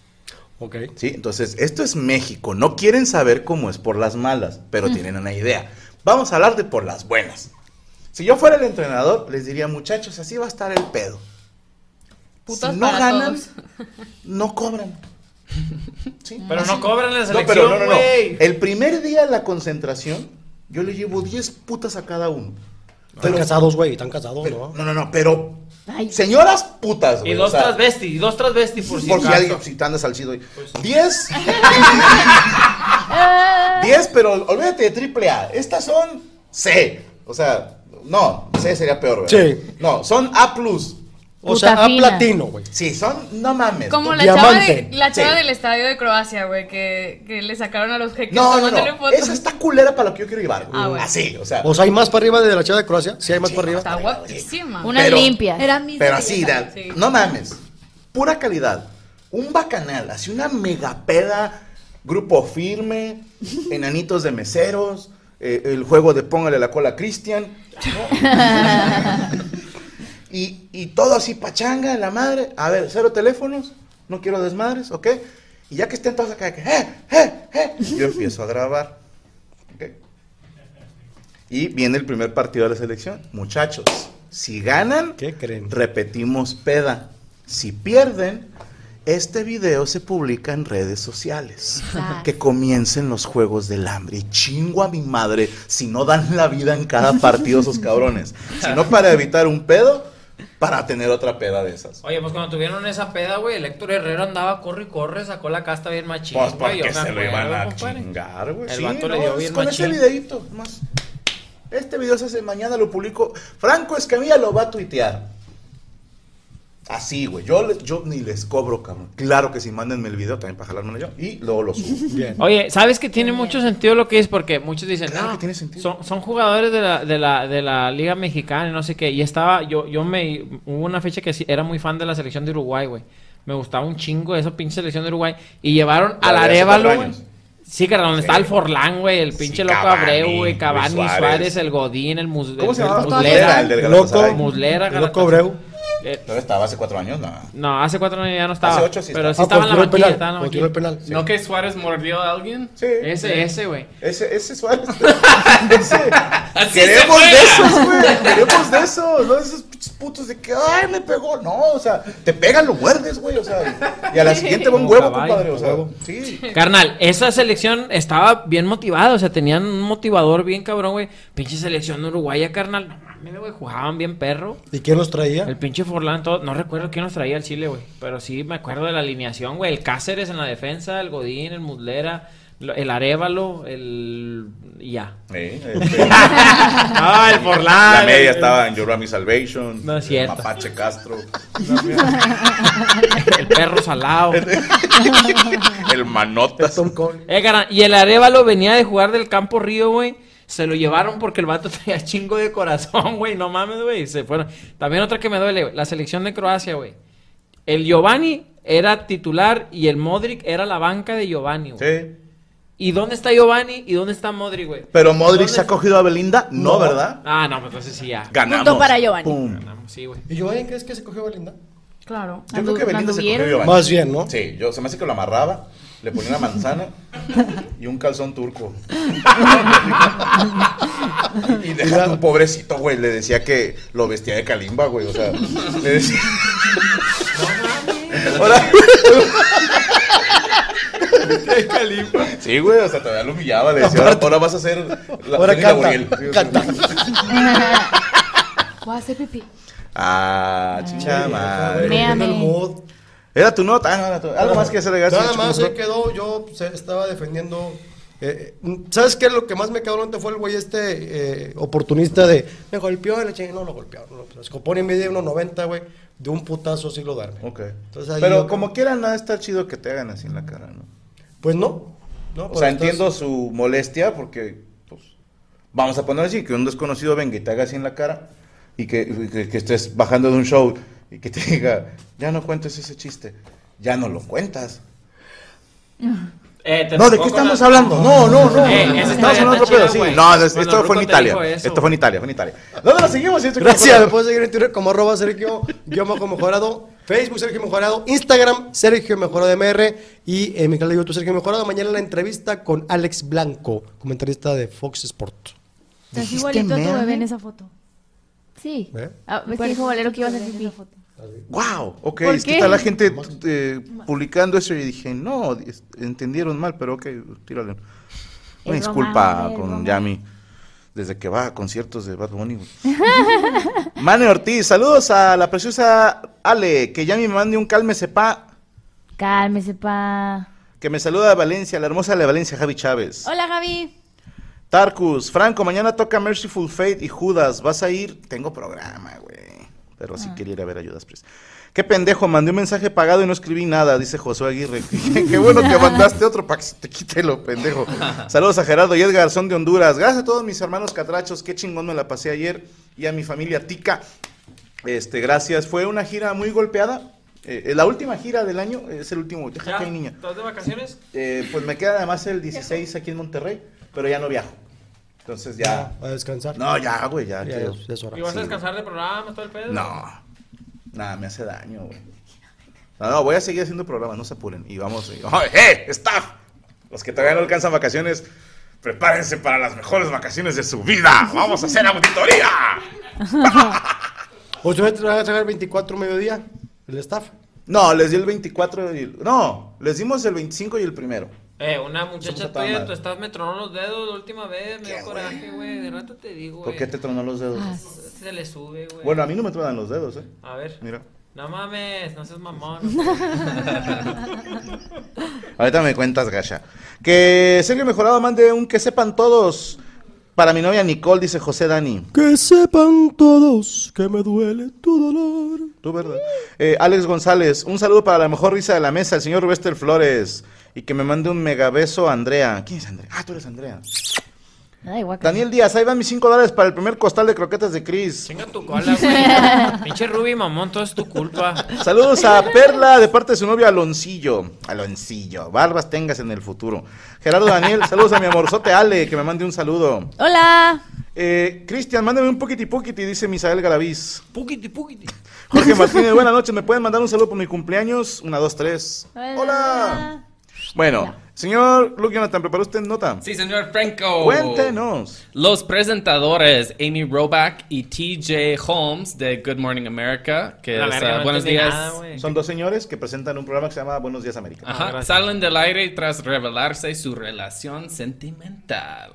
C: Ok.
K: Sí, entonces, esto es México. No quieren saber cómo es por las malas, pero tienen una idea. Vamos a hablar de por las buenas. Si yo fuera el entrenador, les diría, muchachos, así va a estar el pedo.
H: Putas
K: si no
H: para
K: ganan,
H: todos.
K: no cobran. Sí,
I: Pero
K: así.
I: no cobran la
K: No, pero
I: selección,
K: no, no, no.
I: güey.
K: El primer día de la concentración, yo le llevo 10 putas a cada uno.
C: Están casados, güey, están casados,
K: Pero- No, no, no, pero. Señoras putas, güey.
I: Y dos
K: o sea,
I: transvestis, y dos transvestis por si
K: Porque
I: acaso.
K: alguien, si te andas al chido. güey. 10. 10, pero olvídate de triple A. Estas son C. O sea, no, C sería peor, güey.
C: Sí.
K: No, son A.
C: O sea, a platino, güey.
K: Sí, son, no mames.
H: Como la chava, de- la chava del estadio de Croacia, güey, que, que le sacaron a los jeques
K: No, no,
H: tomándole
K: no.
H: fotos.
K: Esa está culera para lo que yo quiero llevar, güey.
H: Ah, bueno.
K: Así, o sea.
C: O sea, hay más para arriba de la chava de Croacia. Sí, hay más para arriba.
H: Está guapísima.
G: Una
K: Pero-
G: limpia.
F: Era mi
K: Pero así, da-
H: Sí.
K: no mames. Pura calidad. Un bacanal, así una megapeda, grupo firme, enanitos de meseros, eh, el juego de póngale la cola a Cristian. ¿no? y, y todo así pachanga en la madre. A ver, cero teléfonos, no quiero desmadres, ¿ok? Y ya que estén todos acá, que, eh, eh, eh, yo empiezo a grabar. ¿ok? Y viene el primer partido de la selección. Muchachos, si ganan,
C: ¿Qué creen?
K: Repetimos peda. Si pierden, este video se publica en redes sociales. Que comiencen los juegos del hambre. Y chingo a mi madre si no dan la vida en cada partido esos cabrones. Si no para evitar un pedo, para tener otra peda de esas.
I: Oye, pues cuando tuvieron esa peda, güey, el Héctor Herrera andaba, corre y corre, sacó la casta bien machín,
K: Pues
I: güey, yo
K: porque
I: me
K: se lo
I: acuerdo,
K: iban a
I: compadre.
K: chingar, güey.
I: El vato le dio bien
K: Con
I: machín.
K: ese videito, más. Este video se hace mañana, lo publico. Franco Escamilla lo va a tuitear. Así, güey. Yo, le- yo ni les cobro, cabrón. Claro que si mándenme el video también para jalármelo yo. Y luego lo subo.
C: Bien.
I: Oye, ¿sabes que tiene mucho sentido lo que dices? Porque muchos dicen,
K: Claro
I: no,
K: que tiene sentido.
I: Son, son jugadores de la, de, la, de la Liga Mexicana y no sé qué. Y estaba, yo, yo me, hubo una fecha que sí, era muy fan de la selección de Uruguay, güey. Me gustaba un chingo esa pinche selección de Uruguay. Y llevaron
K: La
I: al
K: de hace
I: Arevalo,
K: cuatro
I: güey.
K: años.
I: Sí, carnal, donde
K: Sí.
I: está el Forlán, güey, el pinche loco
K: Cavani,
I: Abreu, güey,
K: Luis
I: Cavani, Suárez.
K: Suárez.
I: el Godín, el, mus,
K: ¿Cómo
I: el-
K: se
I: el
K: llamaba?
I: Muslera.
K: El del
C: Loco,
K: Galatasaray.
I: Muslera,
C: el Loco
I: Galatasaray.
C: Abreu.
I: Eh,
K: No estaba hace cuatro años, no.
I: no, hace cuatro años ya no estaba.
K: Hace ocho sí
I: pero
K: estaba.
I: sí
C: Ah,
I: estaba en la
C: tiró el
I: banquilla.
C: penal.
I: estaba en la
C: pues tiró el
I: banquilla.
C: penal.
D: ¿No que Suárez mordió a alguien?
K: Sí.
I: Ese, ese, güey.
K: Ese, ese Suárez. Ese.
D: Así se
K: Queremos
D: juega.
K: de esos, güey. Queremos de esos. No de esos pinches putos de que, ay, me pegó. No, o sea, te pegan, lo muerdes, güey. O sea, y a la siguiente va un
I: Como
K: huevo,
I: caballo,
K: compadre. O sea,
I: huevo.
K: sí.
I: Carnal, esa selección estaba bien motivada, o sea, tenían un motivador bien cabrón, güey. Pinche selección uruguaya, carnal. No mames, güey, jugaban bien perro.
C: ¿Y quién los traía?
I: El pinche Forlán, todo- no recuerdo quién nos traía al Chile, güey. Pero sí me acuerdo de la alineación, güey. El Cáceres en la defensa, el Godín, el Muslera, lo- el Arevalo, el... y ya.
K: Eh, este, la
I: Ah, el Forlán.
K: media estaba en Your Rami Salvation.
I: No es cierto.
K: Mapache Castro.
I: El perro salado.
K: El Manota.
C: Tom Cole.
I: Eh, carnal, y el Arevalo venía de jugar del Campo Río, güey. Se lo llevaron porque el vato traía chingo de corazón, güey. No mames, güey. Se fueron. También otra que me duele, güey. La selección de Croacia, güey. El Giovanni era titular y el Modric era la banca de Giovanni, güey.
K: Sí.
I: ¿Y dónde está Giovanni y dónde está Modric, güey?
K: Pero Modric
I: ¿Dónde
K: se ha
I: está?
K: cogido a Belinda. No, ¿verdad?
I: Ah, no, pues entonces sí ya.
K: Ganamos.
F: Punto para Giovanni.
K: Pum.
I: Ganamos, sí, güey.
C: ¿Y Giovanni crees que se cogió Belinda?
H: Claro.
K: Yo creo que Belinda se cogió a Giovanni.
C: Más bien, ¿no?
K: Sí, yo se me hace que lo amarraba, le ponía una manzana y un calzón turco. y deja un pobrecito, güey, le decía que lo vestía de calimba, güey, o sea, le decía... Ahora- Sí, güey, o sea, todavía lo humillaba, le decía, ahora, ahora vas a ser la
C: Ahora
K: Jenny
C: canta,
K: Laboriel. Sí, o sea,
C: canta.
L: Voy a hacer pipí.
K: Ah, chicha madre.
G: Mea.
C: Poniendo el
G: Véame.
C: mod.
K: Era tu nota, ah, no, era tu... algo más que se le
C: Nada más se quedó, yo se- estaba defendiendo. eh, eh, ¿Sabes qué? Lo que más me quedó antes fue el güey este eh, oportunista de. Me golpeó y la chingada. No lo golpearon. No, pues, compone en medio de 1.90, güey. De un putazo sí lo darme.
K: Ok.
C: Entonces, ahí
K: Pero
C: yo-
K: como quieran, nada está chido que te hagan así en la cara, ¿no?
C: Pues no. no pues
K: O
C: pero
K: sea,
C: entonces-
K: entiendo su molestia porque, pues, vamos a poner así, que un desconocido venga y te haga así en la cara y que, que- que estés bajando de un show y que te diga, ya no cuentes ese chiste, ya no lo cuentas.
I: Eh,
K: No, ¿de qué estamos hablando? No, no, no.
G: Eh,
K: Estamos hablando de otro pedo, sí. No, es- esto fue en Italia. Esto fue en Italia, fue en Italia. ¿Dónde lo seguimos? Sergio
C: Gracias. Me
K: Mejorado?
C: puedes seguir en Twitter como arroba Sergio guión bajo Mejorado, Facebook Sergio Mejorado, Instagram Sergio Mejorado MR y en mi canal de YouTube Sergio Mejorado. Mañana la entrevista con Alex Blanco, comentarista de Fox Sport.
F: Estás igualito a tu bebé en esa foto.
G: Sí.
C: ¿Eh?
G: Ah, me dijo Valero que iba a hacer pipí.
K: Wow, ok,
G: ¿Por
K: es que
G: qué?
K: está la gente eh, publicando eso y dije, no, es- entendieron mal, pero ok, tírale. Una
G: Es
K: disculpa
G: romance, es
K: con
G: romance.
K: Yami, desde que va a conciertos de Bad Bunny. güey. Mane Ortiz, saludos a la preciosa Ale, que Yami me mande un calme sepa,
G: Cálmese, pa.
K: que me saluda de Valencia, la hermosa de Valencia, Javi Chávez.
F: Hola, Gaby.
K: Tarkus, Franco, mañana toca Merciful Fate y Judas. ¿Vas a ir? Tengo programa, güey. Pero sí quería ir a ver a Judas Priest. Qué pendejo, mandé un mensaje pagado y no escribí nada, dice Josué Aguirre. Qué bueno que mandaste otro para que se te quite lo pendejo. Saludos a Gerardo y Edgar, son de Honduras. Gracias a todos mis hermanos catrachos, qué chingón me la pasé ayer. Y a mi familia Tica. Este, gracias. Fue una gira muy golpeada. Eh, eh, la última gira del año es el último. Deja que hay niña.
I: ¿Estás de vacaciones?
K: Eh, pues me queda además el 16 aquí en Monterrey, pero ya no viajo. Entonces ya.
C: A descansar.
K: No, ya, güey, ya.
C: Ya,
K: tío.
C: ya es- ya es hora.
I: ¿Y vas
K: Sí.
I: a descansar de programa, todo el pedo?
K: No. Nada, me hace daño, güey. No, no, voy a seguir haciendo programas, no se apuren. Y vamos. y- ¡Ay, ¡Eh, staff! Los que todavía no alcanzan vacaciones, prepárense para las mejores vacaciones de su vida. ¡Vamos a hacer auditoría!
C: ¿Ocho veces te van Pues, a sacar 24 mediodía? ¿El staff?
K: No, les di el 24 y. No, les dimos el 25 y el primero.
I: Eh, una
K: Somos a
I: muchacha
K: toda
I: tuya,
K: madre.
I: tú estás, me tronó los dedos la última vez, me dio coraje, güey. De rato te digo,
K: ¿Por
I: güey.
K: qué te tronó los dedos?
I: Se le sube, güey.
K: Bueno, a mí no me tronan los dedos, ¿eh?
I: A ver.
K: Mira.
I: No mames, no seas mamón.
K: Ahorita me cuentas, Gasha. Que Sergio Mejorado mande un que sepan todos. Para mi novia Nicole, dice José Dani.
C: Que sepan todos que me duele tu dolor.
K: Tú, ¿verdad? Eh, Alex González, un saludo para la mejor risa de la mesa, el señor Wester Flores. Y que me mande un mega beso a Andrea. ¿Quién es Andrea? Ah, tú eres Andrea.
G: Ay, guaca.
K: Daniel Díaz, ahí van mis 5 dólares para el primer costal de croquetas de Chris.
I: Chinga tu cola, güey. Pinche Ruby, mamón, todo es tu culpa.
K: Saludos a Perla de parte de su novio Aloncillo. Aloncillo, barbas tengas en el futuro. Gerardo Daniel, saludos a mi amorzote Ale, que me mande un saludo.
F: Hola.
K: Eh, Cristian, mándame un poquiti poquiti, dice Misael Garaviz.
I: Puquiti, puquiti.
K: Jorge Martínez, buenas noches. ¿Me pueden mandar un saludo por mi cumpleaños? Una, dos, tres. Hola. Bueno, señor Luke Jonathan, ¿preparó usted nota?
D: Sí, señor Franco.
K: Cuéntenos.
D: Los presentadores Amy Roback y TJ Holmes de Good Morning America, que
I: La
D: es
I: verga,
D: ah,
I: no
D: Buenos
I: entendí
D: Días.
I: nada, güey.
K: Son dos señores que presentan un programa que se llama Buenos Días América.
D: Ajá,
I: Ah, gracias.
D: salen del aire tras revelarse su relación sentimental.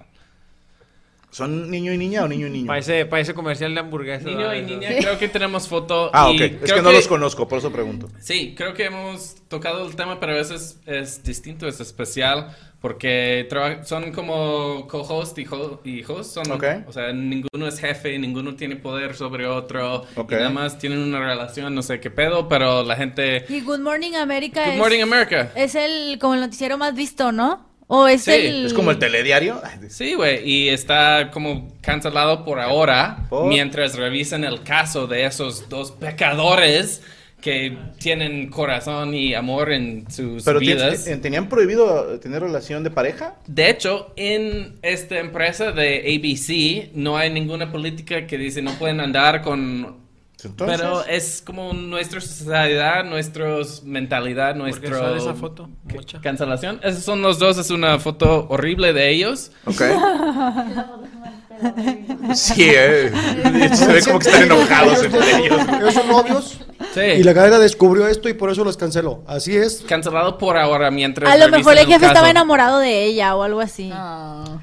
K: ¿Son niño y niña o niño y niño?
I: Parece, parece comercial de hamburguesas.
D: Niño y
I: ¿verdad?
D: niña, creo que tenemos foto.
K: Ah,
D: y
K: ok. Es
D: creo
K: que no los conozco, por eso pregunto.
D: Sí, creo que hemos tocado el tema, pero eso es, es distinto, es especial, porque traba- son como co-host y, ho- y host. Son,
K: Ok.
D: O sea, ninguno es jefe, ninguno tiene poder sobre otro.
K: Ok.
D: Y nada más tienen una relación, no sé qué pedo, pero la gente...
F: Y Good Morning America
D: Good
F: es,
D: Morning America.
F: es el como el noticiero más visto, ¿no? O es
D: Sí,
F: el
K: ¿Es como el telediario?
D: Sí, güey, y está como cancelado por ahora,
K: Por-
D: mientras revisan el caso de esos dos pecadores que tienen corazón y amor en sus
K: Pero tien-
D: vidas.
K: eh, ¿tenían prohibido tener relación de pareja?
D: De hecho, en esta empresa de ABC no hay ninguna política que dice no pueden andar con...
K: Entonces,
D: Pero es como nuestra sociedad, nuestra mentalidad,
I: Porque
D: nuestra
I: sale esa foto. Mucha.
D: cancelación. Esos son los dos, es una foto horrible de ellos.
K: Ok. Sí, eh. Se ve como que están enojados entre ellos.
C: Ellos son novios y
D: Sí.
C: la cadena descubrió esto y por eso los canceló. Así es.
D: Cancelado por ahora mientras...
F: a lo
D: revisan
F: mejor el jefe estaba
D: caso.
F: enamorado de ella o algo así.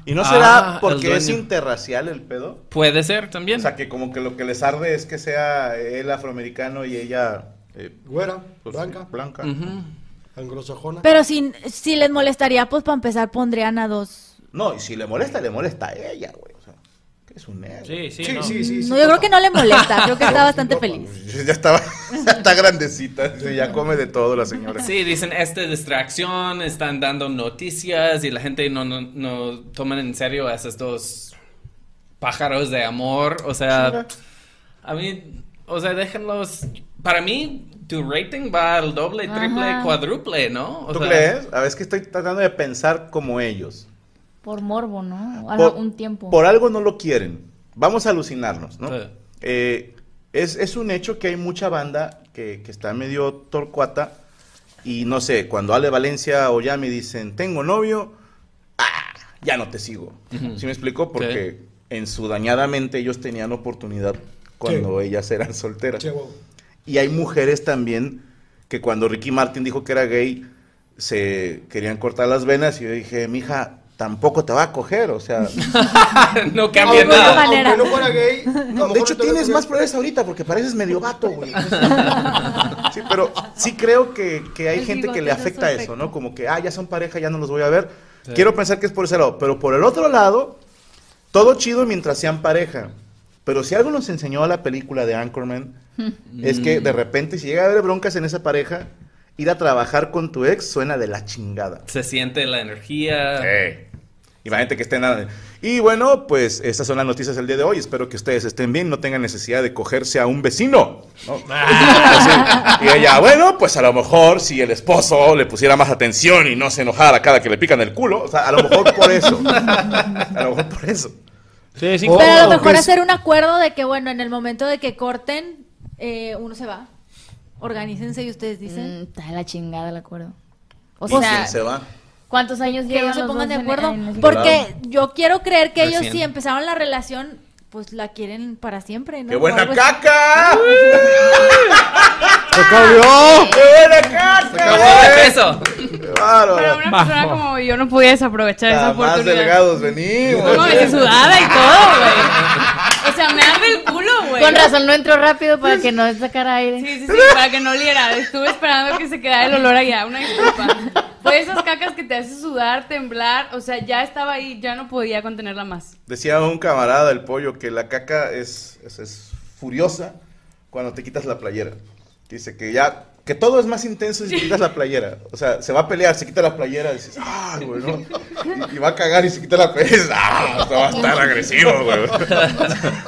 K: ¿Y no será
D: Ah, el
K: porque
D: dueño.
K: es interracial el pedo?
D: Puede ser también.
K: O sea, que como que lo que les arde es que sea él afroamericano y ella eh,
C: Güera,
K: pues,
C: blanca,
K: blanca.
D: Ujú.
C: anglosajona.
F: Pero si, si les molestaría, pues para empezar pondrían a dos.
K: No, y si le molesta, le molesta a ella, güey. O sea, que es un negro.
I: Sí, sí,
C: Sí,
I: no.
C: sí, sí, sí.
F: No, yo creo que no le molesta, creo que está bastante feliz.
K: Ya estaba, ya está grandecita, sí, ya come de todo la señora.
D: Sí, dicen esta distracción, están dando noticias y la gente no, no, no toman en serio a esos dos pájaros de amor. O sea, a mí, o sea, déjenlos. Para mí, tu rating va al doble, triple,
G: Ajá.
D: cuádruple, ¿no? O
K: ¿Tú
D: sea,
K: crees? A veces que estoy tratando de pensar como ellos.
G: Por morbo, ¿no? O
K: Por-
G: un tiempo.
K: Por algo no lo quieren. Vamos a alucinarnos, ¿no?
D: Sí.
K: Eh, es, es un hecho que hay mucha banda que, que está medio torcuata y no sé, cuando Ale Valencia o ya me dicen, tengo novio, ¡ah! ya no te sigo.
D: Ujú.
K: ¿Sí me explico? Porque en su dañada mente ellos tenían oportunidad cuando ellas eran solteras. Y hay mujeres también que cuando Ricky Martin dijo que era gay, se querían cortar las venas y yo dije, mija, tampoco te va a coger, o sea...
D: no cambia
C: Aunque no-
D: nada.
C: aunque no fuera gay, a lo mejor
K: de hecho,
C: te voy a
K: tienes
C: coger.
K: más problemas ahorita porque pareces medio gato, güey. Sí, pero sí creo que, que hay
H: El
K: gente que
H: bigote
K: le
H: no es
K: afecta eso,
H: perfecto.
K: ¿no? Como que, ah, ya son pareja, ya no los voy a ver.
D: Sí.
K: Quiero pensar que es por ese lado. Pero por el otro lado, todo chido mientras sean pareja. Pero si algo nos enseñó la película de Anchorman,
D: Mm.
K: es que de repente, si llega a haber broncas en esa pareja, ir a trabajar con tu ex suena de la chingada.
D: Se siente la energía.
K: Sí. Imagínate que estén nada. Y bueno, pues estas son las noticias del día de hoy. Espero que ustedes estén bien, no tengan necesidad de cogerse a un vecino. ¿no? Así. Y ella, bueno, pues a lo mejor si el esposo le pusiera más atención y no se enojara cada que le pican el culo, o sea, a lo mejor por eso. A lo mejor por eso.
I: Sí, sí,
C: Oh,
F: Pero a lo mejor
C: que es-
F: hacer un acuerdo de que, bueno, en el momento de que corten, eh, uno se va. Organícense y ustedes dicen.
G: Mm, Está de la chingada el acuerdo. O
K: ¿Y
G: sea,
K: quién Pues se va?
G: ¿cuántos años
F: que no
G: llevan
F: se
G: los
F: pongan de
G: dos en-
F: acuerdo.
G: en ese-
F: Porque yo quiero creer que ellos,
D: Recién.
F: si empezaron la relación, pues la quieren para siempre, ¿no?
K: ¡Qué
F: O
K: buena
F: algo así. Ah,
K: caca!
C: ¡Se cambió!
K: ¡Qué buena
D: Se acabó el
K: caca!
D: peso.
K: ¡Qué bárbaro!
H: Para una persona como yo no podía desaprovechar esa
K: Está Más
H: oportunidad.
K: delgados venimos.
H: No, me hice sudada y todo, güey. O sea, me arde el culo, güey.
G: Con razón no entró rápido para que no sacara aire.
H: Sí, sí, sí, para que no oliera. Estuve esperando que se quedara el olor allá. Una disculpa. Fue esas cacas que te hace sudar, temblar. O sea, ya estaba ahí, ya no podía contenerla más.
K: Decía un camarada el pollo que la caca es, es, es furiosa cuando te quitas la playera. Dice que ya, que todo es más intenso si te quitas la playera. O sea, se va a pelear, se quita la playera, dices, ah, güey, no. Y, y va a cagar y se quita la playera, y dices, ah, o sea, va a estar agresivo, güey.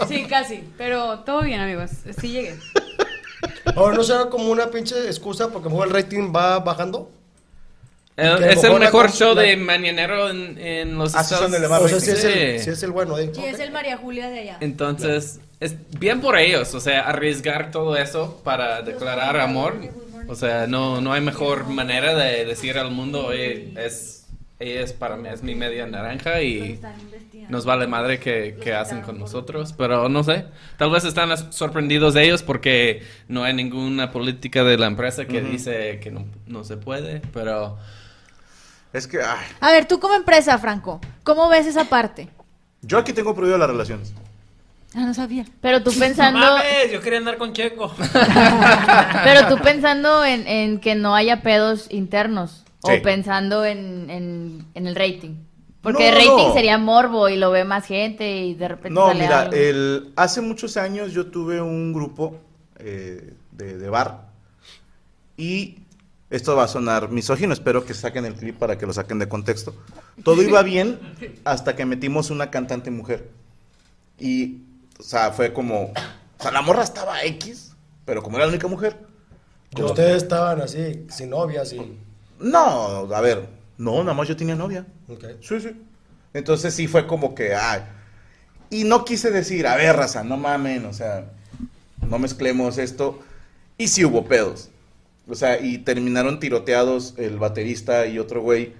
H: Sí, casi. Pero todo bien, amigos. Sí llegué.
C: Ahora, ¿no será como una pinche excusa porque a lo mejor el rating va bajando?
D: Eh,
C: Que a lo
D: Es el
C: mejor la
D: mejor
C: cons-
D: show
C: la-
D: de mañanero en, en los
K: Ah, sí, son
D: Estados
K: de la más
C: O sea, si es
D: Sí.
C: el, si es el bueno. eh.
F: Sí, es el María Julia de allá.
D: Entonces, es bien por ellos, o sea, arriesgar todo eso para declarar amor. O sea, no, no hay mejor manera de decir al mundo, oye, es, ella es para mí, es mi media naranja y nos vale madre que, que hacen con nosotros. Pero no sé, tal vez están as- sorprendidos de ellos porque no hay ninguna política de la empresa que dice que no, no se puede, pero...
K: Es que, ay,
F: A ver, tú como empresa, Franco, ¿cómo ves esa parte?
K: yo aquí tengo prohibido las relaciones.
F: Ah, no sabía.
G: Pero tú
I: No
G: pensando,
I: mames, yo quería andar con Checo.
G: pero tú pensando en, en que no haya pedos internos
K: Sí.
G: o pensando en, en, en el rating. Porque
K: No,
G: el rating
K: no.
G: sería morbo y lo ve más gente y de repente
K: No,
G: sale
K: mira, eh,
G: algo.
K: el, hace muchos años yo tuve un grupo eh, de, de bar y esto va a sonar misógino, espero que saquen el clip para que lo saquen de contexto. Todo iba bien hasta que metimos una cantante mujer. Y, o sea, fue como, o sea, la morra estaba X, pero como era la única mujer.
C: Que ustedes estaban así, sin novias y...
K: No, a ver, no, nada más yo tenía novia.
C: Ok.
K: Sí, sí. Entonces sí fue como que, ay. Y no quise decir, a ver, raza, no mamen, o sea, no mezclemos esto. Y sí hubo pedos. O sea, y terminaron tiroteados el baterista y otro güey,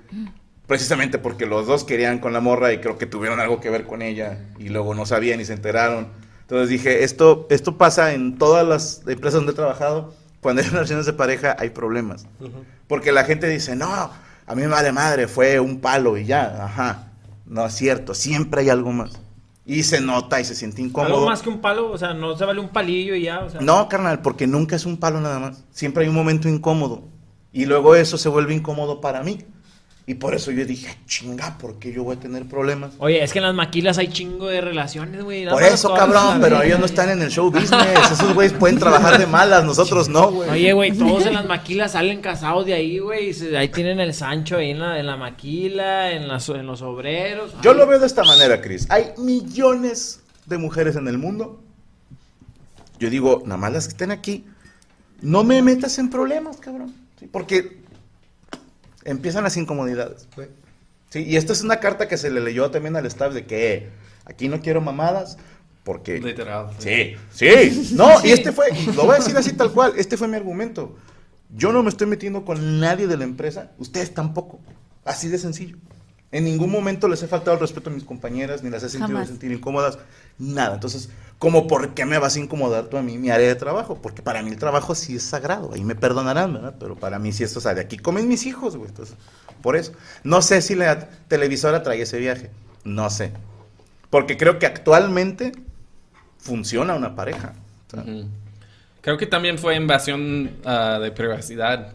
K: precisamente porque los dos querían con la morra y creo que tuvieron algo que ver con ella y luego no sabían y se enteraron. Entonces dije, esto, esto pasa en todas las empresas donde he trabajado. Cuando hay relaciones de pareja hay problemas. Porque la gente dice, no, a mí me vale madre, fue un palo y ya. Ajá. No es cierto, siempre hay algo más. Y se nota y se siente incómodo.
I: Algo más que un palo, o sea, no se vale un palillo y ya, o sea.
K: No, carnal, porque nunca es un palo nada más. Siempre hay un momento incómodo. Y luego eso se vuelve incómodo para mí. Y por eso yo dije, "Ah, chinga, ¿por qué yo voy a tener problemas?
I: Oye, es que en las maquilas hay chingo de relaciones, güey.
K: Por eso, cabrón, pero ellos no están en el show business. Esos güeyes pueden trabajar de malas, nosotros no, güey.
I: Oye, güey, todos en las maquilas salen casados de ahí, güey. y se- Ahí tienen el Sancho ahí en la, en la maquila, en, las, en los obreros.
K: Yo lo veo de esta manera, Chris. Hay millones de mujeres en el mundo. Yo digo, nada más las que estén aquí No me metas en problemas, cabrón. Sí, Porque empiezan las incomodidades. Sí, y esta es una carta que se le leyó también al staff de que aquí no quiero mamadas porque...
D: Literal.
K: Sí, sí. No, y este fue, lo voy a decir así tal cual, este fue mi argumento. Yo no me estoy metiendo con nadie de la empresa, ustedes tampoco. Así de sencillo. En ningún momento les he faltado el respeto a mis compañeras, ni las he sentido
F: Jamás.
K: sentir incómodas, nada. Entonces, ¿cómo por qué me vas a incomodar tú a mí mi área de trabajo? Porque para mí el trabajo sí es sagrado, ahí me perdonarán, ¿verdad? Pero para mí sí es, o sea, de aquí comen mis hijos, güey. Entonces, por eso. No sé si la televisora trae ese viaje, no sé. Porque creo que actualmente funciona una pareja.
D: Ujú. Creo que también fue invasión ah, de privacidad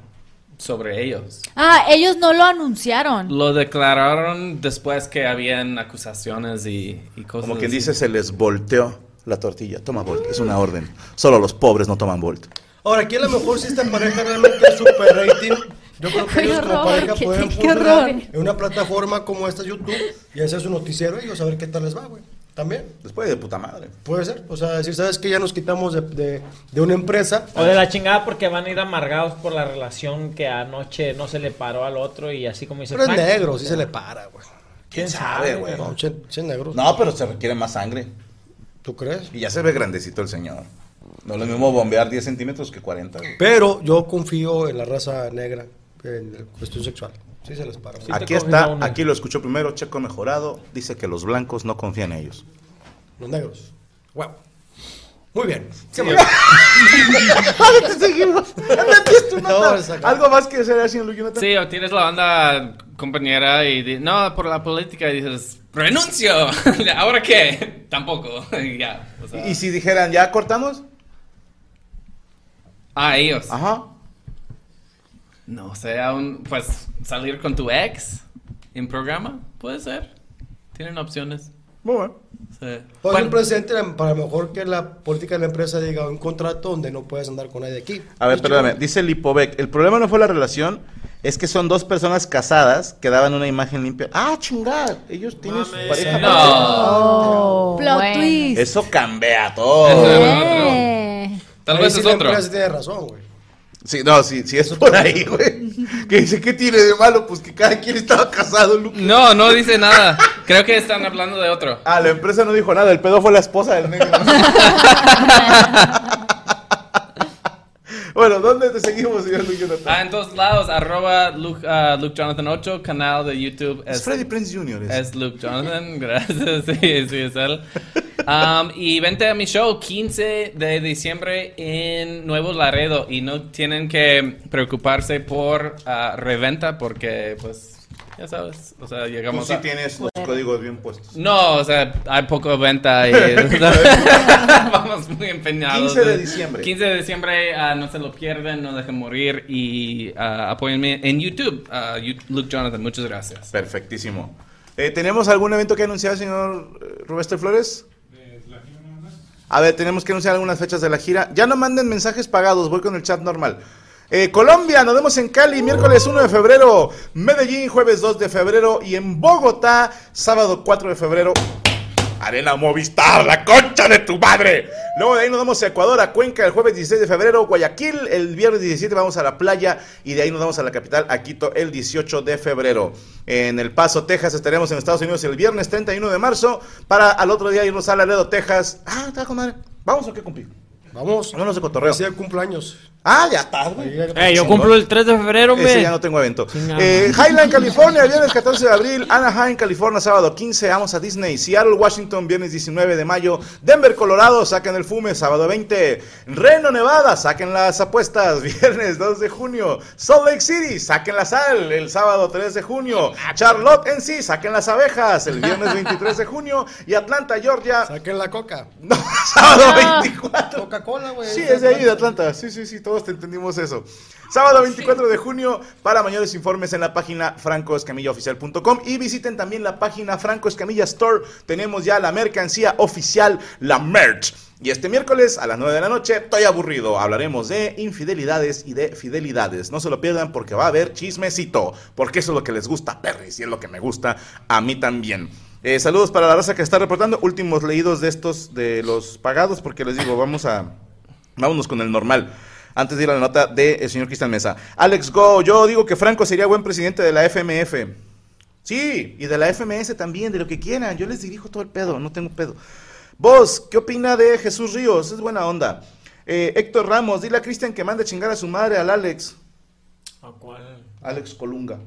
D: sobre ellos.
F: Ah, ellos no lo anunciaron.
D: Lo declararon después que habían acusaciones y, y cosas
K: Como quien
D: así.
K: dice, se les volteó la tortilla. Toma Volt, es una orden. Solo los pobres no toman Volt.
C: Ahora, aquí a lo mejor si esta pareja realmente es super rating, yo creo que
F: Qué
C: ellos como
F: horror,
C: pareja
F: qué-
C: pueden
F: qué
C: funcionar
F: horror.
C: en una plataforma como esta YouTube y hacer su noticiero ellos a ver qué tal les va, güey. También.
K: Después de puta madre.
C: Puede ser. O sea, decir, ¿sabes qué? Ya nos quitamos de, de- de una empresa.
I: O de la chingada porque van a ir amargados por la relación que anoche no se le paró al otro y así como dice
C: Pero es
I: Frank,
C: negro, sí se le para, güey.
I: ¿Quién
K: sabe, güey?
C: No, che, che negro.
K: No, pero se requiere más sangre.
C: ¿Tú crees?
K: Y ya se ve grandecito el señor. No es lo mismo bombear 10 centímetros que 40. güey.
C: Pero yo confío en la raza negra, en la cuestión sexual. Sí se les para. güey.
K: Aquí está, aquí lo escuchó primero, Checo Mejorado. Dice que los blancos no confían en ellos.
C: Los negros. Wow. Muy bien.
K: Algo más que hacer así en Jonathan.
D: Sí, o tienes la banda compañera y di- no, por la política y dices, renuncio. ¿Ahora qué? Tampoco. Y ya. o sea.
K: Y si dijeran, ¿ya cortamos?
D: Ah, ellos.
K: Ajá.
D: No sé, aún, pues salir con tu ex en programa, puede ser. Tienen opciones.
K: Muy bueno.
D: Sí.
C: O
D: Bueno,
C: un presidente, la- para mejor que la política de la empresa diga un contrato donde no puedes andar con nadie de aquí.
K: A ver, perdóname. Dice Lipovec, el problema no fue la relación, es que son dos personas casadas que daban una imagen limpia. Ah, chingada. Ellos tienen su pareja.
D: no.
F: Plot twist.
K: Eso cambia
D: Eso
K: todo.
D: es otro.
F: Eh.
D: Tal
C: Ahí
D: vez
C: sí
D: es
C: la
D: otro.
C: empresa sí tiene razón, güey.
K: Sí, no, sí, sí es por ahí, güey. Que dice, ¿qué tiene de malo? Pues que cada quien estaba casado, Luke.
D: No, no dice nada. Creo que están hablando de otro.
K: Ah, la empresa no dijo nada, el pedo fue la esposa del negro. bueno, ¿dónde te seguimos, señor Luke Jonathan?
D: Ah, en todos lados, arroba Luke, ah, Luke Jonathan 8, canal de YouTube
K: es
D: es,
K: Freddy Prince Jr. es-
D: es Luke Jonathan, gracias, sí, sí, es él. Um, y vente a mi show 15 de diciembre en Nuevo Laredo y no tienen que preocuparse por ah, reventa porque, pues, ya sabes, o sea,
K: Tú
D: llegamos
K: Pues sí
D: a...
K: tienes los códigos bien puestos.
D: Pues, No, o sea, hay poco venta y vamos muy empeñados.
K: 15 de diciembre.
D: 15 de diciembre, ah, no se lo pierden, no dejen morir y ah, apóyenme en YouTube, ah, Yu- Luke Jonathan, muchas gracias.
K: Perfectísimo. Eh, ¿Tenemos algún evento que anunciar, señor eh, Rubester Flores? A ver, tenemos que anunciar algunas fechas de la gira. Ya no manden mensajes pagados, voy con el chat normal. Eh, Colombia, nos vemos en Cali miércoles 1 de febrero, Medellín jueves 2 de febrero y en Bogotá sábado 4 de febrero. Arena Movistar, la concha de tu madre. Luego de ahí nos vamos a Ecuador, a Cuenca el jueves 16 de febrero, Guayaquil el viernes 17 vamos a la playa y de ahí nos vamos a la capital, a Quito el 18 de febrero. En El Paso, Texas estaremos en Estados Unidos el viernes 31 de marzo para al otro día irnos a Laredo, Texas. Ah, está con madre. Vamos o qué cumplir.
C: Vamos.
K: Vámonos de cotorreo.
C: Así de cumpleaños.
K: Ah, ya está, güey.
I: Eh, yo cumplo el 3 de febrero,
K: Ese
I: hombre.
K: ya no tengo evento.
I: Chingada.
K: Eh, Highland, California, viernes 14 de abril. Anaheim, California, sábado 15. Vamos a Disney. Seattle, Washington, viernes 19 de mayo. Denver, Colorado, saquen el fume, sábado 20. Reno, Nevada, saquen las apuestas, viernes 2 de junio. Salt Lake City, saquen la sal, el sábado 3 de junio. Charlotte, en sí, saquen las abejas, el viernes 23 de junio. Y Atlanta, Georgia,
C: Saquen la coca.
K: no, sábado 24.
C: Coca-Cola, güey.
K: Sí, es de ahí, de Atlanta. Sí, sí, sí, todos te entendimos eso. Sábado 24 de junio, para mayores informes en la página francoescamillaoficial.com y visiten también la página Franco Escamilla Store. Tenemos ya la mercancía oficial, la merch. Y este miércoles a las 9 de la noche, estoy aburrido. Hablaremos de infidelidades y de fidelidades. No se lo pierdan porque va a haber chismecito. Porque eso es lo que les gusta a Perris y es lo que me gusta a mí también. Eh, saludos para la raza que está reportando. Últimos leídos de estos, de los pagados, porque les digo, vamos a. Vámonos con el normal. Antes de ir a la nota del el señor Cristian Mesa. Alex Go, yo digo que Franco sería buen presidente de la FMF. Sí, y de la FMS también, de lo que quieran. Yo les dirijo todo el pedo, no tengo pedo. Vos, ¿qué opina de Jesús Ríos? Es buena onda. Eh, Héctor Ramos, dile a Cristian que mande a chingar a su madre, al Alex.
I: ¿A cuál?
K: Alex Colunga.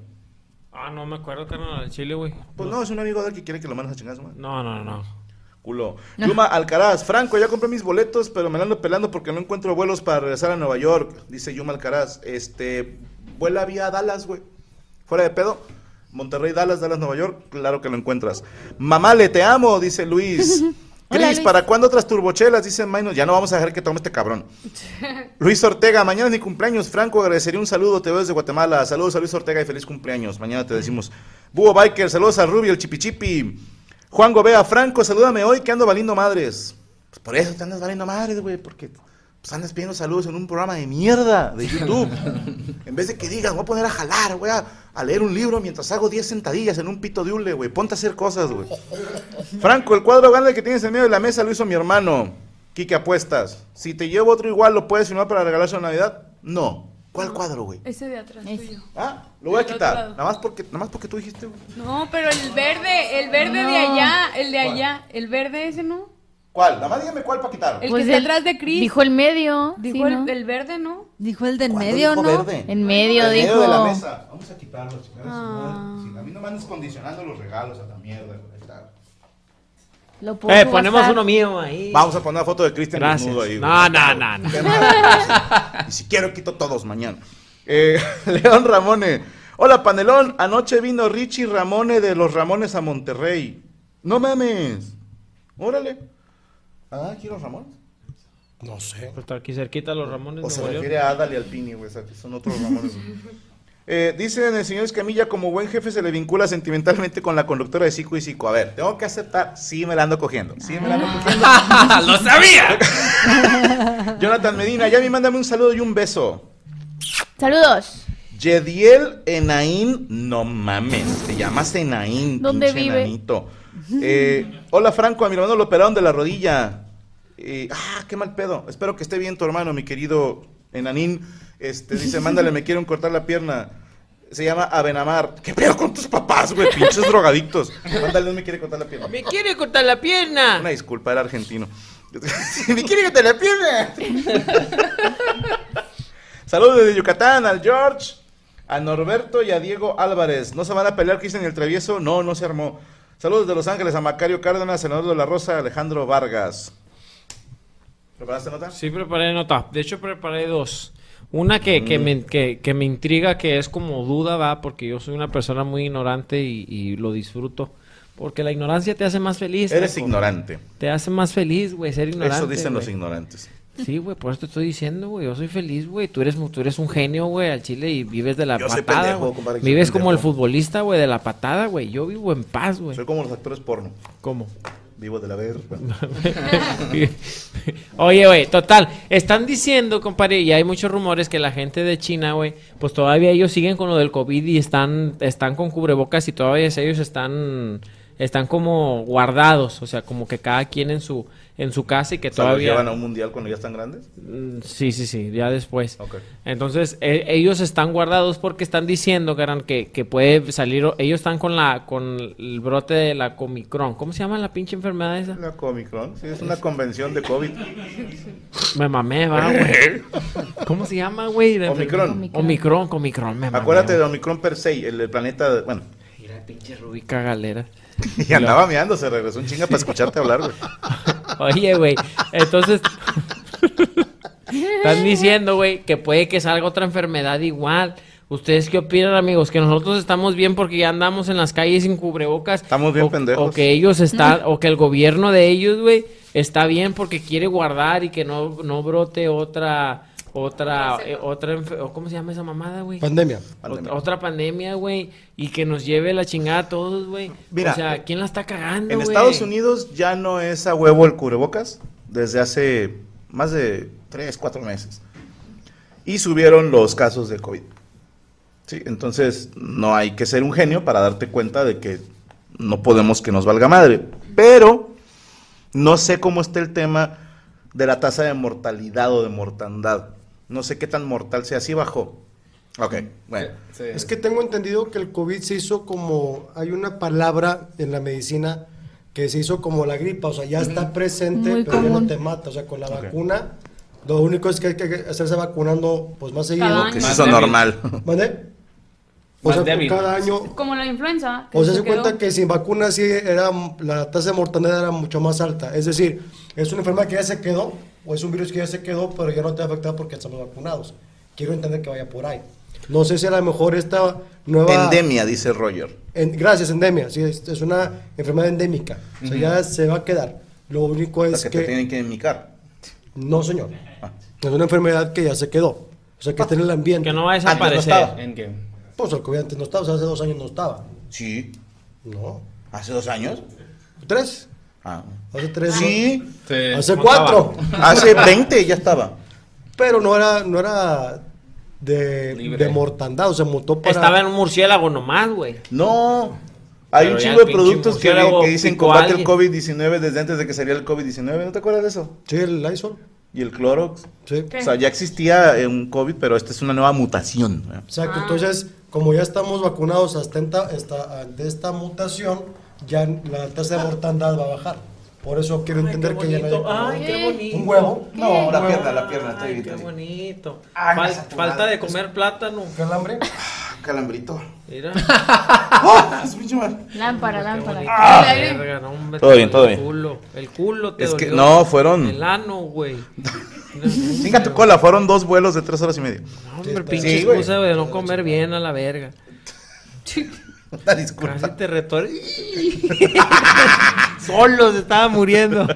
I: Ah, no me acuerdo, carnal, al Chile, güey.
K: Pues no, es un amigo de él que quiere que lo mandes a chingar a su madre.
I: No, no, no.
K: Culo. Yuma Alcaraz, Franco, ya compré mis boletos, pero me la ando pelando porque no encuentro vuelos para regresar a Nueva York. Dice Yuma Alcaraz, este, vuela vía Dallas, güey. Fuera de pedo. Monterrey, Dallas, Dallas, Nueva York, claro que lo encuentras. Mamale, te amo, dice Luis.
F: Hola,
K: Cris,
F: Luis.
K: ¿para cuándo otras turbochelas? Dice Maino, ya no vamos a dejar que tome este cabrón. Luis Ortega, mañana es mi cumpleaños, Franco, agradecería un saludo, te veo desde Guatemala. Saludos a Luis Ortega y feliz cumpleaños. Mañana te decimos. Búho Biker, saludos a Ruby, el chipichipi. Juan Gobea, Franco, salúdame hoy que ando valiendo madres. Pues por eso te andas valiendo madres, güey, porque pues andas pidiendo saludos en un programa de mierda de YouTube. en vez de que digas, voy a poner a jalar, voy a, a leer un libro mientras hago 10 sentadillas en un pito de hule, güey. Ponte a hacer cosas, güey. Franco, el cuadro grande que tienes en medio de la mesa lo hizo mi hermano. Quique Apuestas. Si te llevo otro igual, ¿lo puedes firmar para regalarse a Navidad? No. ¿Cuál cuadro, güey?
H: Ese de atrás tuyo.
K: Ah, Lo voy a
H: Del otro
K: quitar.
H: lado.
K: Nada más porque, nada más porque tú dijiste, güey.
H: No, pero el verde, el verde de
K: No.
H: allá, el de
K: ¿Cuál?
H: allá, el verde ese no.
K: ¿Cuál? Nada más dígame cuál para quitarlo.
H: El que está atrás de Chris.
G: Dijo el medio.
H: Dijo
G: sí,
H: el,
G: ¿no?
H: el verde, ¿no?
F: Dijo el del medio,
K: dijo
F: ¿no?
K: verde?
G: En medio,
K: En
G: dijo.
K: medio de la mesa. Vamos a quitarlo, chicas.
H: Ah.
K: A mí no me andes condicionando los regalos a la mierda, güey. Ahí está.
G: Lo puedo
I: Eh, ponemos
G: subastar.
I: uno mío ahí.
K: Vamos a poner la foto de Cristian
I: Gracias.
K: desnudo ahí. güey.
I: No, no, no, no.
K: Qué maravilla. y si quiero, quito todos mañana. Eh, León Ramone. Hola, panelón. Anoche vino Richie Ramone de los Ramones a Monterrey. No mames. Órale. Ah, quiero Ramones.
C: No sé.
I: Pues está aquí cerquita los Ramones.
K: O
I: de
K: se
I: Nuevo
K: refiere
I: León.
K: a Adal y al Pini, güey. o sea, que Son otros Ramones. Eh, dicen el señor Escamilla, como buen jefe se le vincula sentimentalmente con la conductora de Psico y Psico. A ver, tengo que aceptar, sí me la ando cogiendo. Sí me la ando cogiendo.
D: ¡Lo sabía!
K: Jonathan Medina, ya me mándame un saludo y un beso.
G: Saludos.
K: Yediel Enaín, no mames, se llama Enaín,
G: ¿Dónde
K: pinche
G: vive?
K: enanito. Eh, hola Franco, a mi hermano lo operaron de la rodilla. Eh, ah, qué mal pedo. Espero que esté bien tu hermano, mi querido Enanín. Este dice, mándale, me quieren cortar la pierna. Se llama Abenamar. ¿Qué pedo con tus papás, güey? Pinches drogadictos. Mándale, no me quiere cortar la pierna.
I: ¡Me quiere cortar la pierna!
K: Una disculpa, era argentino. ¡Me quiere que te la pierda! Saludos desde Yucatán al George, a Norberto y a Diego Álvarez. ¿No se van a pelear Cristian y el Travieso? No, no se armó. Saludos de Los Ángeles a Macario Cárdenas, senador de la Rosa, Alejandro Vargas. ¿Preparaste nota?
I: Sí, preparé nota. De hecho, preparé dos. Una que,
K: Mm.
I: que, me, que, que me intriga, que es como duda, va, porque yo soy una persona muy ignorante y, y lo disfruto. Porque la ignorancia te hace más feliz.
K: Eres
I: loco.
K: ignorante.
I: Te hace más feliz, güey, ser ignorante.
K: Eso dicen los
I: güey.
K: ignorantes.
I: Sí, güey, por eso te estoy diciendo, güey. Yo soy feliz, güey. Tú eres, mu- tú eres un genio, güey, al chile y vives de la
K: Yo soy
I: patada.
K: pendejo,
I: güey.
K: compadre, yo soy
I: vives como el
K: pendejo.
I: futbolista, güey, de la patada, güey. Yo vivo en paz, güey.
K: Soy como los actores porno.
I: ¿Cómo?
K: Vivo de la verga.
I: Oye, güey, total. Están diciendo, compadre, y hay muchos rumores que la gente de China, güey, pues todavía ellos siguen con lo del COVID y están, están con cubrebocas y todavía ellos están, están como guardados. O sea, como que cada quien en su, en su casa y que
K: O sea, ¿los
I: todavía.
K: llevan a un mundial cuando ya están grandes?
I: Mm, Sí, sí, sí, ya después.
K: Ok.
I: Entonces, e- ellos están guardados porque están diciendo, Garan, que, que puede salir. o- Ellos están con la con el brote de la Comicron. ¿Cómo se llama la pinche enfermedad esa?
K: Una Comic Con, sí, es una convención de COVID.
I: Me mamé, va, güey. ¿Cómo se llama, güey? La enfermedad?
K: Omicron.
I: Omicron, Comicron, me mamé.
K: Acuérdate de
I: güey.
K: Omicron Persei, el, el planeta, de- bueno,
I: Mira, pinche rubica galera.
K: y andaba meando, se regresó un chinga para escucharte hablar, güey.
I: Oye, güey, entonces... Están diciendo, güey, que puede que salga otra enfermedad igual. ¿Ustedes qué opinan, amigos? Que nosotros estamos bien porque ya andamos en las calles sin cubrebocas.
K: Estamos bien
I: o,
K: pendejos.
I: O que ellos están, o que el gobierno de ellos, güey, está bien porque quiere guardar y que no, no brote otra, otra, eh, otra, enfe- o ¿cómo se llama esa mamada, güey?
C: Pandemia.
K: Pandemia.
I: Ot- Otra pandemia, güey, y que nos lleve la chingada a todos, güey.
K: Mira,
I: o sea, ¿quién la está cagando,
K: En
I: güey?
K: Estados Unidos ya no es a huevo el cubrebocas desde hace más de 3, 4 meses. Y subieron los casos de COVID. Sí, entonces no hay que ser un genio para darte cuenta de que no podemos que nos valga madre. Pero no sé cómo está el tema de la tasa de mortalidad o de mortandad. No sé qué tan mortal sea. ¿Sí bajó? Ok, bueno.
C: Es que tengo entendido que el COVID se hizo como, hay una palabra en la medicina que se hizo como la gripa, o sea, ya está presente,
H: Muy
C: pero ya
H: común.
C: no te mata, o sea, con la vacuna, lo único es que hay que hacerse vacunando pues más seguido.
H: Cada año. Que es eso
K: normal.
C: ¿Vale? O
D: Más
C: sea, con
D: débil.
C: cada año,
H: Como la influenza. que
C: o sea,
H: se
C: se cuenta
H: quedó.
C: que sin vacuna sí era, la tasa de mortalidad era mucho más alta. Es decir, es una enfermedad que ya se quedó, o es un virus que ya se quedó, pero ya no te va a afectar porque estamos vacunados. Quiero entender que vaya por ahí. No sé si a lo mejor esta nueva...
K: Endemia, dice Roger.
C: En- gracias, endemia. Sí, es, es una enfermedad endémica. O sea,
K: Ujú.
C: ya se va a quedar. Lo único
K: La
C: es
K: que
C: que...
K: te tienen que enmicar.
C: No, señor.
K: Ah.
C: Es una enfermedad que ya se quedó. O sea, que está en el ambiente.
I: Que no va a
C: Antes no
I: desaparecer.
C: estaba. Pues el COVID antes no estaba, o sea, hace dos años no estaba.
K: Sí.
C: No.
K: ¿Hace dos años?
C: ¿Tres?
K: Ah.
C: Hace tres.
K: Sí.
I: Eh,
C: Sí. Hace cuatro.
K: Hace 20 ya estaba.
C: Pero no era, no era de, de mortandad, o sea, mutó para.
I: Estaba en un murciélago nomás, güey.
K: No. Hay
I: Pero
K: un
I: ya
K: chingo
I: el
K: de
I: pinche
K: productos que,
I: murciélago
K: que dicen
I: picó a
K: combate el
I: alguien.
K: COVID-19 desde antes de que saliera el COVID-19. ¿No te acuerdas de eso?
C: Sí, el Lysol.
K: Y el Clorox.
C: Sí.
K: O sea, ya existía eh, un COVID, pero esta es una nueva mutación. ¿verdad?
C: Exacto,
I: Ah.
C: entonces, como ya estamos vacunados hasta esta, esta- ante esta mutación, ya la tasa de mortandad va a bajar. Por eso quiero entender que ya no hay.
I: Ay, qué bonito.
C: ¿Un huevo?
K: No, la
I: Ay,
K: pierna, la pierna. estoy
I: qué
K: gritando.
I: bonito.
K: Ay,
I: Fal-
K: esa tu
I: falta
K: madre.
I: de comer plátano. Ah,
C: ¿Calambre?
K: Calambrito.
I: Mira.
K: ¡Ah! Es pinche madre.
G: Lámpara, lámpara.
H: Ah,
I: Ah, Verga, no, hombre,
K: Todo Ah, bien, todo
I: El
K: bien.
I: culo, el culo te
K: Es que-
I: dolió.
K: no, fueron-
I: El ano, güey.
K: Chinga tu cola, fueron dos vuelos de tres horas y media.
I: No, hombre,
K: está-
I: pinche
K: Sí, güey.
I: excusa de no comer bien a la verga.
K: Una disculpa.
I: Casi te retor... Solo se Oh, estaba muriendo.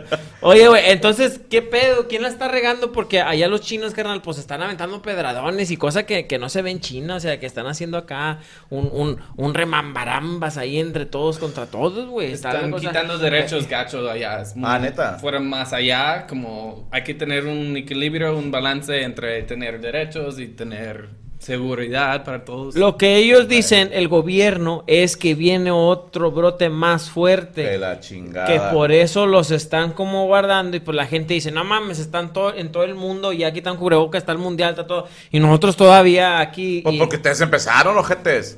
I: Oye, güey, entonces, ¿qué pedo? ¿Quién la está regando? Porque allá los chinos, carnal, pues están aventando pedradones y cosas que, que no se ven en China. O sea, que están haciendo acá un, un, un remambarambas ahí entre todos contra todos, güey. Está la
D: Están
I: cosa-
D: quitando derechos gachos allá. Es muy-
K: Ah, ¿neta?
D: Fuera más allá, como hay que tener un equilibrio, un balance entre tener derechos y tener seguridad para todos.
I: Lo que ellos dicen, el gobierno, es que viene otro brote más fuerte.
K: De la chingada.
I: que por eso los están como guardando y pues la gente dice, no mames, están todo, en todo el mundo y aquí están cubrebocas, está el mundial, está todo. Y nosotros todavía aquí...
K: Pues
I: y-
K: porque ustedes empezaron, ojetes.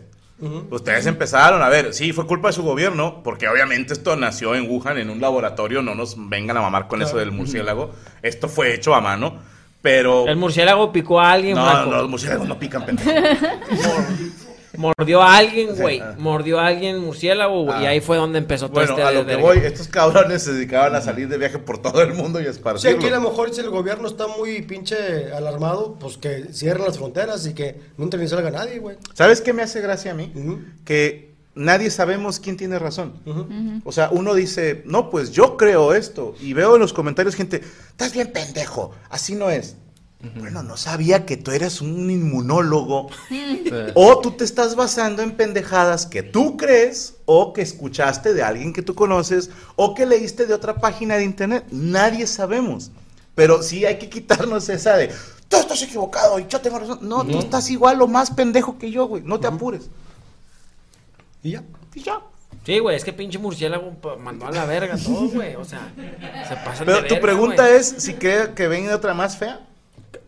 K: Ustedes empezaron, a ver, sí, fue culpa de su gobierno, porque obviamente esto nació en Wuhan, en un laboratorio, no nos vengan a mamar con eso del murciélago. Esto fue hecho a mano, pero...
I: El murciélago picó a alguien,
K: No,
I: Franco.
K: no, los murciélagos no pican, pendejo.
I: Mordió a alguien, güey.
K: ah.
I: Mordió a alguien murciélago, güey. Y
K: Ah.
I: ahí fue donde empezó todo
K: Bueno,
I: este
K: a lo que
I: desvergue.
K: voy, estos cabrones se dedicaban a salir de viaje por todo el mundo y a
C: Sí, aquí a lo
K: esparcirlo.
C: mejor si el gobierno está muy pinche alarmado, pues que cierren las fronteras y que no entre ni salga nadie, güey.
K: ¿Sabes qué me hace gracia a mí?
C: Ujú.
K: Que nadie sabemos quién tiene razón.
C: Ujú.
K: O sea, uno dice, no, pues yo creo esto. Y veo en los comentarios gente, estás bien pendejo, así no es. Bueno, no sabía que tú eras un inmunólogo. o tú te estás basando en pendejadas que tú crees, o que escuchaste de alguien que tú conoces, o que leíste de otra página de internet. Nadie sabemos. Pero sí hay que quitarnos esa de, tú estás equivocado y yo tengo razón. No, tú estás igual o más pendejo que yo, güey. No te apures.
C: Y ya.
K: Y ya.
I: Sí, güey, es que pinche murciélago pa- mandó a la verga todo, güey. O sea, se pasan de
K: Pero tu
I: verga,
K: pregunta
I: güey.
K: es si cree que venga otra más fea.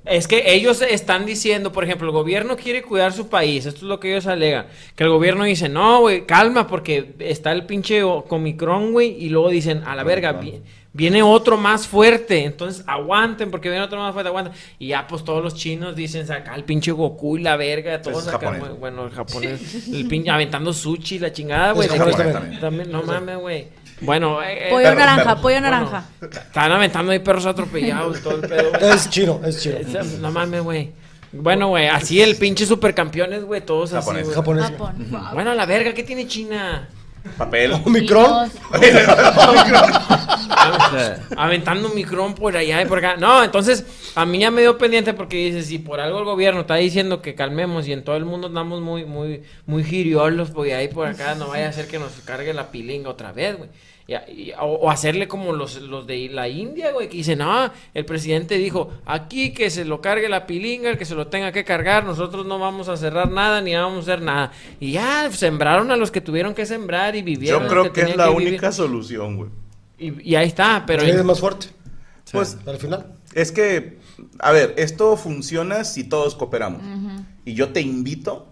I: Es que ellos están diciendo, por ejemplo, el gobierno quiere cuidar su país, esto es lo que ellos alegan, que el gobierno dice, no, güey, calma, porque está el pinche o- Comicron, güey, y luego dicen, a la verga, vi- viene otro más fuerte, entonces aguanten, porque viene otro más fuerte, aguanten. Y ya, pues, todos los chinos dicen, saca el pinche Goku y la verga, todos
K: Pues,
I: acá,
K: japonés.
I: güey, bueno, el japonés, el pinche, aventando sushi, la chingada, güey.
C: Es
I: de
C: japonés
I: que- pues,
K: también.
I: también, no mames, güey. Bueno, eh, eh,
F: Pollo
K: Perro,
F: naranja,
K: perro.
F: pollo
I: bueno,
F: naranja.
I: Están aventando ahí perros atropellados, y todo el pedo, güey.
C: Es chino, es chino.
I: Esa- No mames, güey. Bueno, güey, así el pinche supercampeones, güey, todos
K: Japonés.
I: así, güey.
C: Japonés.
F: Japón.
I: Bueno, la verga, ¿qué tiene China?
K: Papel.
C: Omicron.
I: Aventando un micrón por allá y por acá. No, entonces, a mí ya me dio pendiente porque dice, si por algo el gobierno está diciendo que calmemos y en todo el mundo andamos muy, muy, muy giriolos por ahí por acá, no vaya a ser que nos cargue la pilinga otra vez, güey. Y a- y- o, o hacerle como los, los de la India, güey, que dicen, ah, el presidente dijo, aquí que se lo cargue la pilinga, el que se lo tenga que cargar, nosotros no vamos a cerrar nada ni vamos a hacer nada. Y ya sembraron a los que tuvieron que sembrar y vivieron.
K: Yo
I: los
K: creo que es
I: tenían
K: la
I: vivir.
K: única solución, güey.
I: Y, y ahí está, pero...
C: Pero es más fuerte.
K: Pues
C: Al final.
K: es que a ver, esto funciona si todos cooperamos. Y yo te invito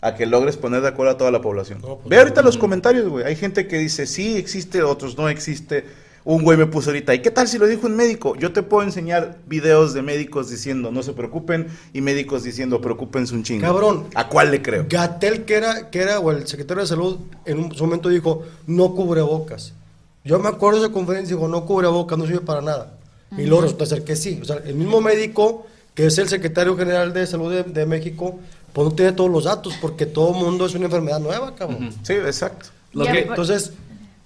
K: a que logres poner de acuerdo a toda la población.
C: pues
K: Ve ahorita los comentarios, güey. Hay gente que dice, sí existe, otros no existe. Un güey me puso ahorita, ¿y qué tal si lo dijo un médico? Yo te puedo enseñar videos de médicos diciendo, no se preocupen, y médicos diciendo, preocupense un chingo.
C: Cabrón.
K: ¿A cuál le creo?
C: Gatel, que era, que era, o el secretario de salud, en un su momento dijo, no cubrebocas. Yo me acuerdo de esa conferencia, dijo, no cubrebocas, no sirve para nada. Y luego resulta ser que sí. O sea, el mismo médico, que es el secretario general de salud de, de México, pues no tiene todos los datos, porque todo mundo es una enfermedad nueva, cabrón. pues,
K: Sí, exacto.
D: Lo Ya, que- por-
C: Entonces,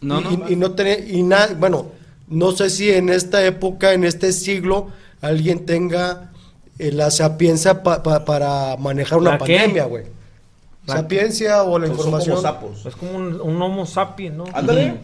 D: No,
C: y,
D: no,
C: y-
D: va.
C: y no tener, y nada, bueno, no sé si en esta época, en este siglo, alguien tenga eh, la sapiencia pa- pa- para manejar una
P: ¿La qué?
C: pandemia, güey.
P: ¿La-
C: Sapiencia o la
P: Pues son
C: información.
P: como sapos. Es como un, un homo sapiens, ¿no?
C: Ándale.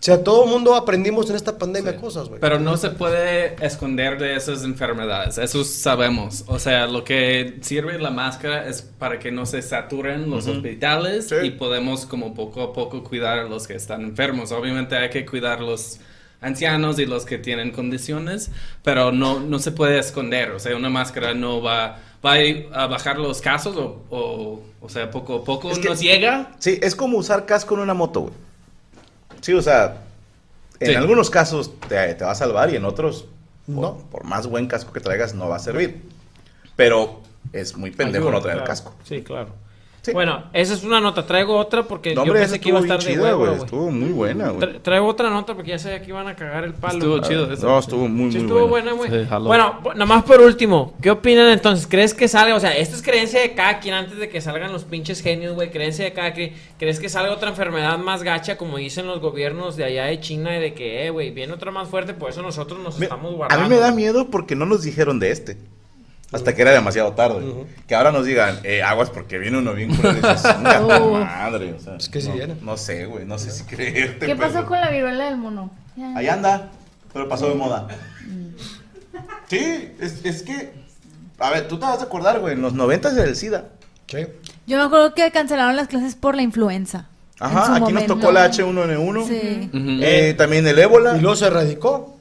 C: O sea, todo el mundo aprendimos en esta pandemia cosas, güey.
D: Pero no se puede esconder de esas enfermedades, eso sabemos. O sea, lo que sirve la máscara es para que no se saturen los
K: Ujú.
D: hospitales y podemos como poco a poco cuidar a los que están enfermos. Obviamente hay que cuidar los ancianos y los que tienen condiciones, pero no, no se puede esconder. O sea, una máscara no va, va a bajar los casos o, o, o sea, poco a poco
K: Es que-
D: nos llega.
K: Sí, es como usar casco en una moto, güey. Sí, o sea, en
D: Sí.
K: algunos casos te, te va a salvar y en otros,
C: No.
K: por, por más buen casco que traigas, no va a servir. Pero es muy pendejo
I: Ayuda,
K: no traer
I: claro.
K: casco.
I: Sí, claro. Bueno, esa es una nota. Traigo otra porque
K: No,
I: yo
K: hombre,
I: pensé
K: esa
I: que iba a
K: estuvo
I: estar
K: bien
I: de
K: chida,
I: huevo,
K: güey.
I: güey.
K: Estuvo muy buena, güey.
I: Tra- Traigo otra nota porque ya sabía que iban a cagar el palo.
D: Estuvo
I: Ah,
D: chido eso.
K: No, estuvo muy,
I: Sí,
K: muy
I: estuvo
K: buena.
I: buena, güey. bueno, bu- nada más por último, ¿qué opinan entonces? ¿Crees que salga? O sea, esta es creencia de cada quien antes de que salgan los pinches genios, güey. Creencia de cada quien. ¿Crees que salga otra enfermedad más gacha, como dicen los gobiernos de allá de China, y de que, eh, güey, viene otra más fuerte? Por eso nosotros nos estamos
K: A
I: guardando.
K: mí me da miedo porque no nos dijeron de este. Hasta que era demasiado tarde. Que ahora nos digan, eh, aguas porque viene uno bien culero. y dices, "Chinga tu
G: Oh.
K: madre. O sea,
C: Es Pues que sí
K: no,
C: viene.
K: No sé, güey, no sé si creerte.
G: ¿Qué
K: pero-
G: pasó con la viruela del mono? Ya. Mm.
K: Ahí anda, pero pasó de moda. Sí, es, es que. A ver, tú te vas a acordar, güey, en los 90 era el SIDA.
F: Yo me acuerdo que cancelaron las clases por la influenza. En su
K: Ajá, aquí
F: momento.
K: nos tocó la H1N1.
F: Sí.
K: Eh, también el ébola.
C: Y luego se erradicó.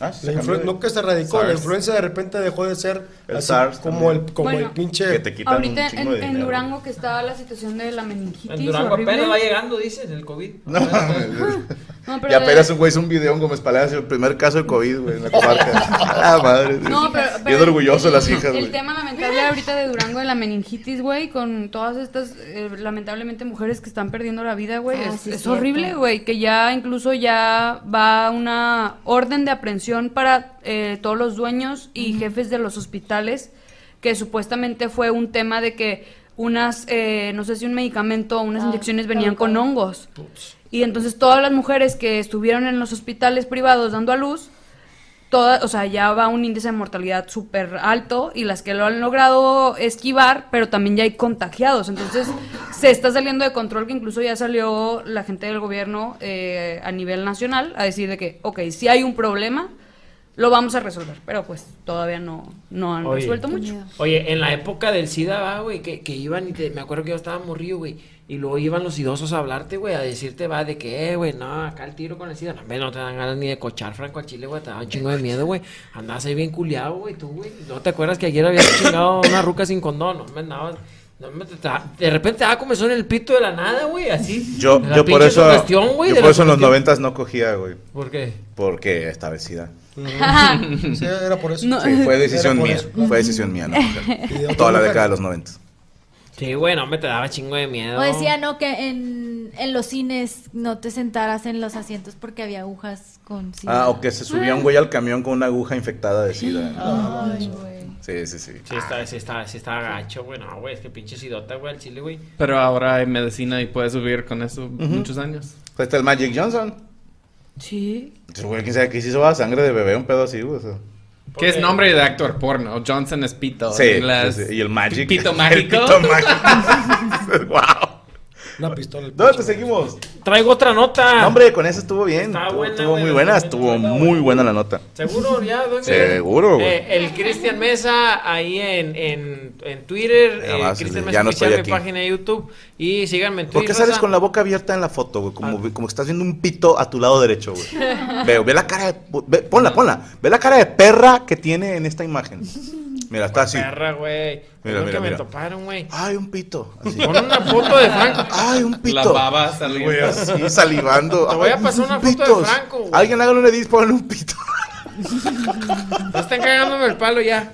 K: Ah,
C: La influ- no que se erradicó, la
K: SARS.
C: influenza de repente dejó de ser
K: El
C: así
K: SARS
C: como
K: también.
C: el como
H: Bueno,
C: el pinche
K: Que te quitan
H: Ahorita
K: un
H: en,
K: chingo de
H: en
K: dinero.
H: Durango que estaba la situación de la meningitis
I: En Durango
H: horrible.
I: apenas va llegando, dicen, el COVID.
K: No, mames.
H: No,
K: y
H: pero de-
K: apenas un güey hizo un video en Gómez Palacio, el primer caso de COVID, güey, en la comarca. A la madre.
H: No, pero-
K: Bien
H: pero-
K: orgulloso de las hijas,
H: El
K: güey.
H: tema lamentable ahorita de Durango de la meningitis, güey, con todas estas, eh, lamentablemente, mujeres que están perdiendo la vida, güey.
G: Ah,
H: es
G: sí,
H: es
G: cierto.
H: horrible, güey, que ya incluso ya va una orden de aprehensión para eh, todos los dueños y jefes de los hospitales, que supuestamente fue un tema de que unas, eh, no sé si un medicamento o unas
G: Ah,
H: inyecciones venían
G: claro,
H: con
G: claro.
H: hongos. Y entonces todas las mujeres que estuvieron en los hospitales privados dando a luz, toda, o sea, ya va un índice de mortalidad súper alto y las que lo han logrado esquivar, pero también ya hay contagiados. Entonces, se está saliendo de control que incluso ya salió la gente del gobierno eh, a nivel nacional a decir de que, ok, si hay un problema, lo vamos a resolver, pero pues todavía no, no han
I: Oye.
H: resuelto mucho.
I: Oye, en la época del SIDA, va, güey, que, que iban y te- me acuerdo que yo estaba morrido, güey, y luego iban los idosos a hablarte, güey, a decirte, va, de que, eh, güey, no, acá el tiro con el SIDA, no, hombre, no te dan ganas ni de cochar, Franco, a Chile, güey, te da un chingo de miedo, güey, andabas ahí bien culiado, güey, tú, güey, no te acuerdas que ayer habías chingado una ruca sin condón, no, me andabas... No, hombre, te- te- de repente ah, comenzó en el pito de la nada, güey, así.
K: Yo,
I: La
K: yo por
I: pinche
K: eso,
I: sugestión, güey,
K: yo
I: de
K: por
I: la
K: eso en los
I: sugestión.
K: noventas no cogía, güey.
I: ¿Por qué?
K: Porque estaba vencida.
C: Sí, era por eso.
K: Sí, fue decisión
C: Era por
K: mía.
C: eso.
K: Fue decisión mía, no, mujer.
C: Y de otra
K: Toda la
C: mujer.
K: década de los noventas.
I: Sí, güey, no, me te daba chingo de miedo.
F: O decía, no, que en, en los cines no te sentaras en los asientos porque había agujas con sida.
K: Ah, o que se subía un güey al camión con una aguja infectada de sida. Sí, sí, sí.
I: Sí, está, sí, está, sí, está gacho, güey, no, güey, es que pinche sidota, güey, al chile, güey.
D: Pero ahora hay medicina y puedes vivir con eso muchos años.
K: Ahí está Pues este el Magic Johnson.
I: Sí.
K: Ese güey, quién sabe qué se hizo a sangre de bebé, un pedo así, güey. o sea.
D: Que es nombre de actor porno. Johnson es Pito.
K: Sí,
D: Las-
K: sí, sí. Y el Magic.
D: Pito
K: el
D: mágico.
K: Pito mágico. wow.
C: Una pistola.
K: ¿Dónde te seguimos?
I: Traigo otra nota.
K: hombre, con esa estuvo bien.
I: Está
K: Estuvo,
I: buena,
K: estuvo
I: güey,
K: muy
I: la
K: buena,
I: neta,
K: estuvo muy buena la nota.
I: ¿Seguro ya, doña?
K: Seguro, güey.
I: Eh, el Cristian Mesa ahí en, en, en Twitter.
K: Ya
I: eh,
K: vas,
I: Cristian
K: ya
I: Mesa
K: no
I: oficial,
K: estoy
I: mi
K: aquí.
I: página de YouTube. Y síganme en
K: ¿Por
I: Twitter.
K: qué sales
I: raza.
K: con la boca abierta en la foto, güey? Como, como que estás viendo un pito a tu lado derecho, güey. Veo, ve la cara de. ve- ponla, ponla. Ve la cara de perra que tiene en esta imagen. Mira, está así.
I: Perra, güey.
K: ah,
I: Mira,
K: Mira, mira,
I: mira, me
K: mira.
I: toparon, güey.
K: Ay, un pito.
I: Pon una foto de Franco.
K: Ay, un pito.
D: La baba saliendo.
K: Güey, así, salivando.
I: Te voy a
K: Ay,
I: pasar una foto de Franco, güey.
K: Alguien hágale un edit, ponle un pito.
I: No están cargándome el palo ya.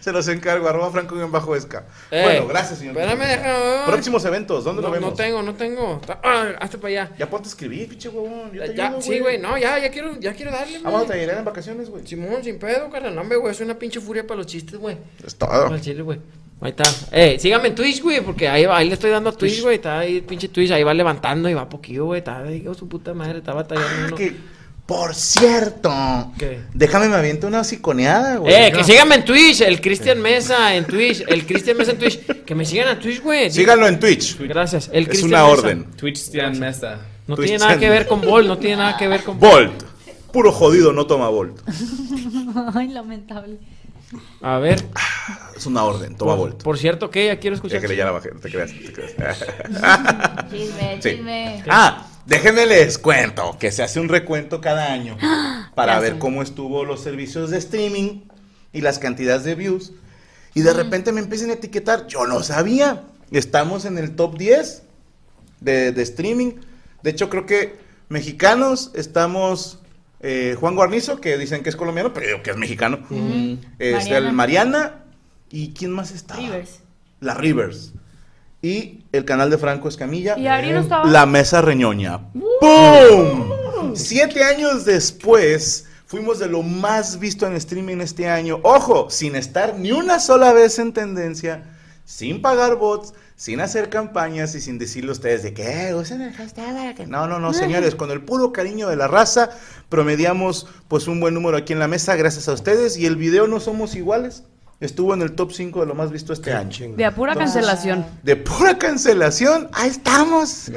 K: Se los encargo. Arroba Franco guión bajo esca.
I: Eh,
K: bueno, gracias, señor.
I: Espérame, déjame.
K: Próximos eventos, ¿dónde
I: no,
K: nos vemos?
I: No tengo, no tengo. Ta- ah, Hazte para allá.
K: Ya ponte a escribir, pinche huevón. Yo te
I: Ya,
K: ayudo,
I: sí, güey, no, ya, ya quiero, ya quiero darle,
K: Vamos a eh.
I: güey.
K: tallerear en vacaciones, güey.
I: Simón, sin pedo, carnal. No, hombre, güey, es una pinche furia para los chistes, güey.
K: Es todo.
I: Al chile, güey. Ahí está. Eh, síganme en Twitch, güey, porque ahí, ahí le estoy dando a Twitch, güey. Está ahí, pinche Twitch, ahí va levantando y va poquillo, güey. Está, digo, su puta madre, está batallando. uno.
K: que- Por cierto,
I: ¿Qué?
K: déjame me aviento una siconeada, güey.
I: Eh, que síganme en Twitch, el Cristian Mesa en Twitch, el Cristian Mesa en Twitch. Que me sigan a Twitch, güey.
K: Síganlo en Twitch.
I: Gracias. El
K: Es
I: Cristian
K: una
I: Mesa.
K: orden.
D: Twitch Tian Mesa.
I: No
K: Twitch
I: tiene nada
K: Chan.
I: que ver con Ball, no tiene nada que ver con
K: Volt. Puro jodido, no toma Volt.
F: Ay, lamentable.
I: A ver,
K: Ah, Es una orden, toma Volt.
I: por cierto, ¿qué? Ya quiero
K: Ya
I: escuchar.
K: que le- ya la bajé, no te creas, no te creas.
G: Chisme,
K: Sí.
G: chisme.
K: Ah, déjenme les cuento que se hace un recuento cada año para ver cómo estuvo los servicios de streaming y las cantidades de views. Y
H: Mm.
K: de repente me empiezan a etiquetar, yo no sabía. Estamos en el top 10 de, de streaming. De hecho, creo que mexicanos estamos... eh, Juan Guarnizo, que dicen que es colombiano, pero yo creo que es mexicano. Es el Mariana. ¿Y quién más estaba?
G: Rivers.
K: La Rivers. Y el canal de Franco Escamilla.
H: Y Ari no estaba.
K: La Mesa Reñoña. ¡Pum! Siete años después, fuimos de lo más visto en streaming este año. Ojo, sin estar ni una sola vez en tendencia, sin pagar bots, sin hacer campañas y sin decirle a ustedes de que "Eh, usen el hashtag para que-". No, no, no, señores, con el puro cariño de la raza, promediamos pues un buen número aquí en la mesa, gracias a ustedes. Y el video No Somos Iguales estuvo en el top 5 de lo más visto este año.
H: De a pura
K: Entonces,
H: cancelación.
K: De pura cancelación, ahí estamos.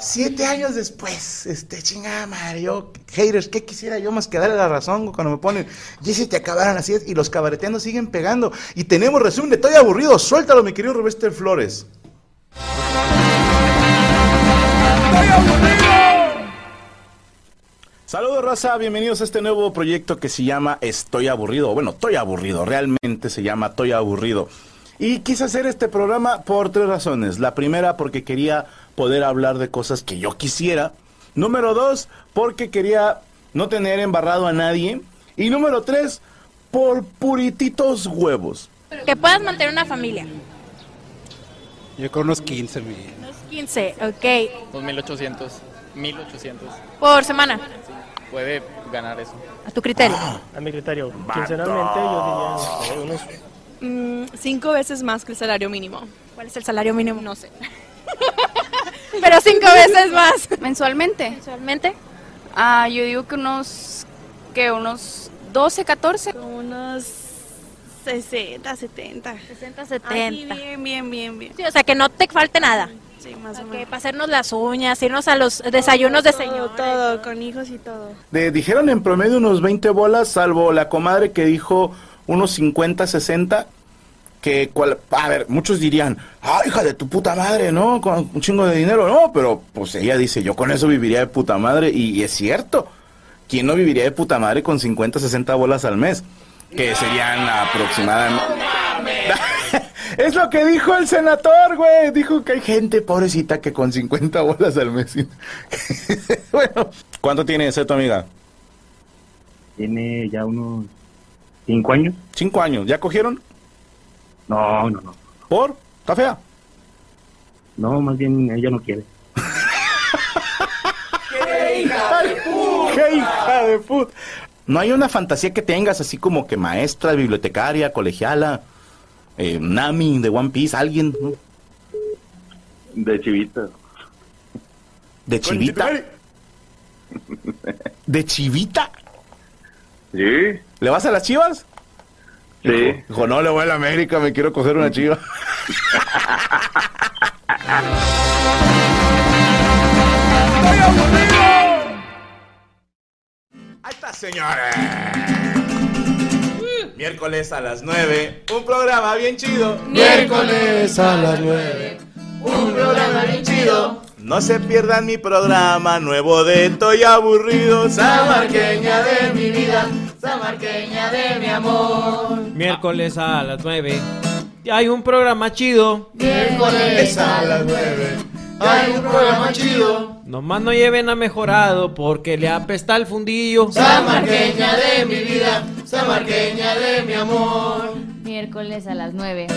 K: Siete años después, este chingada madre, yo, haters, ¿qué quisiera yo más que darle la razón güey, cuando me ponen? Y si te acabaron así es", y los cabareteando siguen pegando. Y tenemos resumen de Estoy aburrido, suéltalo, mi querido Roberto Flores. Saludos raza, bienvenidos a este nuevo proyecto que se llama Estoy aburrido. Bueno, estoy aburrido, realmente se llama Estoy aburrido. Y quise hacer este programa por tres razones. La primera, porque quería poder hablar de cosas que yo quisiera. Número dos, porque quería no tener embarrado a nadie. Y número tres, por purititos huevos.
A: Que puedas mantener una familia.
Q: Yo con unos 15, mi.
A: 15, ok.
R: Pues 2800, 1800.
A: Por semana.
R: Puede ganar eso.
A: A tu criterio.
S: A mi criterio, sinceramente yo diría eh, unos
T: Mm, cinco veces más que el salario mínimo.
A: ¿Cuál es el salario mínimo?
T: No sé.
A: Pero cinco veces más.
T: ¿Mensualmente? ¿Mensualmente? Ah, yo digo que unos, que unos 12, 14. Unos 60, 70. 60,
A: 70.
T: bien, bien, bien, bien.
A: Sí, o sea, que no te falte nada.
T: Sí, más o
A: Ok,
T: menos.
A: para hacernos las uñas, irnos a los desayunos de
T: Todo,
A: señor.
T: Todo, con hijos y todo.
K: dijeron en promedio unos 20 bolas, salvo la comadre que dijo unos 50, 60. Que, cual, a ver, muchos dirían, ah, hija de tu puta madre, ¿no? Con un chingo de dinero, no, pero pues ella dice, yo con eso viviría de puta madre, y, y es cierto. ¿Quién no viviría de puta madre con 50, 60 bolas al mes? Que serían aproximadamente... Es lo que dijo el senador, güey. Dijo que hay gente pobrecita que con 50 bolas al mes. bueno, ¿cuánto tiene ese tu amiga?
U: Tiene ya unos cinco años.
K: Cinco años. ¿Ya cogieron?
U: No, no, no.
K: ¿Por? ¿Está fea?
U: No, más bien ella no quiere.
K: ¡Qué hija Ah, de puta! No hay una fantasía que tengas así como que maestra, bibliotecaria, colegiala, eh, Nami de One Piece, alguien, ¿no?
U: De chivita.
K: ¿De chivita? ¿De chivita?
U: Sí,
K: ¿Le vas a las chivas?
U: sí.
K: Dijo, no le voy a la América, me quiero coger una chiva. Ahí está, Ah, señores. Miércoles a las 9, un programa bien chido.
C: Miércoles a las 9.
K: Un programa bien chido. No se pierdan mi programa nuevo de Estoy aburrido.
H: Samarqueña
K: de mi vida.
H: Samarqueña de mi amor.
I: Miércoles a las 9. Hay un programa chido.
H: Miércoles a las
I: 9.
H: Hay un programa chido.
I: Nomás no lleven a mejorado porque le apesta el fundillo.
H: Samarqueña de mi vida. Samarqueña de mi amor.
G: Miércoles a las 9.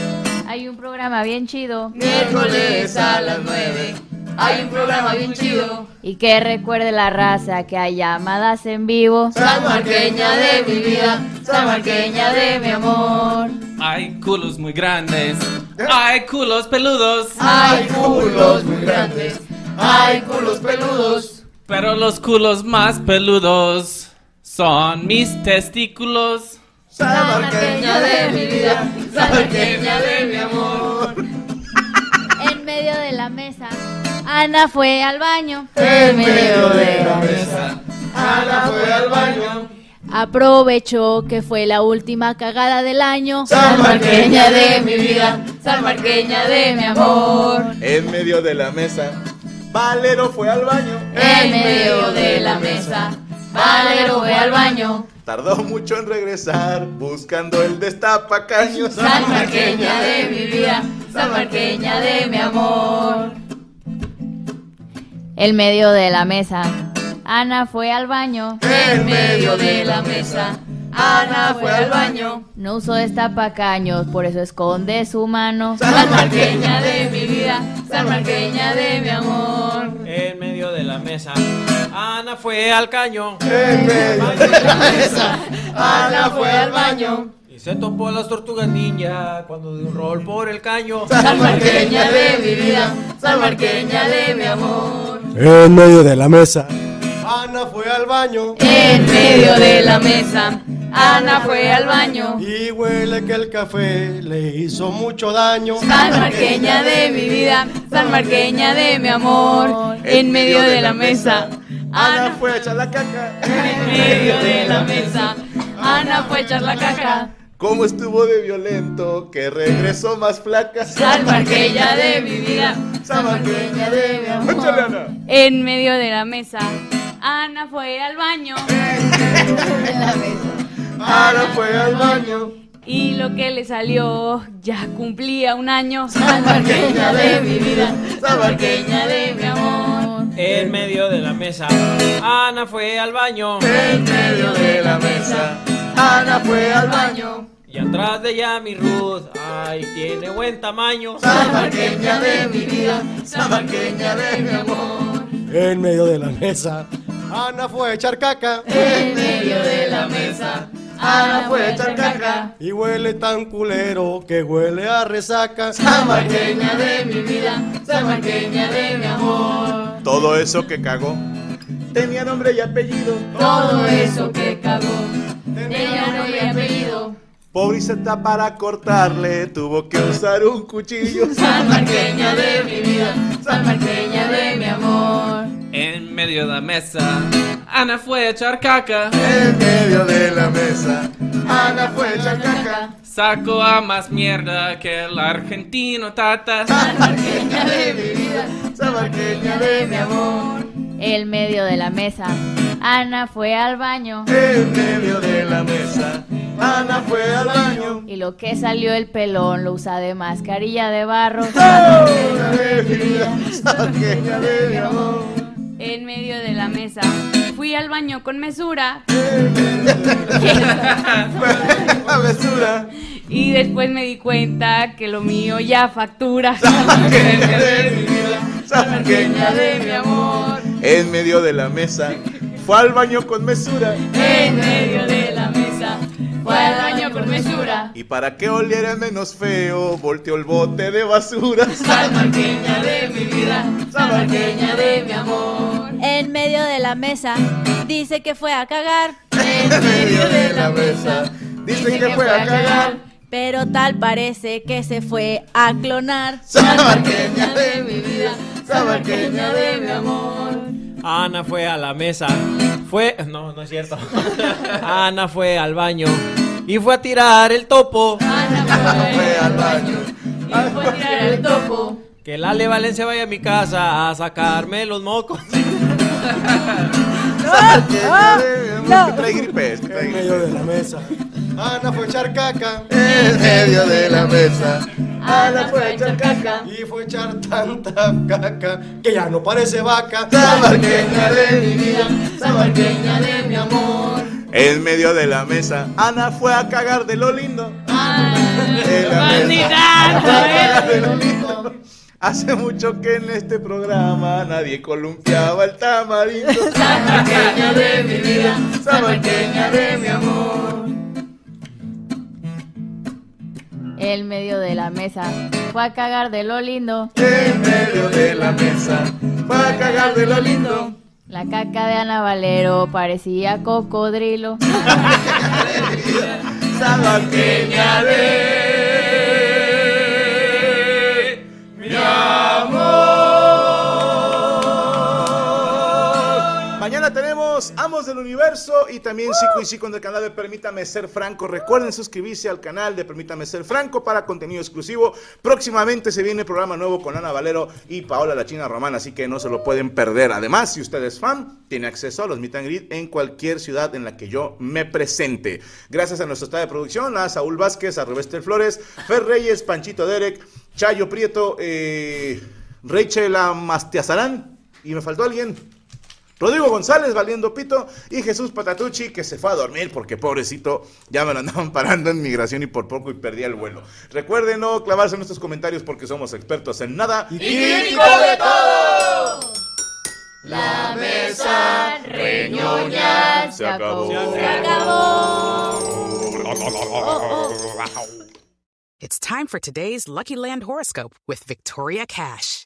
G: Hay un programa bien chido.
H: Miércoles a las 9. Hay un programa bien chido.
G: Y que recuerde la raza que hay llamadas en vivo.
H: Samarqueña de mi vida. Samarqueña de mi amor.
D: Hay culos muy grandes. Hay culos peludos.
H: Hay culos muy grandes. Hay culos peludos.
D: Pero los culos más peludos son mis testículos.
H: Samarqueña de mi vida. Samarqueña de mi amor.
F: En medio de la mesa, Ana fue al baño.
H: En medio de la mesa. Ana fue al baño.
F: Aprovechó que fue la última cagada del año.
H: Samarqueña de mi vida. Samarqueña de mi amor.
K: En medio de la mesa, Valero fue al baño.
H: En medio de la mesa. Valero fue al baño.
K: Tardó mucho en regresar buscando el destapacaños.
H: Samarqueña de mi vida. Samarqueña de mi amor.
G: El medio de la mesa. Ana fue al baño.
H: En medio de la mesa. Ana fue al baño.
G: No usó destapacaños, por eso esconde su mano.
H: Samarqueña de mi vida. Samarqueña de mi amor.
I: En medio de la mesa. Ana fue al caño.
H: En medio de la mesa. Ana fue al baño.
I: Y se topó a las tortugas ninja cuando dio un rol por el caño.
H: Samarqueña de mi vida. Samarqueña de mi amor.
C: En medio de la mesa.
V: Ana fue al baño.
H: En medio de la mesa. Ana fue al baño.
V: Y huele que el café le hizo mucho daño.
H: Samarqueña de mi vida. Samarqueña de mi amor. En medio de la mesa. Ana
K: fue a echar la caca.
H: En medio de la mesa. Ana fue a echar la caca.
K: ¿Cómo estuvo de violento que regresó más flaca?
H: Samarqueña de mi vida. Samarqueña de mi
K: Échale,
H: amor.
K: Ana.
W: En medio de la mesa, Ana fue al baño.
H: Ana fue al baño.
W: Y lo que le salió ya cumplía un año.
H: Samarqueña de mi vida. Samarqueña de mi amor.
I: En medio de la mesa. Ana fue al baño.
H: En medio de la mesa. Ana fue al baño.
I: Y atrás de ella mi Ruth. Ay, tiene buen tamaño.
H: Samarqueña de mi vida. Samarqueña de mi amor.
C: En medio de la mesa. Ana fue a echar caca.
H: En medio de la mesa. Ana fue a echar caca.
C: Y huele tan culero que huele a resaca.
H: Samarqueña de mi vida. Samarqueña de mi amor.
K: Todo eso que cagó. Tenía nombre y apellido.
H: Todo eso que cagó. Tenía nombre y apellido.
K: Pobrecita para cortarle tuvo que usar un cuchillo.
H: Samarqueña de mi vida. Samarqueña de mi amor.
D: En medio de la mesa, Ana fue a echar caca.
K: En medio de la mesa,
H: Ana fue a echar caca.
D: Sacó a más mierda que el argentino Tata.
H: Samarqueña de mi vida. Samarqueña de mi amor.
G: El medio de la mesa. Ana fue al baño.
K: En medio de la mesa, Eh, Ana fue al baño.
G: Y lo que salió el pelón lo usa de mascarilla de barro.
K: Samarqueña de mi vida, samarqueña de mi amor.
W: En medio de la mesa, fui al baño con mesura.
K: La mesura.
W: Y después me di cuenta que lo mío ya factura.
K: Samarqueña de mi vida,
H: Samarqueña
K: samarqueña
H: de mi amor.
K: En medio de la mesa, fue al baño con mesura.
H: En medio de la mesa. Fue al baño con mesura.
K: Y para que oliera menos feo, volteó el bote de basura.
H: Samarqueña de mi vida. Samarqueña de mi amor.
F: En medio de la mesa, dice que fue a cagar.
H: En medio de la mesa. Dicen que fue a cagar.
F: Pero tal parece que se fue a clonar. Salvaqueña de mi vida,
R: salvaqueña de mi amor.
I: Ana fue a la mesa. Fue. No, no es cierto. Ana fue al baño. Y fue a tirar el topo.
R: Fue al baño y fue a tirar el topo.
I: Que Lale Valencia vaya a mi casa a sacarme los mocos.
C: Ah,
K: No, trae gripe, es que trae
C: En medio de la mesa. Ana Ah, fue echar caca.
K: En medio de la mesa.
C: Ana Ah, fue echar caca. Y fue echar tanta caca que ya no parece vaca.
K: Sabarqueña de
R: mi vida, salvaqueña de mi amor.
K: En medio de la mesa, Ana fue a cagar de lo lindo. En la mesa, Ana fue a
R: ¡Maldita!
K: cagar de lo lindo. Hace mucho que en este programa nadie columpiaba el tamarindo.
R: Salvaqueña de mi vida, salvaqueña de mi amor.
G: El medio de la mesa fue a cagar de lo lindo.
K: En medio de la mesa, fue a cagar de lo lindo.
G: La caca de Ana Valero parecía cocodrilo.
R: Salvaqueña de mi amor.
K: Mañana tenemos Amos del Universo y también Sico y Sico en el canal de Permítame Ser Franco. Recuerden suscribirse al canal de Permítame Ser Franco para contenido exclusivo. Próximamente se viene programa nuevo con Ana Valero y Paola la China Romana, así que no se lo pueden perder. Además, si usted es fan, tiene acceso a los Meet and Greet en cualquier ciudad en la que yo me presente. Gracias a nuestro estado de producción, a Saúl Vázquez, a Revester Flores, Fer Reyes, Panchito Derek, Chayo Prieto, eh, Rachel Amastiazarán y me faltó alguien. Rodrigo González valiendo pito y Jesús Patatucci que se fue a dormir porque pobrecito ya me lo andaban parando en migración y por poco y perdí el vuelo. Recuerden no clavarse en nuestros comentarios porque somos expertos en nada. Y
R: crítico de todo. La mesa reñoña se acabó. Se
H: Oh,
R: acabó.
E: It's time for today's Lucky Land horoscope with Victoria Cash.